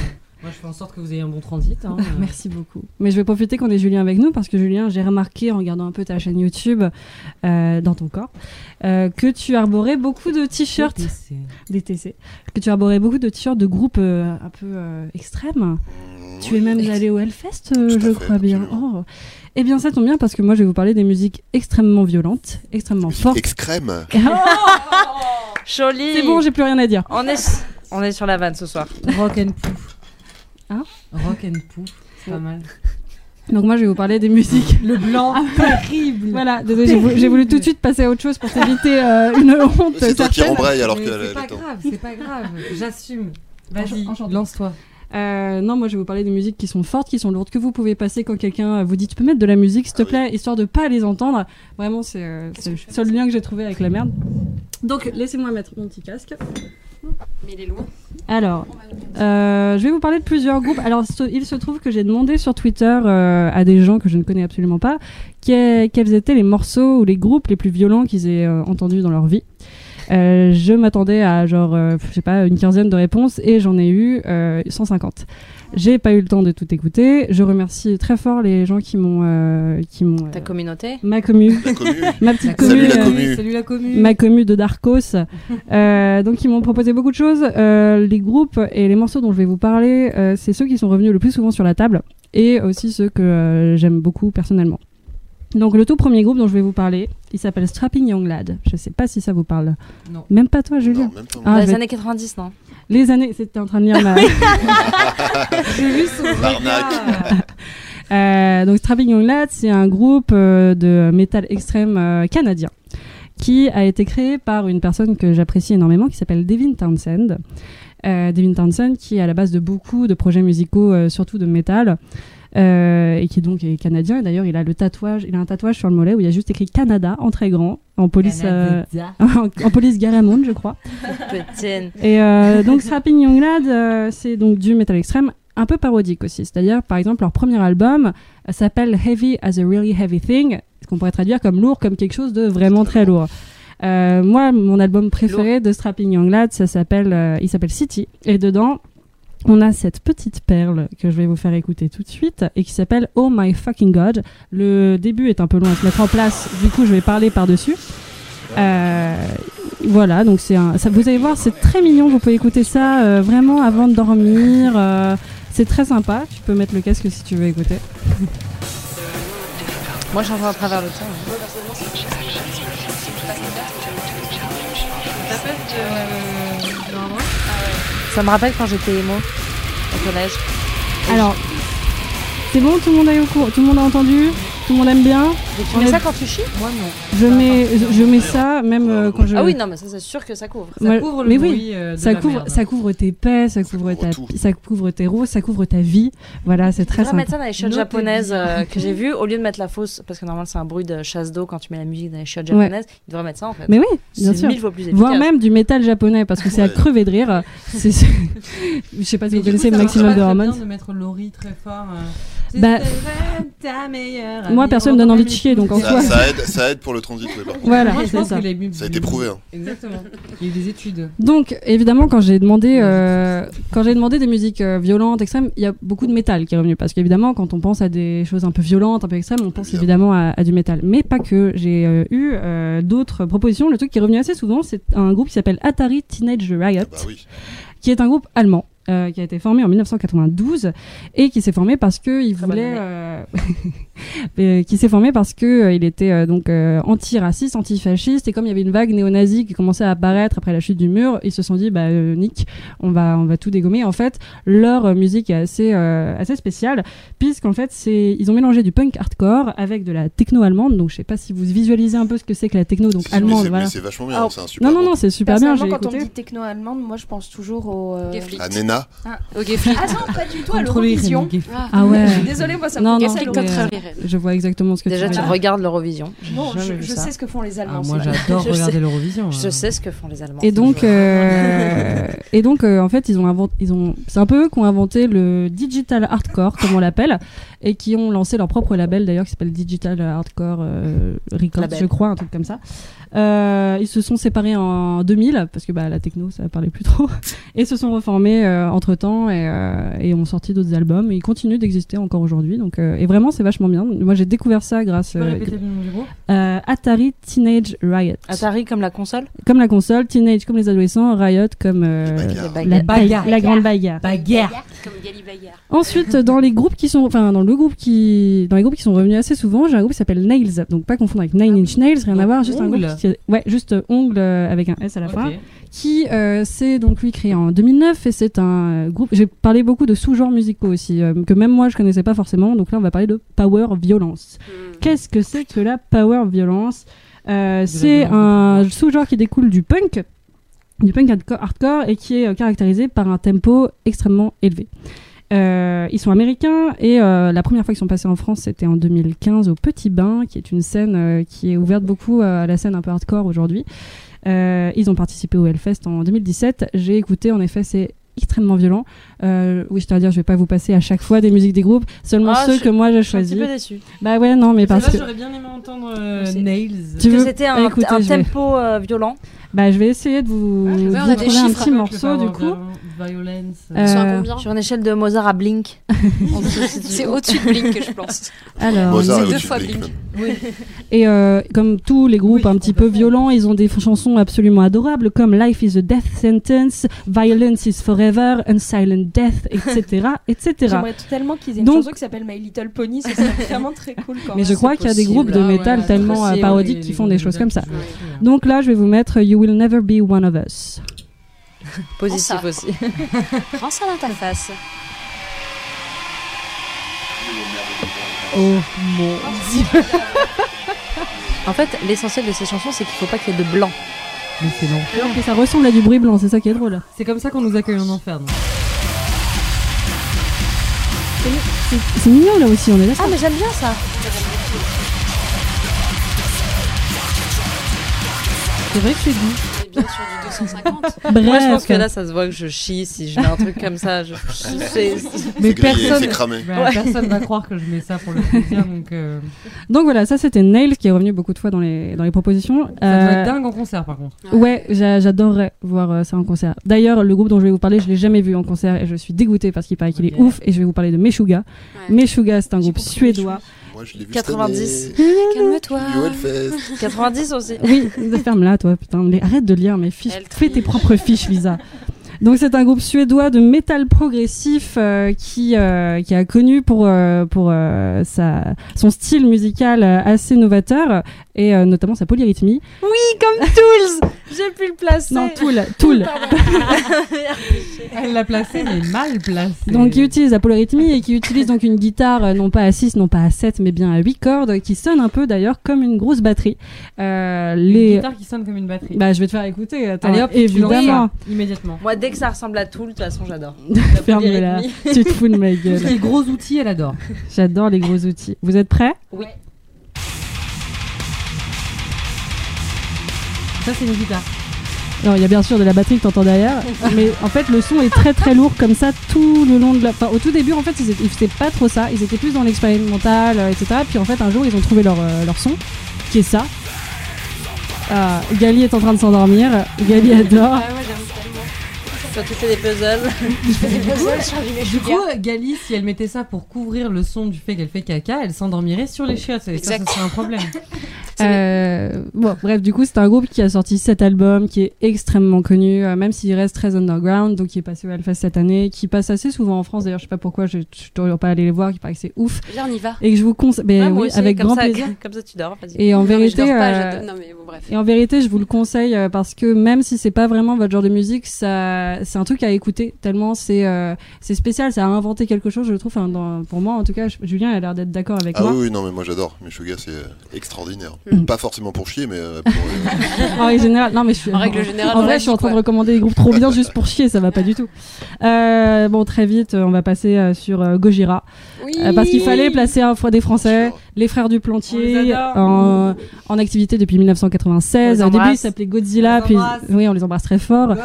Speaker 5: Moi, je fais en sorte que vous ayez un bon transit. hein. Euh,
Speaker 2: Merci beaucoup. Mais je vais profiter qu'on ait Julien avec nous parce que Julien, j'ai remarqué en regardant un peu ta chaîne YouTube euh, dans ton corps euh, que tu arborais beaucoup de
Speaker 5: Euh,
Speaker 2: t-shirts
Speaker 5: TTC.
Speaker 2: DTC, que tu arborais beaucoup de t-shirts de groupes euh, un peu euh, extrêmes. Euh, Tu es même allé au Hellfest, euh,
Speaker 3: Tout à
Speaker 2: je
Speaker 3: fait,
Speaker 2: crois bien.
Speaker 3: absolument.
Speaker 2: Oh. Eh bien, ça tombe bien parce que moi, je vais vous parler des musiques extrêmement violentes, extrêmement fortes. Ah,
Speaker 3: Excrème.
Speaker 4: Jolie.
Speaker 2: C'est bon, j'ai plus rien à dire.
Speaker 4: On est, on est sur la vanne ce soir.
Speaker 5: Rock and Pouf.
Speaker 2: Hein
Speaker 5: Rock and Pouf. C'est pas mal.
Speaker 2: Donc moi, je vais vous parler des musiques.
Speaker 5: Le blanc, terrible.
Speaker 2: Voilà, désolé, j'ai voulu, j'ai voulu tout de suite passer à autre chose pour t'éviter euh, une honte.
Speaker 3: C'est toi qui
Speaker 2: certaine.
Speaker 3: rembrailles alors
Speaker 5: Mais
Speaker 3: qu'elle
Speaker 5: C'est
Speaker 3: elle
Speaker 5: pas
Speaker 3: est en-
Speaker 5: grave, c'est pas grave. J'assume. Vas-y,
Speaker 2: Enchanté.
Speaker 5: lance-toi.
Speaker 2: Euh, non, moi je vais vous parler des musiques qui sont fortes, qui sont lourdes, que vous pouvez passer quand quelqu'un euh, vous dit tu peux mettre de la musique, s'il te
Speaker 3: Ah oui.
Speaker 2: plaît, histoire de pas les entendre. Vraiment, c'est euh,
Speaker 6: Qu'est-ce que
Speaker 2: c'est le
Speaker 6: je fais
Speaker 2: seul lien que j'ai trouvé avec la merde. Donc laissez-moi mettre mon petit casque.
Speaker 6: Mais il est loin.
Speaker 2: Alors, euh, je vais vous parler de plusieurs groupes. Alors, se- il se trouve que j'ai demandé sur Twitter euh, à des gens que je ne connais absolument pas que- quels étaient les morceaux ou les groupes les plus violents qu'ils aient euh, entendus dans leur vie. Euh, je m'attendais à genre, euh, je sais pas, une quinzaine de réponses et j'en ai eu euh, 150. J'ai pas eu le temps de tout écouter. Je remercie très fort les gens qui m'ont, euh, qui m'ont, euh,
Speaker 4: Ta communauté
Speaker 2: ma commu,
Speaker 3: La commu.
Speaker 2: ma petite
Speaker 3: Salut,
Speaker 2: commu,
Speaker 3: la
Speaker 2: euh,
Speaker 3: commu. commune.
Speaker 5: Salut la commune.
Speaker 2: ma commu de Darkos. Euh, donc ils m'ont proposé beaucoup de choses. Euh, les groupes et les morceaux dont je vais vous parler, euh, c'est ceux qui sont revenus le plus souvent sur la table et aussi ceux que euh, j'aime beaucoup personnellement. Donc le tout premier groupe dont je vais vous parler, il s'appelle Strapping Young Lad. Je sais pas si ça vous parle.
Speaker 5: Non.
Speaker 2: Même pas toi, Julien.
Speaker 3: Non, même pas.
Speaker 4: Dans
Speaker 2: Ah, je
Speaker 4: les
Speaker 2: vais-
Speaker 4: années 90, non
Speaker 2: Les années, c'était en train de lire ma.
Speaker 5: J'ai vu son
Speaker 3: L'arnaque.
Speaker 2: Euh, donc Strapping Young Lad, c'est un groupe euh, de métal extrême euh, canadien qui a été créé par une personne que j'apprécie énormément qui s'appelle Devin Townsend. Euh, Devin Townsend qui est à la base de beaucoup de projets musicaux, euh, surtout de métal. euh, et qui donc est canadien. Et d'ailleurs, il a le tatouage, il a un tatouage sur le mollet où il y a juste écrit Canada en très grand, en police, euh, en, en police Galamond, je crois.
Speaker 4: Petite.
Speaker 2: Et euh, donc Strapping Young Lad, euh, c'est donc du métal extrême un peu parodique aussi. C'est-à-dire, par exemple, leur premier album euh, s'appelle Heavy as a Really Heavy Thing, ce qu'on pourrait traduire comme lourd, comme quelque chose de vraiment très lourd. Euh, moi, mon album préféré de Strapping Young Lad, ça s'appelle, euh, il s'appelle City. Et dedans, on a cette petite perle que je vais vous faire écouter tout de suite et qui s'appelle Oh My Fucking God. Le début est un peu long à se mettre en place, du coup, je vais parler par-dessus. Euh, voilà, donc c'est un. ça- vous allez voir, c'est très mignon. Vous pouvez écouter ça euh, vraiment avant de dormir. euh, c'est très sympa. Tu peux mettre le casque si tu veux écouter.
Speaker 4: Moi, j'entends à travers le temps. hein. euh, Ça me rappelle quand j'étais émo au collège.
Speaker 2: Alors, c'est bon, tout le monde est au courant, tout le monde a entendu, tout le monde aime bien.
Speaker 4: Tu mets ça quand tu chies Moi, non.
Speaker 2: Je mets, je, je mets ça même euh, quand je.
Speaker 4: Ah oui, non, mais ça, c'est sûr que ça couvre.
Speaker 2: Moi-
Speaker 5: couvre
Speaker 2: mais
Speaker 5: le
Speaker 2: oui,
Speaker 5: bruit, euh, de
Speaker 2: Ça
Speaker 5: la
Speaker 2: couvre,
Speaker 5: merde.
Speaker 2: ça couvre tes paix, ça couvre
Speaker 3: couvre
Speaker 2: ta,
Speaker 3: tout.
Speaker 2: ça couvre tes roses, ça couvre ta vie. Voilà, c'est très
Speaker 4: Je vais
Speaker 2: sympa.
Speaker 4: mettre ça dans les shots
Speaker 5: Notez
Speaker 4: japonaises
Speaker 5: bien.
Speaker 4: euh, que j'ai vues. Au lieu de mettre la fausse, parce que normalement c'est un bruit de chasse d'eau quand tu mets la musique dans les shots
Speaker 2: Ouais.
Speaker 4: japonaises, ils devraient mettre ça en fait.
Speaker 2: Mais oui, bien
Speaker 4: c'est
Speaker 2: sûr.
Speaker 4: mille fois plus efficace.
Speaker 2: voire même du métal japonais parce que c'est à
Speaker 3: Ouais.
Speaker 2: crever de rire. C'est- c'est- Je sais pas si vous connaissez le maximum de hormones.
Speaker 5: de mettre Laurie très fort.
Speaker 2: C'est Bah,
Speaker 5: ta meilleure.
Speaker 2: moi, amie. personne me donne envie de chier, donc en
Speaker 3: Ça,
Speaker 2: soi.
Speaker 3: ça aide, ça aide pour le transit, ouais, par contre.
Speaker 2: Voilà,
Speaker 5: Moi, je
Speaker 2: c'est
Speaker 5: pense
Speaker 2: ça.
Speaker 5: que les-
Speaker 3: Ça a été prouvé. hein.
Speaker 5: Exactement. Il y a eu des études.
Speaker 2: Donc, évidemment, quand j'ai demandé, euh, quand j'ai demandé des musiques euh, violentes, extrêmes, il y a beaucoup de métal qui est revenu. Parce qu'évidemment, quand on pense à des choses un peu violentes, un peu extrêmes, on pense évidemment à, à du métal. Mais pas que. J'ai euh, eu euh, d'autres propositions. Le truc qui est revenu assez souvent, c'est un groupe qui s'appelle Atari Teenage Riot.
Speaker 3: Ah Bah oui.
Speaker 2: qui est un groupe allemand. euh, qui a été formé en 1992 et qui s'est formé parce que il
Speaker 4: Très bonne
Speaker 2: voulait
Speaker 4: année.
Speaker 2: euh, euh, qui s'est formé parce que euh, il était euh, donc euh, antiraciste, antifasciste et comme il y avait une vague néo-nazie qui commençait à apparaître après la chute du mur, ils se sont dit bah euh, nick, on va on va tout dégommer. En fait, leur euh, musique est assez euh, assez spéciale puisqu'en fait c'est ils ont mélangé du punk hardcore avec de la techno allemande. Donc je sais pas si vous visualisez un peu ce que c'est que la techno donc
Speaker 3: Si, si, mais
Speaker 2: allemande.
Speaker 3: c'est-
Speaker 2: Voilà.
Speaker 3: Mais c'est vachement bien,
Speaker 7: Alors,
Speaker 3: c'est un super.
Speaker 2: Non non
Speaker 3: groupe.
Speaker 2: non, c'est super bien. J'ai
Speaker 7: Personnellement, quand on me
Speaker 2: écouté.
Speaker 7: dit techno allemande, moi je pense toujours au. euh,
Speaker 6: Geflicht.
Speaker 3: À Ah, Nena,
Speaker 6: Au Geflicht.
Speaker 7: Ah non, pas du tout, à
Speaker 5: Contrôler
Speaker 7: l'Eurovision.
Speaker 5: les-
Speaker 2: Ah ouais.
Speaker 7: Désolée, moi ça
Speaker 2: Non,
Speaker 7: me
Speaker 2: non,
Speaker 7: casse
Speaker 2: mais-
Speaker 7: le
Speaker 6: Contre
Speaker 2: euh,
Speaker 6: les rênes.
Speaker 2: Je vois exactement ce que
Speaker 4: Déjà,
Speaker 2: tu
Speaker 4: tu
Speaker 2: veux dire.
Speaker 4: regardes l'Eurovision. J'ai
Speaker 7: Non,
Speaker 4: jamais
Speaker 7: je,
Speaker 4: vu
Speaker 7: je
Speaker 4: ça.
Speaker 7: sais ce que font les
Speaker 5: Ah,
Speaker 7: Allemands.
Speaker 5: moi,
Speaker 7: c'est vrai.
Speaker 5: j'adore
Speaker 4: Je
Speaker 5: regarder
Speaker 4: sais.
Speaker 5: l'Eurovision.
Speaker 4: Je
Speaker 5: euh.
Speaker 4: sais ce que font les Allemands.
Speaker 2: Et donc,
Speaker 4: toujours.
Speaker 2: euh, et donc euh, en fait, ils ont inventé, ils ont, c'est un peu eux qui ont inventé le digital hardcore, comme on l'appelle, et qui ont lancé leur propre label d'ailleurs qui s'appelle Digital Hardcore euh, Records,
Speaker 4: Label.
Speaker 2: je crois, un truc comme ça. Euh, ils se sont séparés en 2000 parce que bah, la techno, ça parlait plus trop, et se sont reformés entre temps et, euh, et ont sorti d'autres albums. Et ils continuent d'exister encore aujourd'hui. Donc, euh, et vraiment, c'est vachement bien. Moi, j'ai découvert ça grâce
Speaker 5: Tu peux
Speaker 2: euh,
Speaker 5: répéter le nom du groupe
Speaker 2: euh, Atari Teenage Riot.
Speaker 4: Atari comme la console
Speaker 2: Comme la console, Teenage comme les adolescents, Riot comme euh,
Speaker 4: Les
Speaker 3: Les bagarres. Bagarre.
Speaker 2: la
Speaker 4: baguettes.
Speaker 2: bagarre, la grande bagarre.
Speaker 5: Bagarre.
Speaker 6: Comme Galibayar.
Speaker 2: Ensuite, dans les groupes qui sont, enfin dans le groupe qui, dans les groupes qui sont revenus assez souvent, j'ai un groupe qui s'appelle Nails, donc pas confondre avec Nine Inch Nails, rien à
Speaker 5: Donc,
Speaker 2: voir, juste un
Speaker 5: ongles.
Speaker 2: groupe, qui- ouais, juste euh, ongle euh, avec un S à la fin,
Speaker 5: Ok.
Speaker 2: qui euh, s'est donc lui créé en 2009 et c'est un euh, groupe. J'ai parlé beaucoup de sous-genres musicaux aussi euh, que même moi je connaissais pas forcément, donc là on va parler de power violence.
Speaker 6: Hmm.
Speaker 2: Qu'est-ce que c'est que la power violence Euh, C'est
Speaker 5: violence,
Speaker 2: un sous-genre qui découle du punk du punk hardco- hardcore et qui est euh, caractérisé par un tempo extrêmement élevé. Euh, ils sont américains et euh, la première fois qu'ils sont passés en France, c'était en 2015 au Petit Bain, qui est une scène euh, qui est ouverte beaucoup euh, à la scène un peu hardcore aujourd'hui. Euh, ils ont participé au Hellfest en 2017. J'ai écouté, en effet, c'est extrêmement violent. Euh, oui, je dois dire, je vais pas vous passer à chaque fois des musiques des groupes, seulement
Speaker 4: Ah,
Speaker 2: ceux
Speaker 4: je-
Speaker 2: que moi j'ai
Speaker 4: Je suis un petit
Speaker 2: choisis.
Speaker 4: peu déçue.
Speaker 2: Bah ouais, non, mais parce que
Speaker 5: j'aurais bien aimé entendre
Speaker 4: C'est-
Speaker 5: Nails.
Speaker 2: Tu
Speaker 4: que
Speaker 2: veux-
Speaker 4: c'était un,
Speaker 2: Écoutez,
Speaker 4: un
Speaker 2: je vais-
Speaker 4: tempo euh, violent.
Speaker 2: bah je vais essayer de vous,
Speaker 5: Ah, je
Speaker 2: vous
Speaker 6: veux, on a des
Speaker 2: trouver un
Speaker 6: chiffres
Speaker 2: petit morceau du coup.
Speaker 5: Violence.
Speaker 6: Ils sont à
Speaker 2: Euh,
Speaker 6: combien
Speaker 4: Sur une échelle de Mozart à Blink.
Speaker 6: C'est au-dessus de Blink, je pense.
Speaker 2: Alors,
Speaker 3: Mozart
Speaker 6: c'est
Speaker 3: et
Speaker 6: deux
Speaker 3: au-dessus de
Speaker 6: fois
Speaker 3: Blink,
Speaker 6: Blink.
Speaker 3: même.
Speaker 2: Et euh, comme tous les groupes
Speaker 5: Oui,
Speaker 2: un petit peu
Speaker 5: complètement.
Speaker 2: violents, ils ont des f- chansons absolument adorables comme Life is a Death Sentence, Violence is Forever, and Silent Death, etc. etc.
Speaker 8: J'aimerais tellement qu'ils aient une
Speaker 2: Donc-
Speaker 8: chanson qui s'appelle My Little Pony, ça serait vraiment très cool quand
Speaker 2: Mais je
Speaker 8: même.
Speaker 2: crois qu'il y a des groupes de
Speaker 5: hein, Ah
Speaker 2: métal tellement euh, parodiques qui font des choses comme ça. Donc là, je vais vous mettre You Will Never Be One of Us.
Speaker 6: Positif
Speaker 4: Positif aussi.
Speaker 6: Prends ça dans ta face.
Speaker 5: Oh mon dieu.
Speaker 4: En fait, l'essentiel de ces chansons, c'est qu'il faut pas qu'il y ait de blanc.
Speaker 5: Mais c'est l'enfer.
Speaker 2: Alors que ça ressemble à du bruit blanc, c'est ça qui est drôle.
Speaker 5: C'est comme ça qu'on nous accueille en enfer. non
Speaker 2: C'est- C'est mignon là aussi, on est là.
Speaker 4: Ah, mais j'aime bien ça.
Speaker 5: C'est vrai que c'est doux.
Speaker 6: On est bien sur du 250.
Speaker 2: Bref,
Speaker 4: Moi, je pense que là, ça se voit que je chie. Si je mets un truc comme ça, je chie. C'est-
Speaker 5: Mais
Speaker 3: C'est grillé,
Speaker 5: personne.
Speaker 3: C'est cramé.
Speaker 5: Bah, Personne va croire que je mets ça pour le plaisir, donc euh,
Speaker 2: donc voilà, ça c'était Nail qui est revenu beaucoup de fois dans les, dans les propositions.
Speaker 5: ça doit
Speaker 2: Euh,
Speaker 5: être dingue en concert par contre.
Speaker 2: Ouais, j'a- j'adorerais voir euh, ça en concert. D'ailleurs, le groupe dont je vais vous parler, je l'ai jamais vu en concert et je suis dégoûtée parce qu'il paraît qu'il
Speaker 5: Ok.
Speaker 2: est ouf. Et je vais vous parler de Meshuga.
Speaker 6: Ouais.
Speaker 2: Meshuga, c'est un
Speaker 6: J'ai
Speaker 2: groupe
Speaker 6: compris,
Speaker 2: suédois.
Speaker 3: Moi, je l'ai vu
Speaker 4: 90.
Speaker 3: cette année.
Speaker 6: Calme-toi.
Speaker 3: Du Hellfest.
Speaker 4: 90 aussi.
Speaker 2: Oui, ferme là, toi, putain. Mais arrête de lire mes fiches.
Speaker 6: Elle
Speaker 2: Fais
Speaker 6: trie.
Speaker 2: tes propres fiches, Lisa. Donc c'est un groupe suédois de métal progressif euh, qui euh, qui a connu pour euh, pour euh, sa son style musical euh, assez novateur et euh, notamment sa polyrythmie.
Speaker 4: Oui, comme Tools J'ai pu le placer.
Speaker 2: Non, Tool, Tool.
Speaker 5: Elle l'a placé, mais mal placé.
Speaker 2: Donc qui utilise la polyrythmie et qui utilise donc une guitare euh, non pas à 6, non pas à 7, mais bien à 8 cordes, qui sonne un peu d'ailleurs comme une grosse batterie. Euh,
Speaker 5: une
Speaker 2: les...
Speaker 5: guitare qui sonne comme une batterie.
Speaker 2: Bah je vais te faire écouter, attends,
Speaker 5: Allez hop, tu
Speaker 2: évidemment,
Speaker 5: lances ça, immédiatement.
Speaker 4: Moi, dès que ça ressemble à Tool, de toute façon, j'adore.
Speaker 2: ferme-la, tu te fous de ma
Speaker 5: Tous
Speaker 2: gueule.
Speaker 5: les gros outils, elle adore.
Speaker 2: J'adore les gros outils. Vous êtes prêts
Speaker 5: Ça, c'est une guitare.
Speaker 2: Alors il y a bien sûr de la batterie que t'entends derrière, mais en fait le son est très très lourd comme ça tout le long de la... Enfin au tout début en fait ils étaient- ils faisaient pas trop ça, ils étaient plus dans l'expérimental, euh, etc. Puis en fait un jour ils ont trouvé leur, euh, leur son, qui est ça. Ah, Gali est en train de s'endormir, Gali adore.
Speaker 6: Ah
Speaker 4: Quand tu fais des puzzles.
Speaker 5: Du coup, Gali, si elle mettait ça pour couvrir le son du fait qu'elle fait caca, elle s'endormirait sur les chiottes. Et ça, ça
Speaker 6: Exact.
Speaker 5: serait un problème.
Speaker 2: Euh, bon, bref, du coup, c'est un groupe qui a sorti cet album, qui est extrêmement connu, euh, même s'il reste très underground, donc qui est passé au Alpha cette année, qui passe assez souvent en France. D'ailleurs, je sais pas pourquoi, je je suis toujours pas allé les voir, qui paraît que c'est ouf,
Speaker 6: Viens, on y va.
Speaker 2: et que je vous conseille, ben
Speaker 4: Ah, moi
Speaker 2: oui,
Speaker 4: aussi,
Speaker 2: avec
Speaker 4: comme
Speaker 2: grand
Speaker 4: ça,
Speaker 2: plaisir.
Speaker 4: Comme ça, tu dors. Vas-y.
Speaker 2: Et en
Speaker 6: Non, mais je
Speaker 2: vérité,
Speaker 6: dors pas,
Speaker 2: euh,
Speaker 6: j'adore- Non, mais bon, bref.
Speaker 2: et en vérité, je vous le conseille euh, parce que même si c'est pas vraiment votre genre de musique, ça, c'est un truc à écouter tellement c'est euh, c'est spécial, ça a inventé quelque chose, je trouve. Enfin, dans- pour moi, en tout cas, je- Julien a l'air d'être d'accord avec
Speaker 3: Ah
Speaker 2: moi.
Speaker 3: oui, oui, non, mais moi j'adore. Meshuga, c'est euh, extraordinaire.
Speaker 2: Hmm.
Speaker 6: Mm.
Speaker 3: Pas forcément pour chier, mais euh, pour. euh,
Speaker 2: En règle générale, non mais je suis
Speaker 6: En règle générale,
Speaker 2: En
Speaker 6: on
Speaker 2: vrai,
Speaker 6: l'a
Speaker 2: je suis en
Speaker 6: dit,
Speaker 2: train de
Speaker 6: quoi.
Speaker 2: recommander des groupes trop bien juste pour chier, ça va pas du tout. Euh, bon, très vite, euh, on va passer euh, sur euh, Gojira
Speaker 6: Oui.
Speaker 2: Euh, parce qu'il fallait placer un fois des Français,
Speaker 3: sur-
Speaker 2: les frères
Speaker 5: On
Speaker 2: du
Speaker 5: les
Speaker 2: Plantier
Speaker 5: adore.
Speaker 2: en, en activité depuis 1996.
Speaker 4: On les
Speaker 2: Au début,
Speaker 4: embrasse.
Speaker 2: ils s'appelaient Godzilla,
Speaker 5: On les
Speaker 2: puis
Speaker 5: embrasse.
Speaker 2: oui, on les embrasse très fort.
Speaker 5: Doge,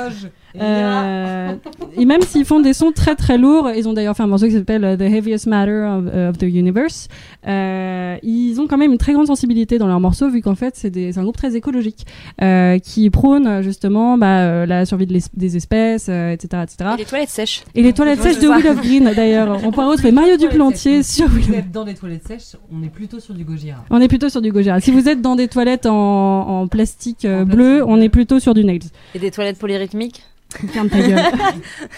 Speaker 5: et là,
Speaker 2: Euh, et même s'ils font des sons très très lourds, ils ont d'ailleurs fait un morceau qui s'appelle euh, The Heaviest Matter of, of the Universe. Euh, ils ont quand même une très grande sensibilité dans leurs morceaux, vu qu'en fait c'est des- c'est un groupe très écologique euh, qui prône euh, justement bah, euh, la survie de l'es- des espèces, euh, etc., etc.
Speaker 6: Et les toilettes sèches.
Speaker 2: Et les toilettes
Speaker 5: Ouais,
Speaker 2: sèches
Speaker 5: c'est
Speaker 2: de
Speaker 5: ça.
Speaker 2: Will of Green, d'ailleurs. On pourra retrouver Mario Duplantier sur
Speaker 5: vous
Speaker 2: Will.
Speaker 5: êtes dans des toilettes sèches, on est plutôt sur du Gojira.
Speaker 2: On est plutôt sur du Gojira. Si vous êtes dans des toilettes en, en plastique euh,
Speaker 5: En plastique.
Speaker 2: bleu, on est plutôt sur du Nails.
Speaker 4: Et des toilettes polyrythmiques.
Speaker 2: Ferme ta gueule.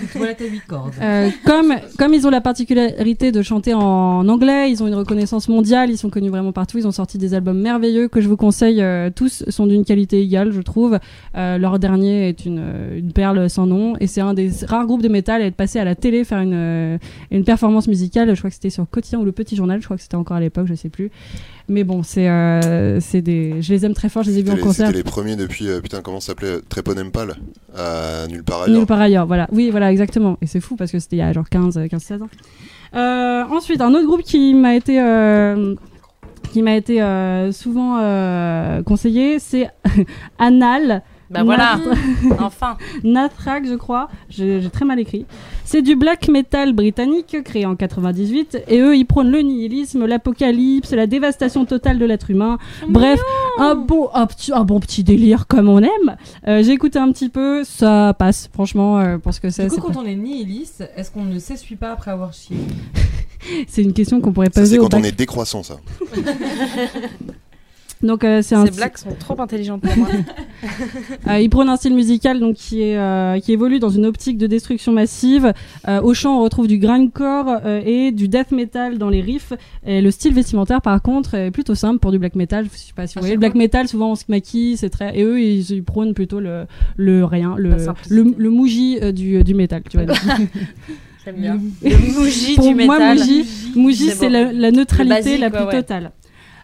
Speaker 5: Une toilette à 8 cordes.
Speaker 2: Euh, comme, comme ils ont la particularité de chanter en anglais, ils ont une reconnaissance mondiale, ils sont connus vraiment partout, ils ont sorti des albums merveilleux que je vous conseille euh, tous, sont d'une qualité égale, je trouve. Euh, leur dernier est une, euh, une perle sans nom, et c'est un des rares groupes de métal à être passé à la télé faire une, euh, une performance musicale, je crois que c'était sur Quotidien ou Le Petit Journal, je crois que c'était encore à l'époque, je sais plus. Mais bon, c'est euh, c'est des. Je les aime très fort, je les ai vus
Speaker 3: C'était
Speaker 2: en
Speaker 3: les-
Speaker 2: concert.
Speaker 3: C'était les premiers depuis, euh, putain, comment ça s'appelait euh, Tréponempal, à Nulle part ailleurs.
Speaker 2: Nulle part ailleurs, voilà. Oui, voilà, exactement. Et c'est fou parce que c'était il y a genre 15, euh, 15 16 ans. Euh, ensuite, un autre groupe qui m'a été, euh, qui m'a été euh, souvent euh, conseillé, c'est Anal.
Speaker 4: Bah voilà, enfin.
Speaker 2: Nathrak, je crois. Je- J'ai très mal écrit. C'est du black metal britannique créé en 98 et eux, ils prônent le nihilisme, l'apocalypse, la dévastation totale de l'être humain. Bref, un bon, un, petit, un bon petit délire comme on aime. Euh, J'ai écouté un petit peu, ça passe, franchement, euh, parce que ça,
Speaker 5: Du coup,
Speaker 2: c'est
Speaker 5: quand on est nihiliste, est-ce qu'on ne s'essuie pas après avoir chié
Speaker 2: pas- c'est une question qu'on pourrait
Speaker 3: Ça, c'est
Speaker 2: poser au
Speaker 3: quand on
Speaker 2: bac.
Speaker 3: est décroissant, ça.
Speaker 2: Donc, euh, c'est un
Speaker 4: Ces blagues sont trop intelligentes pour moi.
Speaker 2: Euh, il prône un style musical donc qui est euh, qui évolue dans une optique de destruction massive. Euh, au chant, on retrouve du grindcore euh, et du death metal dans les riffs. Et le style vestimentaire, par contre, est plutôt simple pour du black metal. Je sais pas
Speaker 4: Ah,
Speaker 2: si vous voyez. Le black metal, souvent on se maquille, c'est très. Et eux, ils, ils prônent plutôt le le rien, le
Speaker 4: La simplicité.
Speaker 2: le, le mouji euh, du du métal. Tu vois. Donc,
Speaker 4: J'aime bien. Le Muji
Speaker 2: pour
Speaker 4: du
Speaker 2: moi,
Speaker 4: métal.
Speaker 2: mouji, mouji,
Speaker 4: C'est
Speaker 2: c'est
Speaker 4: beau.
Speaker 2: la, la neutralité
Speaker 4: Le basique,
Speaker 2: la plus
Speaker 4: ouais, ouais.
Speaker 2: totale.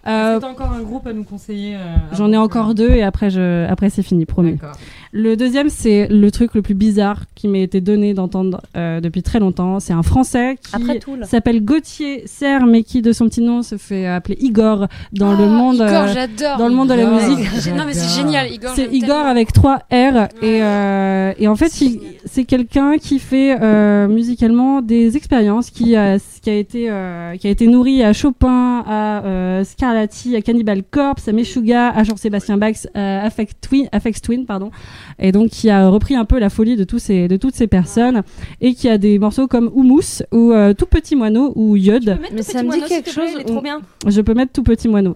Speaker 2: Euh,
Speaker 5: Est-ce que t'as encore un groupe à nous conseiller euh,
Speaker 2: J'en
Speaker 5: avant
Speaker 2: ai
Speaker 5: que-
Speaker 2: encore deux et après je après c'est fini, promis.
Speaker 5: D'accord.
Speaker 2: Le deuxième, c'est le truc le plus bizarre qui m'a été donné d'entendre euh, depuis très longtemps. C'est un Français
Speaker 4: Après
Speaker 2: qui
Speaker 4: tout, là.
Speaker 2: s'appelle Gauthier Serre, mais qui de son petit nom se fait appeler Igor dans le monde
Speaker 6: Ah, Igor,
Speaker 2: euh,
Speaker 6: j'adore.
Speaker 2: dans le monde de la
Speaker 5: Igor.
Speaker 2: musique.
Speaker 6: J'ai- Non, mais c'est génial, Igor.
Speaker 2: C'est
Speaker 6: j'aime
Speaker 2: Igor
Speaker 6: tellement.
Speaker 2: avec trois R et, euh, et en fait
Speaker 6: C'est
Speaker 2: il-
Speaker 6: génial.
Speaker 2: c'est quelqu'un qui fait euh, musicalement des expériences qui a qui a été euh, qui a été nourri à Chopin, à euh, Scarlatti, à Cannibal Corpse, à Meshuggah, à Jean-Sébastien Bach, à Affect Twin, Aphex Twin pardon et donc qui a repris un peu la folie de tous ces de toutes ces personnes et qui a des morceaux comme Hummus ou euh, Tout Petit Moineau ou Yod.
Speaker 4: Mais ça me dit quelque chose.
Speaker 7: Il est
Speaker 2: on-
Speaker 7: trop bien.
Speaker 2: Je peux mettre Tout Petit Moineau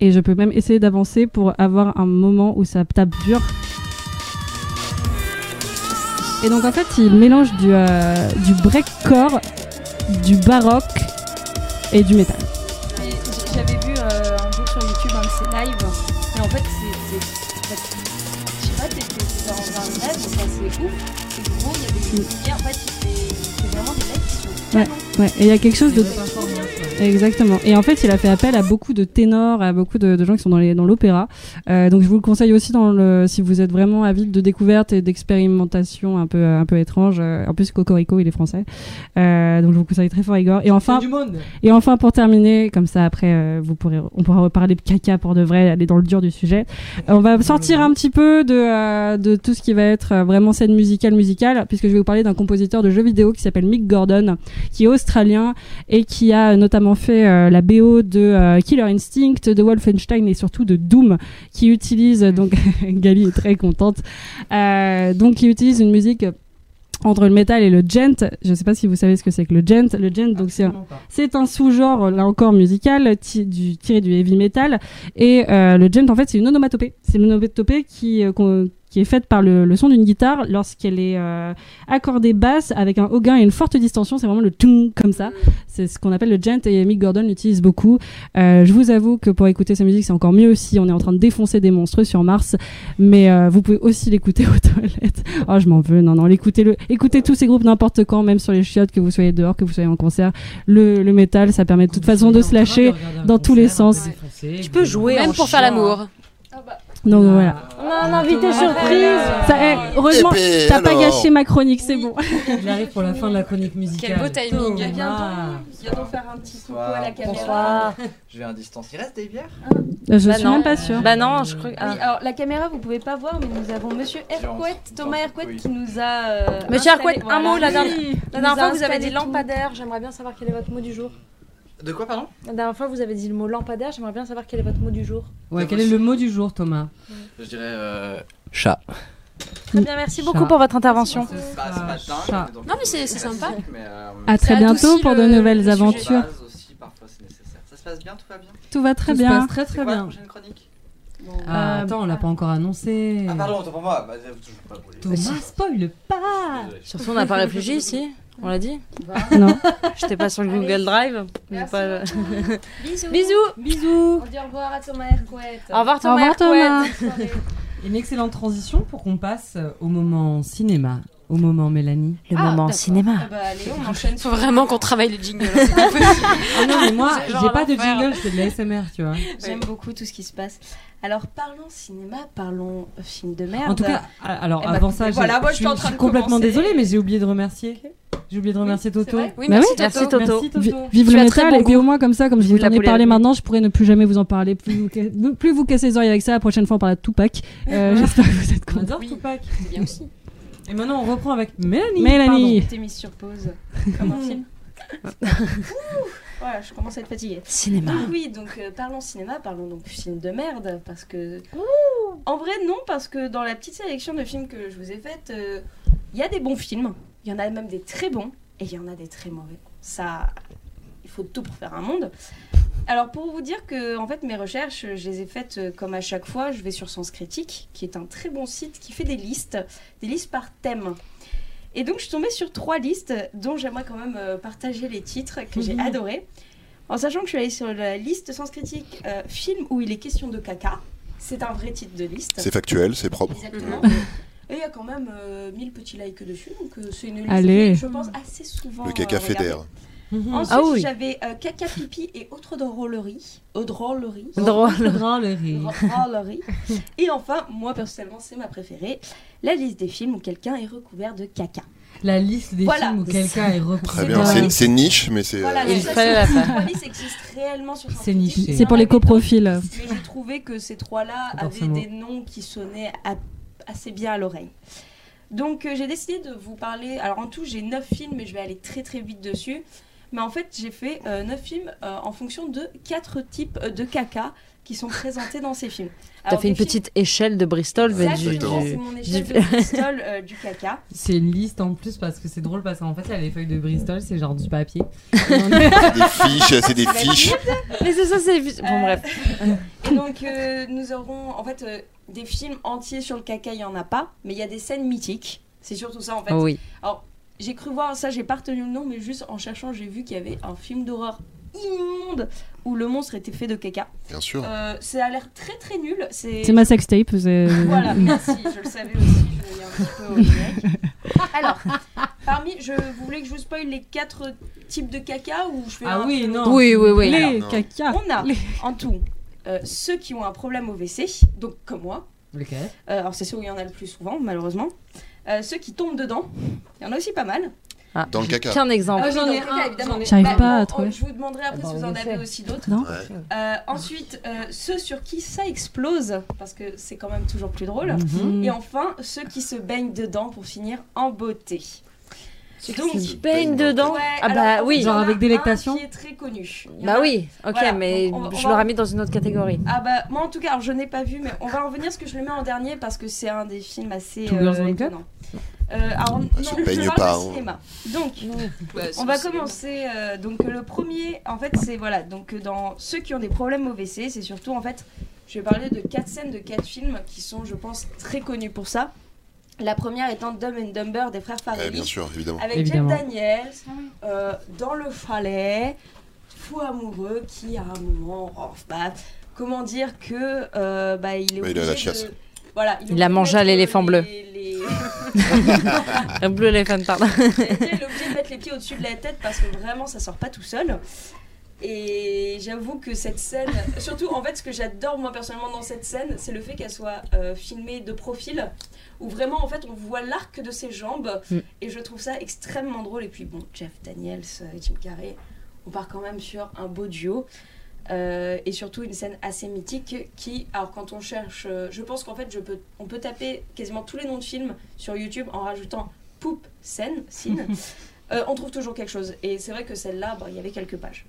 Speaker 2: et je peux même essayer d'avancer pour avoir un moment où ça tape dur. Et donc en fait, il mélange du, euh, du breakcore, du baroque et du métal.
Speaker 9: Et j- J'avais vu euh, un jour sur YouTube un de ses lives, et en fait, c'est. c'est- en fait, Je sais pas, t'es t'es dans un rêve, enfin, c'est ouf. Et gros, il y a des musiques, en fait, il fait- il fait vraiment des lives qui sont tellement
Speaker 2: Ouais, et il y a quelque chose
Speaker 5: Des
Speaker 2: de...
Speaker 5: performances, ouais.
Speaker 2: Exactement. Et en fait, il a fait appel à beaucoup de ténors, à beaucoup de, de gens qui sont dans les- dans l'opéra. Dans euh, donc je vous le conseille aussi dans le, si vous êtes vraiment avide de découvertes et d'expérimentations un peu, un peu étranges. Euh, En plus, Cocorico, il est français. Euh, donc je vous conseille très fort Igor. Et enfin,
Speaker 5: du monde.
Speaker 2: Et enfin, pour terminer, comme ça après, euh, vous pourrez, on pourra reparler de caca pour de vrai, aller dans le dur du sujet. Euh, on va sortir un petit peu de, euh, de tout ce qui va être euh, vraiment scène musicale, musicale, puisque je vais vous parler d'un compositeur de jeux vidéo qui s'appelle Mick Gordon, qui est australien et qui a notamment fait euh, la BO de euh, Killer Instinct, de Wolfenstein et surtout de Doom, qui utilise donc, Gali est très contente, euh, donc qui utilise une musique entre le métal et le gent. Je sais pas si vous savez ce que c'est que le gent. Le gent, donc c'est un-
Speaker 5: Absolument pas.
Speaker 2: c'est un sous-genre, là encore musical, ti- du, tiré du heavy metal. Et euh, le gent, en fait, c'est une onomatopée. C'est une onomatopée qui, euh, qu'on- qui est faite par le, le son d'une guitare lorsqu'elle est euh, accordée basse avec un haut gain et une forte distension. C'est vraiment le tchoum comme ça. C'est ce qu'on appelle le gent et Mick Gordon l'utilise beaucoup. Euh, je vous avoue que pour écouter sa musique, c'est encore mieux si on est en train de défoncer des monstres sur Mars. Mais euh, vous pouvez aussi l'écouter aux toilettes. Oh, je m'en veux. Non, non, l'écoutez-le. Écoutez tous ces groupes n'importe quand, même sur les chiottes, que vous soyez dehors, que vous soyez en concert le, le métal, ça permet de toute façon de se lâcher. dans tous les sens.
Speaker 4: Tu peux jouer en
Speaker 6: Même pour faire
Speaker 4: chiant.
Speaker 6: l'amour.
Speaker 2: Donc voilà.
Speaker 8: On a un
Speaker 4: Ah,
Speaker 8: invité
Speaker 4: bah
Speaker 8: surprise.
Speaker 2: Ça, eh, heureusement,
Speaker 3: Épée,
Speaker 2: t'as pas
Speaker 3: alors.
Speaker 2: gâché ma chronique, c'est bon.
Speaker 5: Il arrive pour la fin de la chronique
Speaker 6: Quel
Speaker 5: musicale.
Speaker 6: beau timing.
Speaker 5: Thomas.
Speaker 1: Bientôt. Viens donc faire un petit coucou à la caméra.
Speaker 4: Bonsoir.
Speaker 10: Je vais à un distance. Il reste des bières
Speaker 2: Je suis
Speaker 4: non.
Speaker 2: même pas sûre.
Speaker 4: Bah non, je crois.
Speaker 7: Oui,
Speaker 4: ah.
Speaker 7: alors la caméra vous pouvez pas voir mais nous avons Monsieur Hercouet, Thomas Hercouet
Speaker 10: Oui.
Speaker 7: qui nous a. euh,
Speaker 4: Monsieur Hercouet,
Speaker 7: installé-
Speaker 4: un mot, la dernière- La dernière
Speaker 7: Nous
Speaker 4: fois,
Speaker 7: a
Speaker 4: vous avez
Speaker 7: installé
Speaker 4: dit
Speaker 7: tout.
Speaker 4: lampadaire. J'aimerais bien savoir quel est votre mot du jour.
Speaker 10: De quoi, pardon
Speaker 4: La dernière fois, vous avez dit le mot lampadaire. J'aimerais bien savoir quel est votre mot du jour.
Speaker 5: Ouais, quel est le mot du jour, Thomas
Speaker 10: Je dirais. Euh... Chat.
Speaker 4: Très bien, merci
Speaker 5: Chat.
Speaker 4: beaucoup pour votre intervention.
Speaker 10: Bah, c'est pas
Speaker 5: Chat.
Speaker 10: dingue, donc-
Speaker 6: Non, mais c'est- c'est sympa.
Speaker 10: Mais, euh,
Speaker 2: À très
Speaker 6: Ça
Speaker 2: bientôt
Speaker 6: adoucit
Speaker 2: pour de
Speaker 6: le- le
Speaker 2: nouvelles
Speaker 6: sujet.
Speaker 2: aventures.
Speaker 10: base aussi, parfois, c'est nécessaire. Ça se passe bien, tout va bien
Speaker 2: Tout va très
Speaker 5: Tout se
Speaker 2: bien.
Speaker 5: passe très
Speaker 10: C'est
Speaker 5: très
Speaker 10: quoi la
Speaker 5: bien.
Speaker 10: prochaine chronique
Speaker 5: Ah,
Speaker 2: Euh,
Speaker 5: attends, on l'a pas encore annoncé.
Speaker 10: Ah, pardon, autant pour moi. Bah, je je vais pas brûler.
Speaker 5: Thomas, spoil pas
Speaker 10: Désolé.
Speaker 4: Surtout, on n'a pas réfléchi ici. On l'a dit.
Speaker 2: Non.
Speaker 4: J'étais pas sur le Google Drive. j'ai
Speaker 1: Merci.
Speaker 4: pas-
Speaker 7: Bisous.
Speaker 4: Bisous.
Speaker 7: On dit au revoir à Thomas Hercouet.
Speaker 4: Au revoir
Speaker 2: Au
Speaker 4: Thomas.
Speaker 2: revoir
Speaker 4: Hercouet.
Speaker 2: Thomas.
Speaker 7: Bonne soirée.
Speaker 5: Une excellente transition pour qu'on passe au moment cinéma. au moment, Mélanie
Speaker 4: Le moment cinéma.
Speaker 11: Ah bah allez, on enchaîne
Speaker 6: Faut
Speaker 11: sur
Speaker 6: vraiment qu'on travaille les jingles. hein, c'est pas possible.
Speaker 5: Ah non, mais moi,
Speaker 6: C'est genre
Speaker 5: j'ai pas de
Speaker 6: l'enfer.
Speaker 5: jingle, je fais de l'ASMR, tu vois.
Speaker 1: J'aime beaucoup tout ce qui se passe. Alors parlons cinéma, parlons film de merde.
Speaker 5: En tout cas, a- alors
Speaker 1: Eh bah,
Speaker 5: avant ça, j'ai-
Speaker 11: voilà, moi, je
Speaker 5: je suis
Speaker 11: suis en train de
Speaker 5: complètement
Speaker 11: commencer.
Speaker 5: désolée, mais j'ai oublié de remercier. J'ai oublié de remercier Toto.
Speaker 11: vrai.
Speaker 6: Oui,
Speaker 2: Bah
Speaker 6: merci,
Speaker 2: oui,
Speaker 6: Toto.
Speaker 4: merci, Toto.
Speaker 5: Merci Toto.
Speaker 2: Vi- Vive
Speaker 4: Tu
Speaker 2: le
Speaker 4: as très
Speaker 2: métal,
Speaker 4: bon
Speaker 2: et puis au moins comme ça, comme je vous
Speaker 4: Vive la
Speaker 2: en ai parlé
Speaker 4: polygamie.
Speaker 2: maintenant, je pourrais ne plus jamais vous en parler, plus vous, ca- vous- plus vous cassez les oreilles avec ça, la prochaine fois on parlera de Tupac. Euh,
Speaker 4: Ah.
Speaker 2: J'espère que vous êtes
Speaker 5: On
Speaker 2: contents.
Speaker 5: adore Tupac.
Speaker 6: C'est bien aussi.
Speaker 5: Et maintenant, on reprend avec Mélanie.
Speaker 2: Mélanie.
Speaker 1: je t'ai mise sur pause comme un film. Ouh, voilà, je commence à être fatiguée.
Speaker 4: Cinéma.
Speaker 1: Donc oui, donc euh, parlons cinéma, parlons donc film de merde, parce que... En vrai, non, parce que dans la petite sélection de films que je vous ai faite, euh, il y a des bons films, il y en a même des très bons, et il y en a des très mauvais. Ça, il faut de tout pour faire un monde. Alors pour vous dire que en fait mes recherches, je les ai faites euh, comme à chaque fois, je vais sur Sens Critique, qui est un très bon site qui fait des listes, des listes par thème. Et donc je suis tombée sur trois listes dont j'aimerais quand même euh, partager les titres que j'ai adorés. En sachant que je suis allée sur la liste Sens Critique euh, film où il est question de caca. C'est un vrai titre de liste.
Speaker 3: C'est factuel, c'est propre.
Speaker 1: Exactement. Et il y a quand même euh, 1000 petits likes dessus, donc euh, c'est une liste
Speaker 2: Allez.
Speaker 1: qui, je pense, assez souvent.
Speaker 3: Le caca
Speaker 1: euh, regardée.
Speaker 3: fédère.
Speaker 5: Mélanie.
Speaker 1: Ensuite,
Speaker 4: Ah oui.
Speaker 1: j'avais euh, caca pipi et autres drôleries. Euh, drôleries.
Speaker 4: Drôle.
Speaker 5: Drôlerie.
Speaker 1: Drôleries. Et enfin, moi personnellement, c'est ma préférée, la liste des films où quelqu'un est recouvert de caca.
Speaker 5: La liste des
Speaker 1: Voilà.
Speaker 5: films où quelqu'un est repris.
Speaker 3: Très bien, c'est- c'est niche, mais c'est.
Speaker 1: Voilà,
Speaker 3: euh,
Speaker 1: donc
Speaker 4: Il
Speaker 1: ça,
Speaker 4: fallait
Speaker 1: c'est-
Speaker 4: la
Speaker 1: ces
Speaker 4: faire.
Speaker 1: trois listes existent réellement sur
Speaker 5: C'est
Speaker 1: Scientifique.
Speaker 5: niché.
Speaker 2: C'est
Speaker 4: Ah,
Speaker 2: pour les coprofiles.
Speaker 1: Mais j'ai trouvé que ces trois-là
Speaker 5: Pas
Speaker 1: avaient
Speaker 5: forcément.
Speaker 1: des noms qui sonnaient à- assez bien à l'oreille. Donc euh, j'ai décidé de vous parler. Alors en tout, j'ai 9 films, mais je vais aller très très vite dessus. Mais en fait, j'ai fait 9 films euh, en fonction de quatre types euh, de caca qui sont présentés dans ces films.
Speaker 4: T'as
Speaker 1: Alors,
Speaker 4: fait
Speaker 1: des
Speaker 4: une
Speaker 1: films-
Speaker 4: petite échelle de Bristol, mais du-
Speaker 1: Exactement,
Speaker 4: du-
Speaker 1: c'est mon échelle
Speaker 4: du-
Speaker 1: de Bristol euh, du caca.
Speaker 5: C'est une liste en plus parce que c'est drôle parce qu'en fait, là, les feuilles de Bristol, c'est genre du papier.
Speaker 3: c'est des fiches, c'est des fiches.
Speaker 4: Mais c'est ça, c'est. Bon,
Speaker 1: Euh,
Speaker 4: bref.
Speaker 1: Et donc, euh, nous aurons en fait euh, des films entiers sur le caca, il n'y en a pas, mais il y a des scènes mythiques. C'est surtout ça en fait.
Speaker 4: Oui.
Speaker 1: J'ai cru voir ça, j'ai pas retenu le nom, mais juste en cherchant, j'ai vu qu'il y avait un film d'horreur immonde où le monstre était fait de caca.
Speaker 3: Bien
Speaker 5: Oh.
Speaker 3: sûr.
Speaker 1: Euh, ça a l'air très très nul. C'est
Speaker 2: C'est ma sextape. c'est-
Speaker 1: voilà, merci, je le savais aussi, je voyais un petit peu au mec. Alors, parmi, je vous voulez que je vous spoil les quatre types de caca ou je fais
Speaker 5: Ah
Speaker 1: un
Speaker 5: oui,
Speaker 1: peu-
Speaker 5: non.
Speaker 4: Oui, oui, oui.
Speaker 2: Les
Speaker 3: non.
Speaker 2: caca.
Speaker 1: On a
Speaker 2: Les-
Speaker 1: en tout euh, ceux qui ont un problème au WC, donc comme moi,
Speaker 5: Lequel
Speaker 1: Euh, alors c'est ceux où il y en a le plus souvent, malheureusement. Euh, ceux qui tombent dedans, il y en a aussi pas mal.
Speaker 4: Ah,
Speaker 3: Dans le caca.
Speaker 4: Qu'un exemple.
Speaker 1: Oui,
Speaker 5: j'en
Speaker 1: dans
Speaker 5: ai
Speaker 1: le caca,
Speaker 5: un,
Speaker 1: évidemment.
Speaker 5: j'en ai-
Speaker 2: J'arrive
Speaker 1: Bah,
Speaker 2: pas à
Speaker 1: on-
Speaker 2: trouver. Ah,
Speaker 1: Je vous demanderai après
Speaker 5: Bah,
Speaker 1: si vous
Speaker 5: on
Speaker 1: en
Speaker 5: le
Speaker 1: avez
Speaker 5: fait.
Speaker 1: aussi d'autres.
Speaker 2: Non.
Speaker 3: Ouais.
Speaker 1: Euh, ensuite, euh, ceux sur qui ça explose, parce que c'est quand même toujours plus drôle.
Speaker 5: Mhm.
Speaker 1: Et enfin, ceux qui se baignent dedans pour finir en beauté. Donc,
Speaker 3: se
Speaker 4: Baigne
Speaker 3: baignent dans le
Speaker 4: dedans.
Speaker 1: ouais,
Speaker 4: Ah
Speaker 1: alors,
Speaker 4: bah oui.
Speaker 1: il y
Speaker 5: Genre
Speaker 1: en a
Speaker 5: avec délectation
Speaker 1: un qui est très connu. Il y en
Speaker 4: Bah
Speaker 1: a-
Speaker 4: oui, ok,
Speaker 1: Voilà,
Speaker 4: mais
Speaker 1: donc on va- on
Speaker 4: je
Speaker 1: va-
Speaker 4: l'aurais mis dans une autre catégorie.
Speaker 1: Ah bah moi en tout cas, alors, je n'ai pas vu, mais on va en venir parce que je le mets en dernier parce que c'est un des films assez
Speaker 5: Two Girls, One
Speaker 1: étonnant. Euh, alors, non,
Speaker 3: se
Speaker 1: je
Speaker 3: baigne
Speaker 1: parle
Speaker 3: pas,
Speaker 1: de
Speaker 3: hein.
Speaker 1: cinéma. Donc,
Speaker 9: Bah,
Speaker 6: Ouais,
Speaker 1: on
Speaker 6: c'est-
Speaker 1: va
Speaker 6: c'est-
Speaker 1: commencer. euh, donc le premier, en fait, c'est voilà. Donc euh, dans ceux qui ont des problèmes au WC, c'est surtout en fait, je vais parler de quatre scènes de quatre films qui sont, je pense, très connus pour ça. La première étant Dumb and Dumber des frères
Speaker 3: Ouais, Eh, bien
Speaker 1: Farrelly
Speaker 3: sûr, évidemment.
Speaker 1: avec
Speaker 5: Évidemment.
Speaker 1: Jeff Daniels euh, dans le chalet, fou amoureux qui à un moment, oh, bah, comment dire que euh, bah, il est
Speaker 3: Bah,
Speaker 1: obligé
Speaker 3: il a la chiasse.
Speaker 1: de, voilà, est
Speaker 4: Il a
Speaker 1: obligé
Speaker 4: mangé à
Speaker 1: de mettre
Speaker 4: l'éléphant bleu.
Speaker 1: les- les-
Speaker 4: Un bleu elephant, pardon.
Speaker 1: il est obligé de mettre les pieds au-dessus de la tête parce que vraiment ça sort pas tout seul. Et j'avoue que cette scène, surtout en fait, ce que j'adore moi personnellement dans cette scène, c'est le fait qu'elle soit euh, filmée de profil, où vraiment en fait on voit l'arc de ses jambes,
Speaker 4: Mm.
Speaker 1: et je trouve ça extrêmement drôle. Et puis bon, Jeff Daniels, euh, Jim Carrey, on part quand même sur un beau duo. euh, et surtout une scène assez mythique qui, alors quand on cherche, euh, je pense qu'en fait je peux, on peut taper quasiment tous les noms de films sur YouTube en rajoutant poupe scène, scene. Euh, on trouve toujours quelque chose. Et c'est vrai que celle-là, bon, il y avait quelques pages.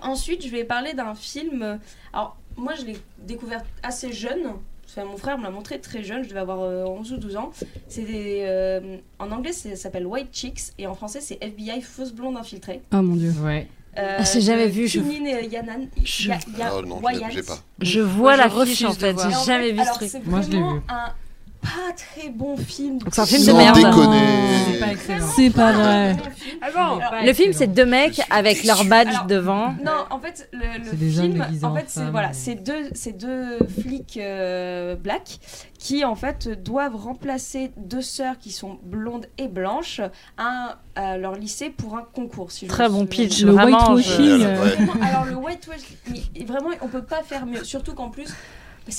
Speaker 1: Ensuite, je vais parler d'un film. euh, Alors, moi, je l'ai découvert assez jeune. Enfin, mon frère me l'a montré très jeune, je devais avoir euh, 11 ou 12 ans. C'est des, euh, en anglais, c'est- ça s'appelle White Chicks et en français, c'est FBI Fausse Blonde Infiltrée.
Speaker 2: Oh mon dieu.
Speaker 5: Ouais.
Speaker 1: Euh,
Speaker 4: Ah, j'ai jamais
Speaker 1: de
Speaker 4: vu, je-
Speaker 1: Kinin et Yanan.
Speaker 4: Je-
Speaker 1: Ya- Ya-
Speaker 3: Ah non, je
Speaker 1: Wyatt.
Speaker 3: l'ai- j'ai pas.
Speaker 4: Je vois
Speaker 6: Moi,
Speaker 4: la
Speaker 6: je refuse
Speaker 4: fiche en
Speaker 6: de
Speaker 4: fait,
Speaker 6: voir.
Speaker 4: j'ai
Speaker 1: Et en
Speaker 4: jamais
Speaker 1: fait,
Speaker 4: vu ce
Speaker 1: alors,
Speaker 4: truc.
Speaker 1: c'est
Speaker 5: Moi, je l'ai
Speaker 1: vraiment
Speaker 5: vu.
Speaker 1: un- pas très bon film.
Speaker 4: Donc c'est un film de
Speaker 3: Sans
Speaker 4: merde.
Speaker 3: déconner.
Speaker 2: C'est pas vrai.
Speaker 4: Le film, c'est deux mecs avec leur badge devant.
Speaker 1: Non, en fait, le, le
Speaker 5: C'est des hommes
Speaker 1: film,
Speaker 5: déguisés
Speaker 1: en
Speaker 5: en
Speaker 1: fait, c'est
Speaker 5: femmes.
Speaker 1: voilà, c'est deux, c'est deux flics euh, blacks qui en fait doivent remplacer deux sœurs qui sont blondes et blanches à, un- à leur lycée pour un concours. Si je
Speaker 4: Très
Speaker 1: me
Speaker 4: bon
Speaker 1: souviens
Speaker 4: pitch.
Speaker 1: bien.
Speaker 2: Le
Speaker 4: Vraiment,
Speaker 2: whitewashing.
Speaker 3: Génial,
Speaker 2: euh,
Speaker 3: ouais.
Speaker 1: Vraiment, alors le White Wash, mais vraiment, on peut pas faire mieux. Surtout qu'en plus,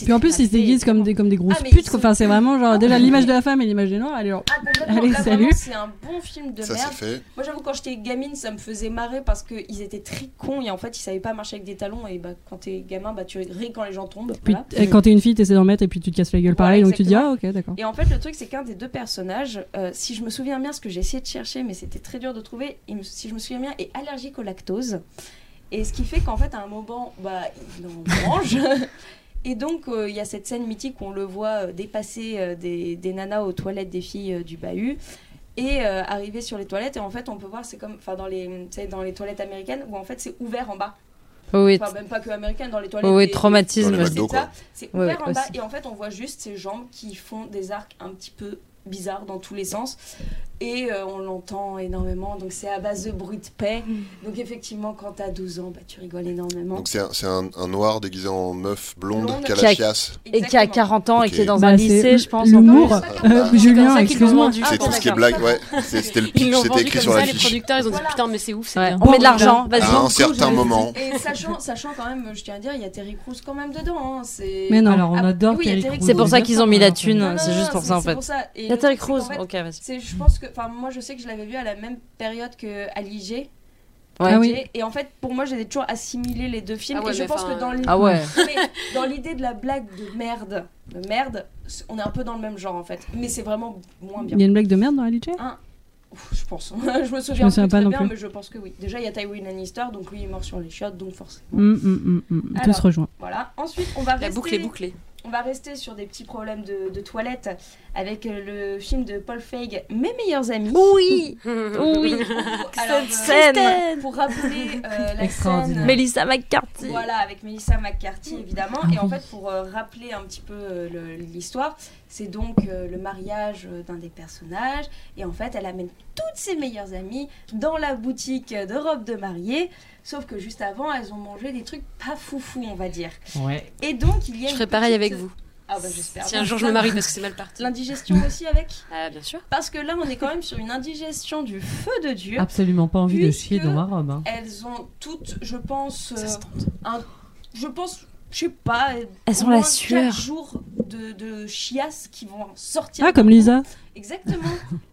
Speaker 2: Puis en plus, ils se déguisent comme des, comme des grosses
Speaker 1: Ah, mais ils
Speaker 2: putes.
Speaker 1: sont-
Speaker 2: quoi. Enfin, c'est vraiment genre, déjà, l'image de la femme et l'image des noirs, elle est genre.
Speaker 1: Ah, complètement.
Speaker 2: Allez,
Speaker 1: Là,
Speaker 2: salut.
Speaker 1: vraiment, C'est un bon film de
Speaker 3: Ça,
Speaker 1: merde.
Speaker 3: c'est fait.
Speaker 1: Moi, j'avoue, quand j'étais gamine, ça me faisait marrer parce qu'ils étaient très cons et en fait, ils savaient pas marcher avec des talons. Et bah, quand t'es gamin, bah, tu ris quand les gens tombent.
Speaker 2: Puis,
Speaker 1: voilà.
Speaker 2: euh, quand t'es une fille, t'essaies d'en mettre et puis tu te casses la gueule pareil,
Speaker 1: Voilà,
Speaker 2: donc tu dis ah ok d'accord.
Speaker 1: Et en fait, le truc, c'est qu'un des deux personnages, euh, si je me souviens bien, ce que j'ai essayé de chercher, mais c'était très dur de trouver, il me- si je me souviens bien, est allergique au lactose. Et ce qui fait qu'en fait, à un moment, bah, il en mange. Et donc, euh, il y a cette scène mythique où on le voit euh, dépasser euh, des, des nanas aux toilettes des filles euh, du bahut et euh, arriver sur les toilettes. Et en fait, on peut voir, c'est comme enfin, dans, les, tu sais, dans les toilettes américaines où en fait, c'est ouvert en bas.
Speaker 4: Oui,
Speaker 1: Enfin, même pas que américaines, dans les toilettes.
Speaker 4: oui,
Speaker 1: des-
Speaker 3: Dans
Speaker 4: traumatisme.
Speaker 3: les
Speaker 1: c'est
Speaker 3: McDo,
Speaker 1: ça,
Speaker 3: quoi.
Speaker 1: c'est
Speaker 4: Ouais,
Speaker 1: ouvert en
Speaker 4: ouais,
Speaker 1: bas
Speaker 4: aussi.
Speaker 1: et en fait on voit juste ses jambes qui font des arcs un petit peu bizarres dans tous les sens et euh, on l'entend énormément donc c'est à base de bruit de paix
Speaker 4: Mm.
Speaker 1: donc effectivement quand t'as 12 ans bah, tu rigoles énormément
Speaker 3: Donc c'est un, c'est un- un noir déguisé en meuf blonde,
Speaker 1: Blonde.
Speaker 3: qui a la chiasse.
Speaker 4: Et qui a
Speaker 1: Exactement.
Speaker 4: 40 ans et qui est dans
Speaker 2: Bah,
Speaker 4: un
Speaker 2: c'est
Speaker 4: lycée, je pense.
Speaker 2: L'humour,
Speaker 3: plus.
Speaker 2: euh,
Speaker 3: C'est
Speaker 2: Julien,
Speaker 4: ça qu'ils l'ont
Speaker 2: excuse-moi.
Speaker 4: vendu.
Speaker 3: c'est
Speaker 4: Ah,
Speaker 3: tout ce qui est
Speaker 4: d'accord.
Speaker 3: blague, ouais. C'est- C'était le
Speaker 6: Ils
Speaker 3: pitch,
Speaker 6: l'ont
Speaker 3: c'était
Speaker 6: vendu
Speaker 3: écrit
Speaker 6: comme
Speaker 3: sur
Speaker 6: ça,
Speaker 3: la
Speaker 6: les
Speaker 3: fiche.
Speaker 6: producteurs, ils ont dit
Speaker 1: Voilà.
Speaker 6: putain, mais c'est ouf, c'est
Speaker 4: Ouais.
Speaker 6: bien.
Speaker 4: Ah, On met de
Speaker 5: Bon,
Speaker 4: l'argent, vas-y.
Speaker 3: À un
Speaker 5: Parce que
Speaker 3: certain
Speaker 5: j'avais-
Speaker 3: moment,
Speaker 1: et sachant, sachant quand même je tiens à dire il y a Terry Crews quand même dedans hein, c'est
Speaker 2: Mais non.
Speaker 5: Alors, on
Speaker 1: Ah,
Speaker 5: adore
Speaker 1: oui, il y a
Speaker 5: Terry
Speaker 1: Terry
Speaker 5: Crews.
Speaker 4: C'est pour ça qu'ils ont mis la thune,
Speaker 1: Non, non,
Speaker 4: c'est
Speaker 1: non,
Speaker 4: juste pour ça en
Speaker 1: c'est
Speaker 4: fait.
Speaker 1: pour ça. Et
Speaker 4: Il y a
Speaker 1: le
Speaker 4: Terry
Speaker 1: truc, c'est qu'en
Speaker 4: Crews,
Speaker 1: fait,
Speaker 4: ok, vas-y.
Speaker 1: c'est- je pense que enfin moi je sais que je l'avais vu à la même période que Ali G
Speaker 2: Ah oui.
Speaker 1: Et en fait, pour moi, j'ai toujours assimilé les deux films.
Speaker 6: Ah ouais,
Speaker 1: et je
Speaker 6: mais
Speaker 1: pense
Speaker 6: enfin,
Speaker 1: que dans
Speaker 6: euh,
Speaker 1: l'idée,
Speaker 4: Ah ouais.
Speaker 1: mais dans l'idée de la blague de merde, de merde, c- on est un peu dans le même genre en fait. Mais c'est vraiment moins bien.
Speaker 2: Il y a une blague de merde dans Ali J
Speaker 1: Ouf, je pense. je me
Speaker 2: Je
Speaker 1: souviens
Speaker 2: me souviens
Speaker 1: plus
Speaker 2: pas
Speaker 1: très
Speaker 2: non
Speaker 1: bien,
Speaker 2: plus.
Speaker 1: mais je pense que oui. Déjà, il y a Tywin Lannister, donc lui, il est mort sur les chiottes, donc forcément.
Speaker 2: Hum, hum, hum, hum. Tout
Speaker 1: Alors.
Speaker 2: se rejoint.
Speaker 1: Voilà. Ensuite, on va
Speaker 6: La
Speaker 1: rester.
Speaker 6: boucle est bouclée.
Speaker 1: On va rester sur des petits problèmes de, de toilette avec euh, le film de Paul Feig, Mes meilleurs amis.
Speaker 4: Oui,
Speaker 6: Oui.
Speaker 4: oui.
Speaker 1: Alors,
Speaker 4: Cette
Speaker 1: euh,
Speaker 4: scène.
Speaker 1: Pour rappeler euh, la
Speaker 5: Extraordinaire.
Speaker 1: scène.
Speaker 4: Melissa McCarthy.
Speaker 1: Voilà, avec Melissa McCarthy évidemment.
Speaker 6: Ah
Speaker 1: Et en
Speaker 5: Oui.
Speaker 1: fait, pour euh, rappeler un petit peu euh, le- l'histoire, c'est donc euh, le mariage euh, d'un des personnages. Et en fait, elle amène toutes ses meilleures amies dans la boutique euh, de robes de mariée. Sauf que juste avant, elles ont mangé des trucs pas foufou, on va dire.
Speaker 5: Ouais.
Speaker 1: Et donc, il y a.
Speaker 6: Je
Speaker 1: une
Speaker 6: ferai pareil
Speaker 1: petite-
Speaker 6: avec vous.
Speaker 1: Ah bah j'espère.
Speaker 6: Si
Speaker 1: bien.
Speaker 6: un jour je me marie parce que c'est mal parti.
Speaker 1: L'indigestion aussi avec
Speaker 6: Ah, bien sûr.
Speaker 1: Parce que là, on est quand même sur une indigestion du feu de Dieu.
Speaker 6: Ah.
Speaker 5: Absolument pas envie de
Speaker 1: Puisque-
Speaker 5: chier dans ma robe. hein.
Speaker 1: Elles ont toutes, je pense. euh,
Speaker 6: Ça se tente.
Speaker 1: je pense, je sais pas.
Speaker 4: Elles
Speaker 1: au
Speaker 4: ont la
Speaker 1: moins quatre
Speaker 4: sueur.
Speaker 1: jours de, de chiasse qui vont sortir.
Speaker 2: Ah comme Lisa.
Speaker 1: Exactement.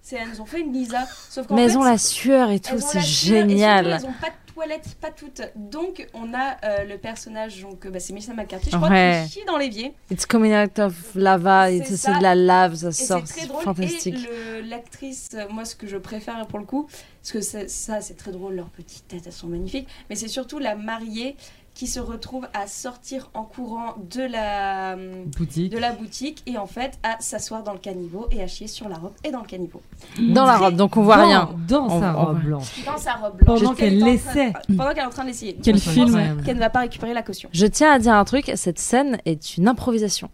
Speaker 1: C'est elles nous ont fait une Lisa. Sauf qu'en
Speaker 4: Mais
Speaker 1: fait,
Speaker 4: elles ont la sueur et
Speaker 1: elles ont
Speaker 4: tout, c'est
Speaker 1: la sueur et surtout,
Speaker 4: génial.
Speaker 1: Elles ont pas de toilette, pas toutes. Donc on a euh, le personnage, donc euh, bah, c'est Melissa McCarthy. Je crois
Speaker 4: Ouais.
Speaker 1: qu'il chie dans l'évier.
Speaker 4: It's coming out of lava, et ça,
Speaker 1: C'est ça.
Speaker 4: c'est de la lave, ça
Speaker 1: Et
Speaker 4: sort,
Speaker 1: c'est très
Speaker 4: c'est
Speaker 1: drôle.
Speaker 4: fantastique.
Speaker 1: Et le- l'actrice, euh, moi, ce que je préfère pour le coup, parce que ça, ça, c'est très drôle, leurs petites têtes, elles sont magnifiques, mais c'est surtout la mariée qui se retrouve à sortir en courant de la, hum, de
Speaker 5: Boutique.
Speaker 1: la boutique et en fait à s'asseoir dans le caniveau et à chier sur la robe et dans le caniveau.
Speaker 4: Dans la
Speaker 1: Très-
Speaker 4: robe, donc on voit
Speaker 5: Dans-
Speaker 4: rien.
Speaker 5: Dans
Speaker 4: On-
Speaker 5: sa
Speaker 4: on-
Speaker 5: robe blanche.
Speaker 1: Dans sa robe blanche.
Speaker 5: Pendant qu'elle
Speaker 1: est en train-
Speaker 5: l'essaie.
Speaker 1: Pendant qu'elle est en train d'essayer.
Speaker 2: Quel
Speaker 5: Ça,
Speaker 2: film.
Speaker 5: c'est incroyable.
Speaker 1: Qu'elle ne va pas récupérer la caution.
Speaker 4: Je tiens à dire un truc, cette scène est une improvisation.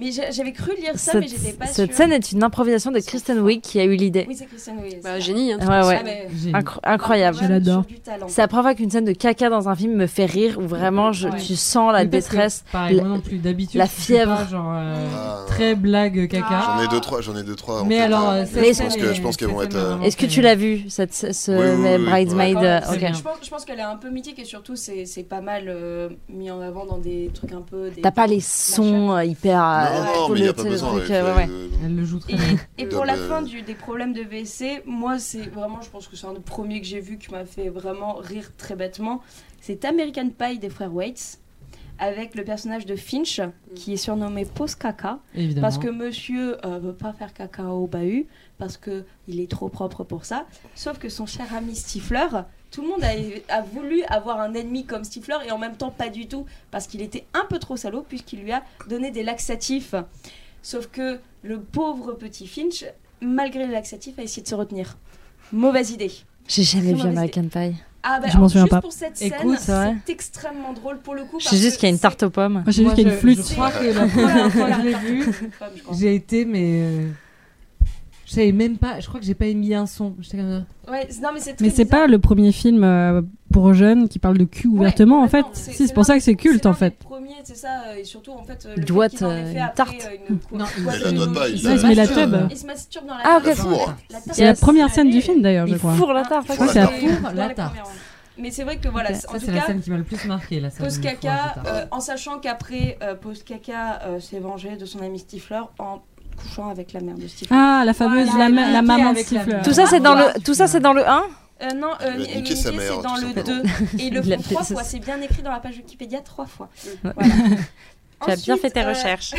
Speaker 1: Mais j'ai- j'avais cru lire ça, mais
Speaker 4: Cette,
Speaker 1: j'étais pas
Speaker 4: cette
Speaker 1: sûre.
Speaker 4: scène est une improvisation de Kristen Wiig qui a eu l'idée.
Speaker 1: Oui, c'est Christiane Wiig,
Speaker 6: Bah,
Speaker 1: c'est
Speaker 6: génie. Hein, de
Speaker 4: Ouais,
Speaker 6: toute façon.
Speaker 1: ça.
Speaker 4: ouais.
Speaker 1: Ah, mais-
Speaker 5: Génie.
Speaker 4: Incro- incroyable.
Speaker 2: Je l'adore.
Speaker 1: Du talent.
Speaker 4: C'est la première fois qu'une scène de caca dans un film me fait rire, où vraiment je,
Speaker 1: Ouais.
Speaker 4: tu sens la
Speaker 5: Oui, parce que,
Speaker 4: détresse.
Speaker 5: Pareil,
Speaker 4: la-
Speaker 5: moi non plus. D'habitude,
Speaker 4: la
Speaker 5: je suis pas
Speaker 4: fièvre.
Speaker 5: genre euh,
Speaker 3: Ah.
Speaker 5: très blague caca.
Speaker 3: j'en ai deux, trois. J'en ai deux, trois. en
Speaker 5: Mais
Speaker 3: tête, hein.
Speaker 5: alors,
Speaker 3: là.
Speaker 5: euh,
Speaker 4: Mais
Speaker 5: cette
Speaker 3: je pense
Speaker 5: scène
Speaker 3: que-
Speaker 5: est-
Speaker 3: je pense qu'elles
Speaker 5: cette
Speaker 3: vont
Speaker 5: scène
Speaker 3: être,
Speaker 5: est
Speaker 3: euh,
Speaker 5: vraiment
Speaker 4: Est-ce que tu
Speaker 5: très-
Speaker 4: l'as vu, cette, ce, ce-
Speaker 3: Oui, oui, oui, oui,
Speaker 4: Bridesmaid
Speaker 1: Quand même,
Speaker 4: euh,
Speaker 1: c'est-
Speaker 4: ok.
Speaker 1: Je pense, je pense qu'elle est un peu mythique et surtout c'est c'est pas mal euh, mis en avant dans des trucs un peu. des-
Speaker 4: T'as pas les sons euh, hyper. euh,
Speaker 3: Non, non,
Speaker 4: tout
Speaker 3: mais il n'y
Speaker 4: le-
Speaker 3: a pas
Speaker 4: tout le
Speaker 3: besoin.
Speaker 4: truc,
Speaker 3: ouais,
Speaker 4: euh, ouais,
Speaker 3: fallait
Speaker 4: ouais.
Speaker 3: le-
Speaker 5: Elle le joue très
Speaker 1: Et,
Speaker 5: bien.
Speaker 1: et pour la
Speaker 3: Double.
Speaker 1: fin du- des problèmes de WC, moi c'est vraiment, je pense que c'est un des premiers que j'ai vu qui m'a fait vraiment rire très bêtement. C'est American Pie des frères Waits avec le personnage de Finch qui est surnommé Pose Caca
Speaker 5: Évidemment.
Speaker 1: parce que monsieur euh, veut pas faire caca au bahut parce que il est trop propre pour ça. Sauf que son cher ami Stifler, tout le monde a, a voulu avoir un ennemi comme Stifler et en même temps pas du tout parce qu'il était un peu trop salaud puisqu'il lui a donné des laxatifs. Sauf que le pauvre petit Finch, malgré les laxatifs, a essayé de se retenir. Mauvaise idée.
Speaker 4: J'ai jamais
Speaker 1: Très
Speaker 4: vu
Speaker 1: mauvaise
Speaker 4: American Pie.
Speaker 1: Ah bah,
Speaker 2: Je
Speaker 1: alors,
Speaker 2: m'en souviens
Speaker 1: juste
Speaker 2: pas.
Speaker 1: pour cette scène,
Speaker 4: Écoute,
Speaker 1: c'est
Speaker 4: ouais.
Speaker 1: extrêmement drôle pour le coup.
Speaker 4: Je
Speaker 1: parce
Speaker 4: sais juste
Speaker 1: que
Speaker 4: qu'il y a une
Speaker 1: c'est-
Speaker 4: tarte aux pommes.
Speaker 2: Moi, j'ai vu
Speaker 5: Moi,
Speaker 2: qu'il y a
Speaker 5: je-
Speaker 2: une flûte.
Speaker 5: Je crois que la première fois que je l'ai vue, j'ai été, mais. euh, Je savais même pas, je crois que j'ai pas émis un son. J'étais comme euh, ça.
Speaker 1: Ouais, c'est- non, mais c'est
Speaker 2: Mais
Speaker 1: très
Speaker 2: c'est
Speaker 1: bizarre.
Speaker 2: pas le premier film euh, pour jeunes qui parle de cul ouvertement, en fait.
Speaker 1: complètement.
Speaker 2: Si, c'est pour ça que c'est culte,
Speaker 1: l'un
Speaker 2: en fait.
Speaker 1: des premiers, c'est ça, euh, et surtout en fait. euh, le
Speaker 4: Doit,
Speaker 1: fait qu'il en ait
Speaker 4: euh,
Speaker 1: fait
Speaker 4: une
Speaker 1: après,
Speaker 4: tarte.
Speaker 1: euh, une cou-
Speaker 5: Non,
Speaker 1: quoi-
Speaker 3: Il la doit pas, il
Speaker 2: Ouais,
Speaker 3: la
Speaker 2: mais la
Speaker 3: masturbe.
Speaker 2: teub.
Speaker 1: Il se masturbe dans la
Speaker 4: Ah,
Speaker 1: tarte.
Speaker 3: La
Speaker 4: ok.
Speaker 3: fourre.
Speaker 1: La tarte.
Speaker 2: C'est la
Speaker 4: Yes.
Speaker 2: première scène du film, d'ailleurs, Ah, je
Speaker 4: Il
Speaker 2: crois.
Speaker 4: fourre la tarte.
Speaker 3: Faut
Speaker 2: crois
Speaker 3: la
Speaker 2: que c'est la
Speaker 3: tarte.
Speaker 2: fourre,
Speaker 1: Dans
Speaker 5: la
Speaker 1: les
Speaker 5: tarte.
Speaker 1: premières rangs. Mais c'est vrai que voilà,
Speaker 5: Ça,
Speaker 1: en tout
Speaker 5: c'est la
Speaker 1: cas,
Speaker 5: scène qui m'a le plus marqué, la scène.
Speaker 1: Post
Speaker 5: du
Speaker 1: caca,
Speaker 5: four à
Speaker 1: euh,
Speaker 5: tarte.
Speaker 1: en sachant qu'après, euh, Post caca euh, s'est vengé de son ami Stifler en couchant avec la mère de Stifler.
Speaker 2: Ah, la fameuse,
Speaker 5: Voilà,
Speaker 2: la, ma-
Speaker 5: il
Speaker 2: la
Speaker 5: était
Speaker 2: maman
Speaker 5: avec la-
Speaker 1: Ah,
Speaker 2: siffleur.
Speaker 4: Tout ça, c'est dans le,
Speaker 5: Ouais.
Speaker 4: tout ça, c'est dans le 1
Speaker 1: Euh, non,
Speaker 3: Il
Speaker 1: euh,
Speaker 3: va
Speaker 1: Ni-
Speaker 3: niquer sa
Speaker 1: Niquer,
Speaker 3: mère,
Speaker 1: c'est dans
Speaker 3: tout
Speaker 1: le 2.
Speaker 3: simplement.
Speaker 1: Et ils le
Speaker 4: Ah. Il a
Speaker 1: font
Speaker 4: fait
Speaker 1: trois
Speaker 4: ça.
Speaker 1: fois, c'est bien écrit dans la page Wikipédia trois fois.
Speaker 4: Ouais.
Speaker 1: Voilà.
Speaker 4: Tu as bien
Speaker 1: Ensuite,
Speaker 4: fait tes
Speaker 1: euh,
Speaker 4: recherches.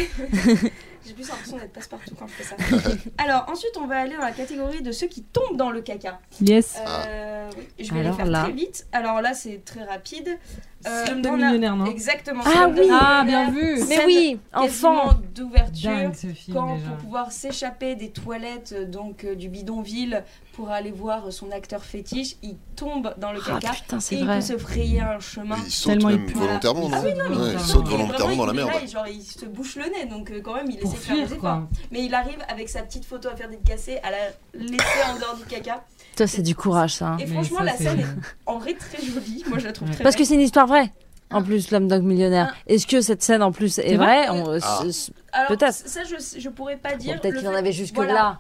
Speaker 1: J'ai plus l'impression d'être passe-partout quand je fais ça. Alors, ensuite, on va aller dans la catégorie de ceux qui tombent dans le caca.
Speaker 2: Yes.
Speaker 3: Ah.
Speaker 1: Euh, oui, je vais
Speaker 4: Alors
Speaker 1: les faire
Speaker 4: là.
Speaker 1: très vite. Alors là, c'est très rapide. Euh,
Speaker 5: Slumdog
Speaker 1: on a-
Speaker 5: millionnaire, non
Speaker 1: Exactement.
Speaker 4: Ah
Speaker 1: Slumdog
Speaker 4: oui.
Speaker 2: Ah, bien
Speaker 1: Millionaire,
Speaker 2: vu.
Speaker 4: Mais oui,
Speaker 1: quasiment
Speaker 4: enfant.
Speaker 1: d'ouverture.
Speaker 5: Dingue ce film
Speaker 1: Quand
Speaker 5: déjà.
Speaker 1: pour pouvoir s'échapper des toilettes euh, donc euh, du bidonville pour aller voir euh, son acteur fétiche, il tombe dans le
Speaker 4: Ah
Speaker 1: caca
Speaker 4: putain,
Speaker 1: et
Speaker 4: c'est
Speaker 1: il
Speaker 4: vrai.
Speaker 1: peut se frayer un chemin.
Speaker 3: Et il saute
Speaker 2: Tellement il
Speaker 3: même
Speaker 2: pue.
Speaker 3: volontairement,
Speaker 5: Ah
Speaker 3: non
Speaker 5: oui, non, mais
Speaker 3: Ouais, il
Speaker 5: totalement.
Speaker 3: saute
Speaker 1: Et vraiment,
Speaker 3: volontairement dans la
Speaker 1: il est
Speaker 3: merde.
Speaker 1: là, et genre, il se bouche le nez, donc euh, quand même, il
Speaker 5: Pour
Speaker 1: essaie de faire des
Speaker 5: fuir,
Speaker 1: efforts.
Speaker 5: quoi.
Speaker 1: Mais il arrive avec sa petite photo à faire dédicacer, à la laisser en dehors du caca.
Speaker 4: Toi, c'est du courage, ça. hein.
Speaker 1: Et
Speaker 5: Ah, Mais
Speaker 1: franchement,
Speaker 5: ça,
Speaker 1: la
Speaker 5: c'est-
Speaker 1: scène est en vrai très jolie. Moi, je la trouve
Speaker 5: Ouais.
Speaker 1: très
Speaker 4: Parce que
Speaker 1: belle.
Speaker 4: c'est une histoire vraie. En plus, l'homme dog millionnaire. Est-ce que cette scène en plus est
Speaker 2: C'est
Speaker 4: vraie
Speaker 1: Hein vrai
Speaker 4: On-
Speaker 3: Ah.
Speaker 4: s- s-
Speaker 1: Alors,
Speaker 4: peut-être.
Speaker 1: Ça, je, je pourrais pas dire.
Speaker 4: bon, Peut-être
Speaker 1: Le
Speaker 4: qu'il en
Speaker 1: fait-
Speaker 4: avait jusque
Speaker 1: voilà.
Speaker 4: là.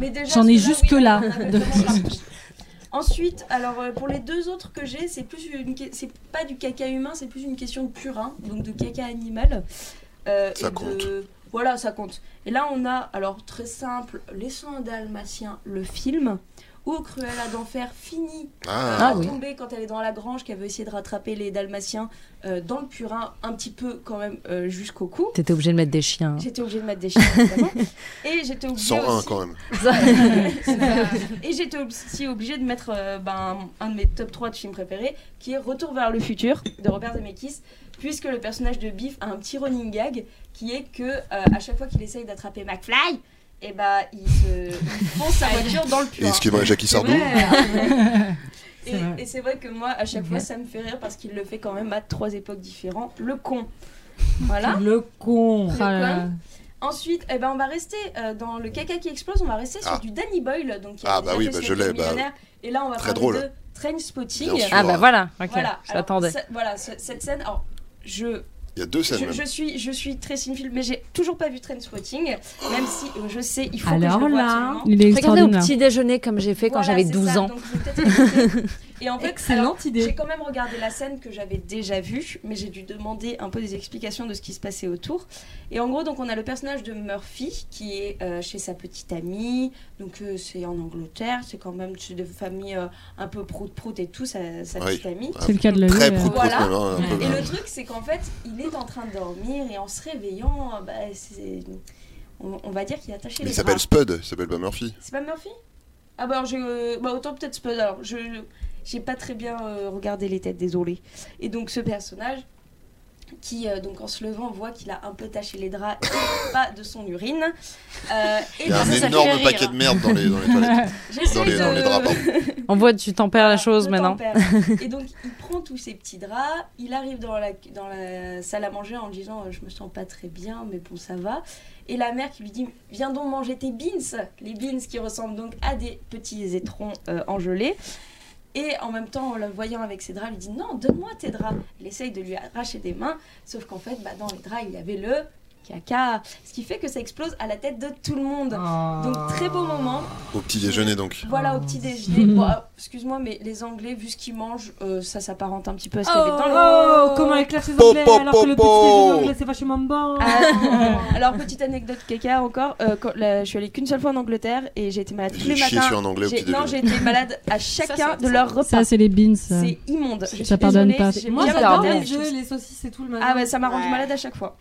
Speaker 1: Mais déjà,
Speaker 2: J'en ai
Speaker 1: celui-là, oui,
Speaker 2: jusque-là.
Speaker 1: on en avait vraiment partout. Ensuite, alors euh, pour les deux autres que j'ai, c'est plus une que- c'est pas du caca humain, c'est plus une question de purin, donc de caca animal. Euh,
Speaker 3: Ça
Speaker 1: et de-
Speaker 3: compte.
Speaker 1: Voilà, ça compte. Et là, on a alors très simple, Les 100 Dalmatiens, le film, où Cruella d'enfer finit
Speaker 3: Ah,
Speaker 4: Ah
Speaker 1: par
Speaker 4: oui.
Speaker 1: tomber quand elle est dans la grange, qu'elle veut essayer de rattraper les Dalmatiens euh, dans le purin, un petit peu quand même euh, jusqu'au cou.
Speaker 4: T'étais obligé de mettre des chiens. hein.
Speaker 1: J'étais obligée de mettre des chiens, évidemment. Et j'étais obligée
Speaker 3: 101
Speaker 1: aussi-
Speaker 3: quand même.
Speaker 9: Ah,
Speaker 1: et j'étais aussi obligée de mettre euh, ben, un de mes top 3 de films préférés, qui est Retour vers le futur de Robert Zemeckis, puisque le personnage de Biff a un petit running gag qui est que euh, à chaque fois qu'il essaye d'attraper McFly, et bah il se il fonce sa voiture dans le puits. ah
Speaker 3: Et ce qui est vrai, Jackie Sardou.
Speaker 1: Et, et c'est vrai que moi, à chaque fois, ça me fait rire parce qu'il le fait quand même à trois époques différentes. Le con. Voilà.
Speaker 5: Le con.
Speaker 1: Le
Speaker 2: Ah là là.
Speaker 1: con. Ensuite, eh ben, on va rester euh, dans le caca qui explose, on va rester sur
Speaker 3: Ah.
Speaker 1: du Danny Boyle. Donc, il y a
Speaker 3: Ah,
Speaker 1: des
Speaker 3: bah oui,
Speaker 1: appels
Speaker 3: bah,
Speaker 1: sur
Speaker 3: je
Speaker 1: les
Speaker 3: l'ai, bah,
Speaker 1: millionnaires. Et là, on va
Speaker 3: très
Speaker 1: parler
Speaker 3: drôle.
Speaker 1: de Train Spotting.
Speaker 3: Bien sûr.
Speaker 4: Ah bah voilà, ok.
Speaker 1: Voilà,
Speaker 4: Je
Speaker 1: alors,
Speaker 4: l'attendais.
Speaker 1: ça- voilà, ce- cette scène, alors, je,
Speaker 3: Il y a deux scènes
Speaker 1: je,
Speaker 3: même.
Speaker 1: je suis, je suis très cinéphile, mais j'ai toujours pas vu Train Spotting, même si euh, je sais, il faut
Speaker 5: Alors
Speaker 1: que je le voie
Speaker 5: là.
Speaker 1: absolument.
Speaker 2: Il est
Speaker 4: Regardez au
Speaker 2: extraordinaire.
Speaker 4: petit déjeuner comme j'ai fait quand
Speaker 1: Voilà,
Speaker 4: j'avais
Speaker 1: c'est
Speaker 4: 12
Speaker 1: ça,
Speaker 4: ans.
Speaker 1: donc je vais peut-être écouter. Et en fait, alors,
Speaker 5: Excellente
Speaker 1: j'ai
Speaker 5: idée.
Speaker 1: quand même regardé la scène que j'avais déjà vue, mais j'ai dû demander un peu des explications de ce qui se passait autour. Et en gros, donc on a le personnage de Murphy qui est euh, chez sa petite amie. Donc euh, c'est en Angleterre, c'est quand même c'est de famille euh, un peu prout-prout et tout, sa, sa
Speaker 3: Oui.
Speaker 1: petite amie.
Speaker 2: C'est le cas de le
Speaker 3: Très
Speaker 2: dire.
Speaker 3: prout prout
Speaker 1: Voilà.
Speaker 3: même. hein, un peu,
Speaker 1: Et
Speaker 3: hein.
Speaker 1: le truc, c'est qu'en fait, il est en train de dormir et en se réveillant, bah, c'est- on, on va dire qu'il a taché
Speaker 3: Mais
Speaker 1: les
Speaker 3: il
Speaker 1: bras.
Speaker 3: s'appelle Spud, il s'appelle pas Murphy.
Speaker 1: C'est pas Murphy Ah bah alors j'ai euh, bah autant peut-être Spud alors je je- j'ai pas très bien euh, regardé les têtes désolé. Et donc ce personnage qui euh, donc en se levant voit qu'il a un peu taché les draps et pas de son urine. Euh, et
Speaker 3: Il y a
Speaker 1: donc,
Speaker 3: un
Speaker 1: ça fait
Speaker 3: énorme
Speaker 1: rire.
Speaker 3: paquet de merde dans les, dans les toilettes.
Speaker 1: J'essaie
Speaker 3: Dans les, dans
Speaker 1: de-
Speaker 3: les draps, pardon.
Speaker 4: On voit, tu tempères la chose
Speaker 1: de
Speaker 4: maintenant.
Speaker 1: tempère. Et donc, il prend tous ses petits draps, il arrive dans la, dans la salle à manger en disant euh, Je me sens pas très bien, mais bon, ça va. Et la mère qui lui dit Viens donc manger tes beans Les beans qui ressemblent donc à des petits étrons euh, en gelée. Et en même temps, en la voyant avec ses draps, lui dit Non, donne-moi tes draps. Elle essaye de lui arracher des mains, sauf qu'en fait, bah, dans les draps, il y avait le caca. Ce qui fait que ça explose à la tête de tout le
Speaker 5: Oh
Speaker 1: monde.
Speaker 5: Ah.
Speaker 1: Donc, très beau moment.
Speaker 3: Au petit déjeuner donc.
Speaker 1: Voilà au petit
Speaker 2: Oh.
Speaker 1: déjeuner. Bon, ah, excuse-moi, mais les Anglais, vu ce qu'ils mangent, euh, ça s'apparente un petit peu à ce qu'il y avait dans le.
Speaker 5: Oh, comment elle classe les
Speaker 3: Po,
Speaker 5: anglais
Speaker 3: po,
Speaker 5: alors que le
Speaker 3: po,
Speaker 5: petit
Speaker 3: po.
Speaker 5: déjeuner anglais c'est vachement bon.
Speaker 1: Ah, alors petite anecdote caca encore. euh, quand- là, je suis allée qu'une seule fois en Angleterre et j'ai été malade tous
Speaker 3: J'ai
Speaker 1: les
Speaker 3: chié
Speaker 1: matins.
Speaker 3: sur un anglais au
Speaker 1: J'ai-
Speaker 3: petit
Speaker 1: non, j'ai
Speaker 3: déjeuner.
Speaker 1: été malade à chacun de leurs repas.
Speaker 2: Ça, c'est les beans.
Speaker 1: C'est immonde.
Speaker 2: ça
Speaker 1: Je suis
Speaker 2: pardonne
Speaker 1: désolée,
Speaker 2: pas.
Speaker 1: j'ai
Speaker 5: Moi
Speaker 1: bien
Speaker 5: j'adore
Speaker 1: adoré,
Speaker 5: les bah,
Speaker 1: je trouve
Speaker 5: œufs, les saucisses et tout le
Speaker 1: ça-
Speaker 5: matin.
Speaker 1: Ah ouais, ça m'a rendu malade à chaque fois.